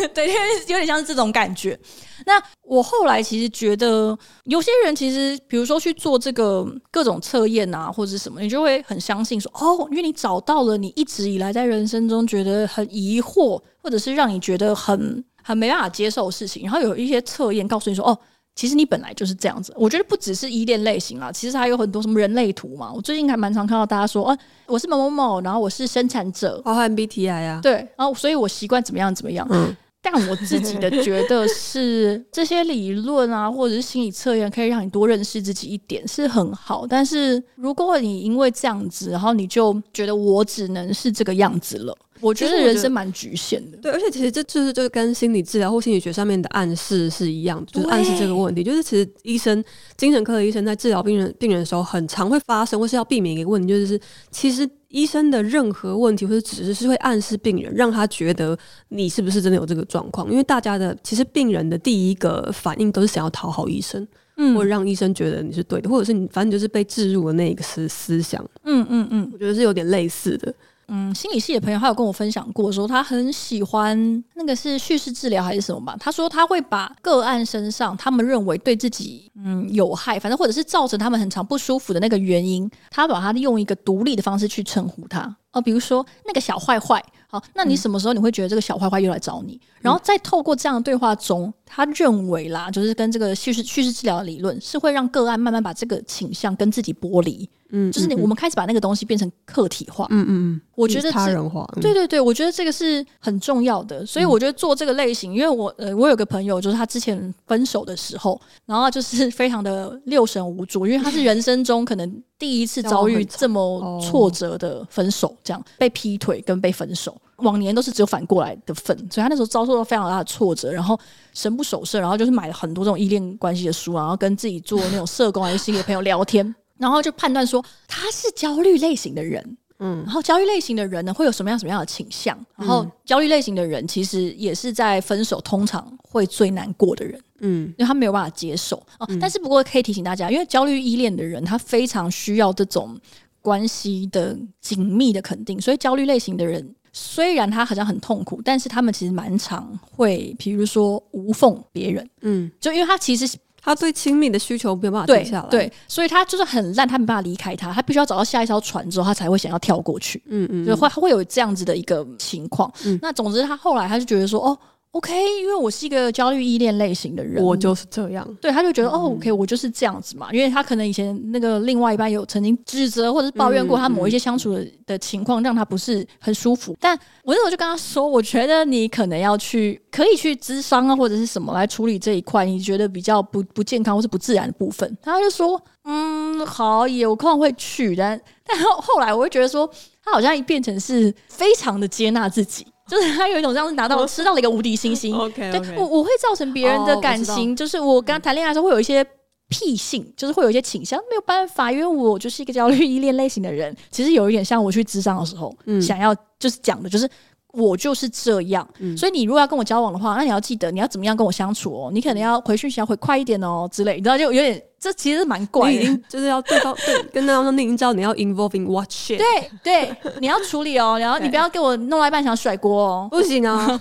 [SPEAKER 1] 那对，因为有点像是这种感觉。那我后来其实觉得，有些人其实比如说去做这个各种测验啊，或者是什么，你就会很相信说哦，因为你找到了你一直以来在人生中觉得很疑惑，或者是让你觉得很很没办法接受的事情，然后有一些测验告诉你说哦。其实你本来就是这样子。我觉得不只是依恋类型啦，其实还有很多什么人类图嘛。我最近还蛮常看到大家说，哦、我是某某某，然后我是生产者，
[SPEAKER 2] 包含 BTI 啊，
[SPEAKER 1] 对，然后所以我习惯怎么样怎么样。
[SPEAKER 2] 嗯，
[SPEAKER 1] 但我自己的觉得是，这些理论啊，或者是心理测验，可以让你多认识自己一点，是很好。但是如果你因为这样子，然后你就觉得我只能是这个样子了，我觉
[SPEAKER 2] 其
[SPEAKER 1] 得
[SPEAKER 2] 实我
[SPEAKER 1] 人
[SPEAKER 2] 觉得
[SPEAKER 1] 生蛮局限的。
[SPEAKER 2] 对，而且其实这就是就是跟心理治疗或心理学上面的暗示是一样的，就是
[SPEAKER 1] 对
[SPEAKER 2] 暗示这个问题，就是其实医生精神科的医生在治疗病人病人的时候，很常会发生或是要避免一个问题，就是其实医生的任何问题或者指示是会暗示病人，让他觉得你是不是真的有这个状况，因为大家的其实病人的第一个反应都是想要讨好医生，
[SPEAKER 1] 嗯
[SPEAKER 2] 或者让医生觉得你是对的，或者是你反正你就是被置入的那一个思思想，
[SPEAKER 1] 嗯嗯嗯
[SPEAKER 2] 我觉得是有点类似的。
[SPEAKER 1] 嗯，心理系的朋友他有跟我分享过，说他很喜欢那个是叙事治疗还是什么吧？他说他会把个案身上他们认为对自己嗯有害，反正或者是造成他们很常不舒服的那个原因，他把它用一个独立的方式去称呼它。哦，比如说那个小坏坏，好，那你什么时候你会觉得这个小坏坏又来找你？然后再透过这样的对话中，他认为啦，就是跟这个叙事叙事治疗的理论是会让个案慢慢把这个倾向跟自己剥离，
[SPEAKER 2] 嗯，
[SPEAKER 1] 就是你我们开始把那个东西变成客体化。
[SPEAKER 2] 嗯嗯嗯，
[SPEAKER 1] 我觉得
[SPEAKER 2] 他
[SPEAKER 1] 这
[SPEAKER 2] 人化，嗯
[SPEAKER 1] 对对对，我觉得这个是很重要的，所以我觉得做这个类型，因为我呃，我有个朋友，就是他之前分手的时候，然后他就是 非常的六神无主，因为他是人生中可能第一次遭遇这么挫折的分手，这样被劈腿跟被分手，往年都是只有反过来的份，所以他那时候遭受到非常大的挫折，然后神不守舍，然后就是买了很多这种依恋关系的书啊，然后跟自己做那种社工还是心理的朋友聊天，然后就判断说他是焦虑类型的人。
[SPEAKER 2] 嗯
[SPEAKER 1] 然后焦虑类型的人呢，会有什么样什么样的倾向？然后焦虑类型的人其实也是在分手通常会最难过的人，
[SPEAKER 2] 嗯
[SPEAKER 1] 因为他没有办法接受哦、但是不过可以提醒大家，因为焦虑依恋的人，他非常需要这种关系的紧密的肯定，所以焦虑类型的人。虽然他好像很痛苦，但是他们其实蛮常会，比如说无缝别人，
[SPEAKER 2] 嗯，
[SPEAKER 1] 就因为他其实
[SPEAKER 2] 他对亲密的需求没有办法
[SPEAKER 1] 对
[SPEAKER 2] 停下来。
[SPEAKER 1] 对，，所以他就是很烂，他没办法离开他，他必须要找到下一艘船之后，他才会想要跳过去。
[SPEAKER 2] 嗯嗯，
[SPEAKER 1] 就会会有这样子的一个情况。
[SPEAKER 2] 嗯
[SPEAKER 1] 那总之，他后来他就觉得说，哦，OK，因为我是一个焦虑依恋类型的人，
[SPEAKER 2] 我就是这样。
[SPEAKER 1] 对，他就觉得、
[SPEAKER 2] 嗯
[SPEAKER 1] 哦，OK，我就是这样子嘛。因为他可能以前那个另外一半有曾经指责或者是抱怨过
[SPEAKER 2] 嗯
[SPEAKER 1] 他某一些相处的的情况，让他不是很舒服。但我那时候就跟他说，我觉得你可能要去，可以去咨商啊，或者是什么来处理这一块你觉得比较不不健康或是不自然的部分。他就说，嗯，好，有空会去，但但后后来我会觉得说，他好像变成是非常的接纳自己。就是他有一种像是拿
[SPEAKER 2] 哦
[SPEAKER 1] 到吃到了一个无敌星星，
[SPEAKER 2] OK，
[SPEAKER 1] 对我我会造成别人
[SPEAKER 2] 哦
[SPEAKER 1] 的
[SPEAKER 2] 我
[SPEAKER 1] 感
[SPEAKER 2] 知道嗯
[SPEAKER 1] 情，就是我跟他谈恋爱的时候会有一些癖性，就是会有一些倾向，没有办法，因为我就是一个焦虑依恋类型的人。其实有一点像我去智商的时候，
[SPEAKER 2] 嗯
[SPEAKER 1] 想要就是讲的就是。我就是这样，
[SPEAKER 2] 嗯
[SPEAKER 1] 所以你如果要跟我交往的话，那你要记得你要怎么样跟我相处哦，你可
[SPEAKER 2] 嗯
[SPEAKER 1] 能要回讯息要回快一点哦之类，你知道就有点这其实蛮怪
[SPEAKER 2] 你已
[SPEAKER 1] 的，
[SPEAKER 2] 经就是要对方对跟对方说，你已经知道你要 involving what shit，
[SPEAKER 1] 对啊对，你要处理哦，然后你
[SPEAKER 2] 对
[SPEAKER 1] 不要给我弄到一半想甩锅哦，
[SPEAKER 2] 不行 啊，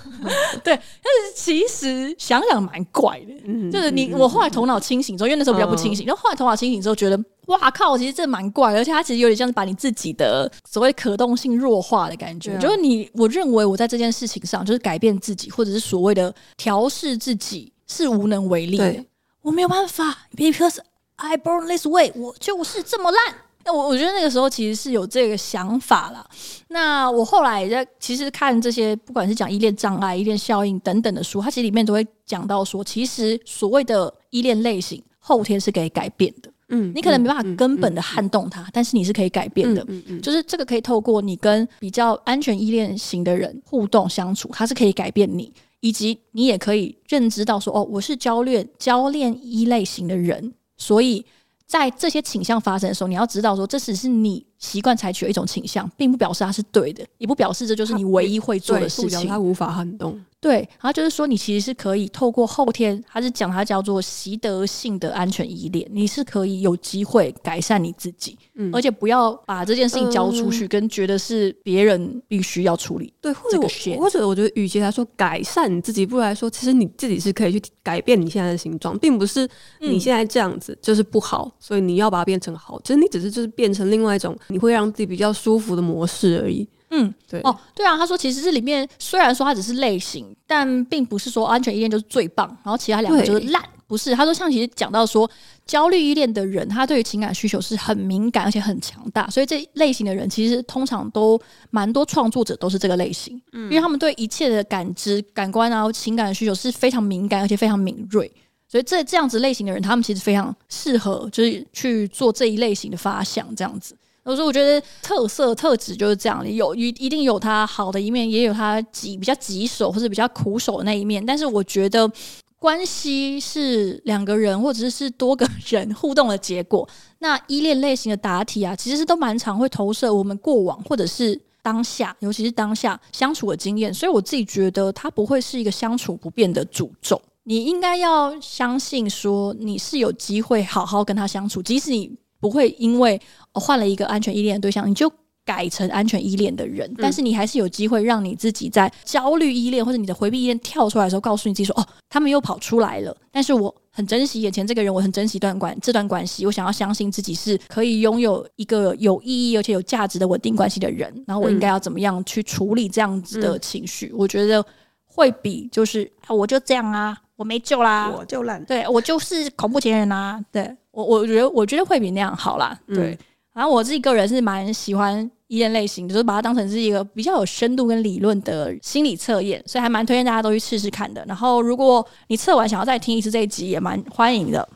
[SPEAKER 1] 其实想想蛮怪的，
[SPEAKER 2] 嗯
[SPEAKER 1] 就是你，
[SPEAKER 2] 嗯
[SPEAKER 1] 我后来头脑清醒之后，因为那时候比较不清醒，然后后来头脑清醒之后，觉得哇靠，其实这蛮怪的，而且它其实有点像是把你自己的所谓可动性弱化的感觉，
[SPEAKER 2] 对啊
[SPEAKER 1] 就是你，我认为我在这件事情上，就是改变自己，或者是所谓的调试自己，是无能为力的
[SPEAKER 2] 对，
[SPEAKER 1] 我没有办法，because I born this way，我就是这么烂。那我我觉得那个时候其实是有这个想法啦。那我后来也在其实看这些，不管是讲依恋障碍、依恋效应等等的书，它其实里面都会讲到说，其实所谓的依恋类型，后天是可以改变的。
[SPEAKER 2] 嗯
[SPEAKER 1] 你可能没办
[SPEAKER 2] 嗯
[SPEAKER 1] 法
[SPEAKER 2] 嗯
[SPEAKER 1] 根本的撼动它，但是你是可以改变的。
[SPEAKER 2] 嗯嗯
[SPEAKER 1] 就是这个可以透过你跟比较安全依恋型的人互动相处，它是可以改变你，以及你也可以认知到说，哦，我是焦虑焦恋依类型的人，所以在这些倾向发生的时候，你要知道说，这只是你习惯采取的一种倾向，并不表示它是对的，也不表示这就是你唯一会做的事
[SPEAKER 2] 塑胶
[SPEAKER 1] 情。
[SPEAKER 2] 它无法撼动，
[SPEAKER 1] 对，然后就是说，你其实是可以透过后天，他是讲它叫做习得性的安全依恋，你是可以有机会改善你自己，
[SPEAKER 2] 嗯
[SPEAKER 1] 而且不要把这件事情交出去，跟觉得是别人必须要处理。
[SPEAKER 2] 对，或
[SPEAKER 1] 这
[SPEAKER 2] 者
[SPEAKER 1] 个
[SPEAKER 2] 我
[SPEAKER 1] 线
[SPEAKER 2] 或者我觉得，与其来说改善你自己，不如来说，其实你自己是可以去改变你现在的形状，并不是你
[SPEAKER 1] 嗯
[SPEAKER 2] 现在这样子就是不好，所以你要把它变成好。其实你只是就是变成另外一种你会让自己比较舒服的模式而已。
[SPEAKER 1] 嗯，
[SPEAKER 2] 对，
[SPEAKER 1] 哦，对啊，他说其实这里面虽然说它只是类型，但并不是说安全依恋就是最棒，然后其他两个就是
[SPEAKER 2] 对
[SPEAKER 1] 烂。不是，他说像其实讲到说焦虑依恋的人，他对于情感需求是很敏感而且很强大，所以这类型的人其实通常都蛮多创作者都是这个类型，因为他们对一切的感知、感官啊、情感的需求是非常敏感而且非常敏锐。所以这这样子类型的人，他们其实非常适合，就是去做这一类型的发想这样子。所以我觉得特色特质就是这样，有一一定有它好的一面，也有它棘比较棘手或者比较苦手的那一面。但是我觉得关系是两个人或者是多个人互动的结果。 那依恋类型的答题啊，其实都蛮常会投射我们过往或者是。当下，尤其是当下相处的经验，所以我自己觉得它不会是一个相处不变的诅咒。你应该要相信，说你是有机会好好跟他相处，即使你不会因为哦换了一个安全依恋的对象，你就改成安全依恋的人，但是你还是有机会让你自己在焦虑依恋或者你的回避依恋跳出来的时候，告诉你自己说：“哦，他们又跑出来了。”但是我很珍惜眼前这个人，我很珍惜段关这段关系，我想要相信自己是可以拥有一个有意义而且有价值的稳定关系的人。然后我应该要怎么样去处理这样子的情绪？我觉得会比就是、啊、我就这样啊，我没救啦，
[SPEAKER 2] 就烂。
[SPEAKER 1] 对我就是恐怖情人啦、对我，我觉得我觉得会比那样好啦。对，
[SPEAKER 2] 嗯
[SPEAKER 1] 然后我自己个人是蛮喜欢依恋类型，就是把它当成是一个比较有深度跟理论的心理测验，所以还蛮推荐大家都去试试看的。然后如果你测完想要再听一次这一集，也蛮欢迎的。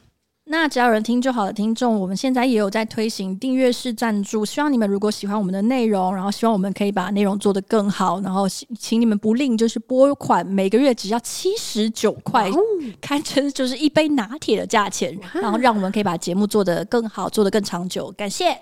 [SPEAKER 1] 那只要有人听就好的听众，我们现在也有在推行订阅式赞助，希望你们如果喜欢我们的内容，然后希望我们可以把内容做得更好，然后请请你们不吝就是拨款，每个月只要七十九块
[SPEAKER 2] 哇哦
[SPEAKER 1] 堪称就是一杯拿铁的价钱，然后让我们可以把节目做得更好，做得更长久。感谢，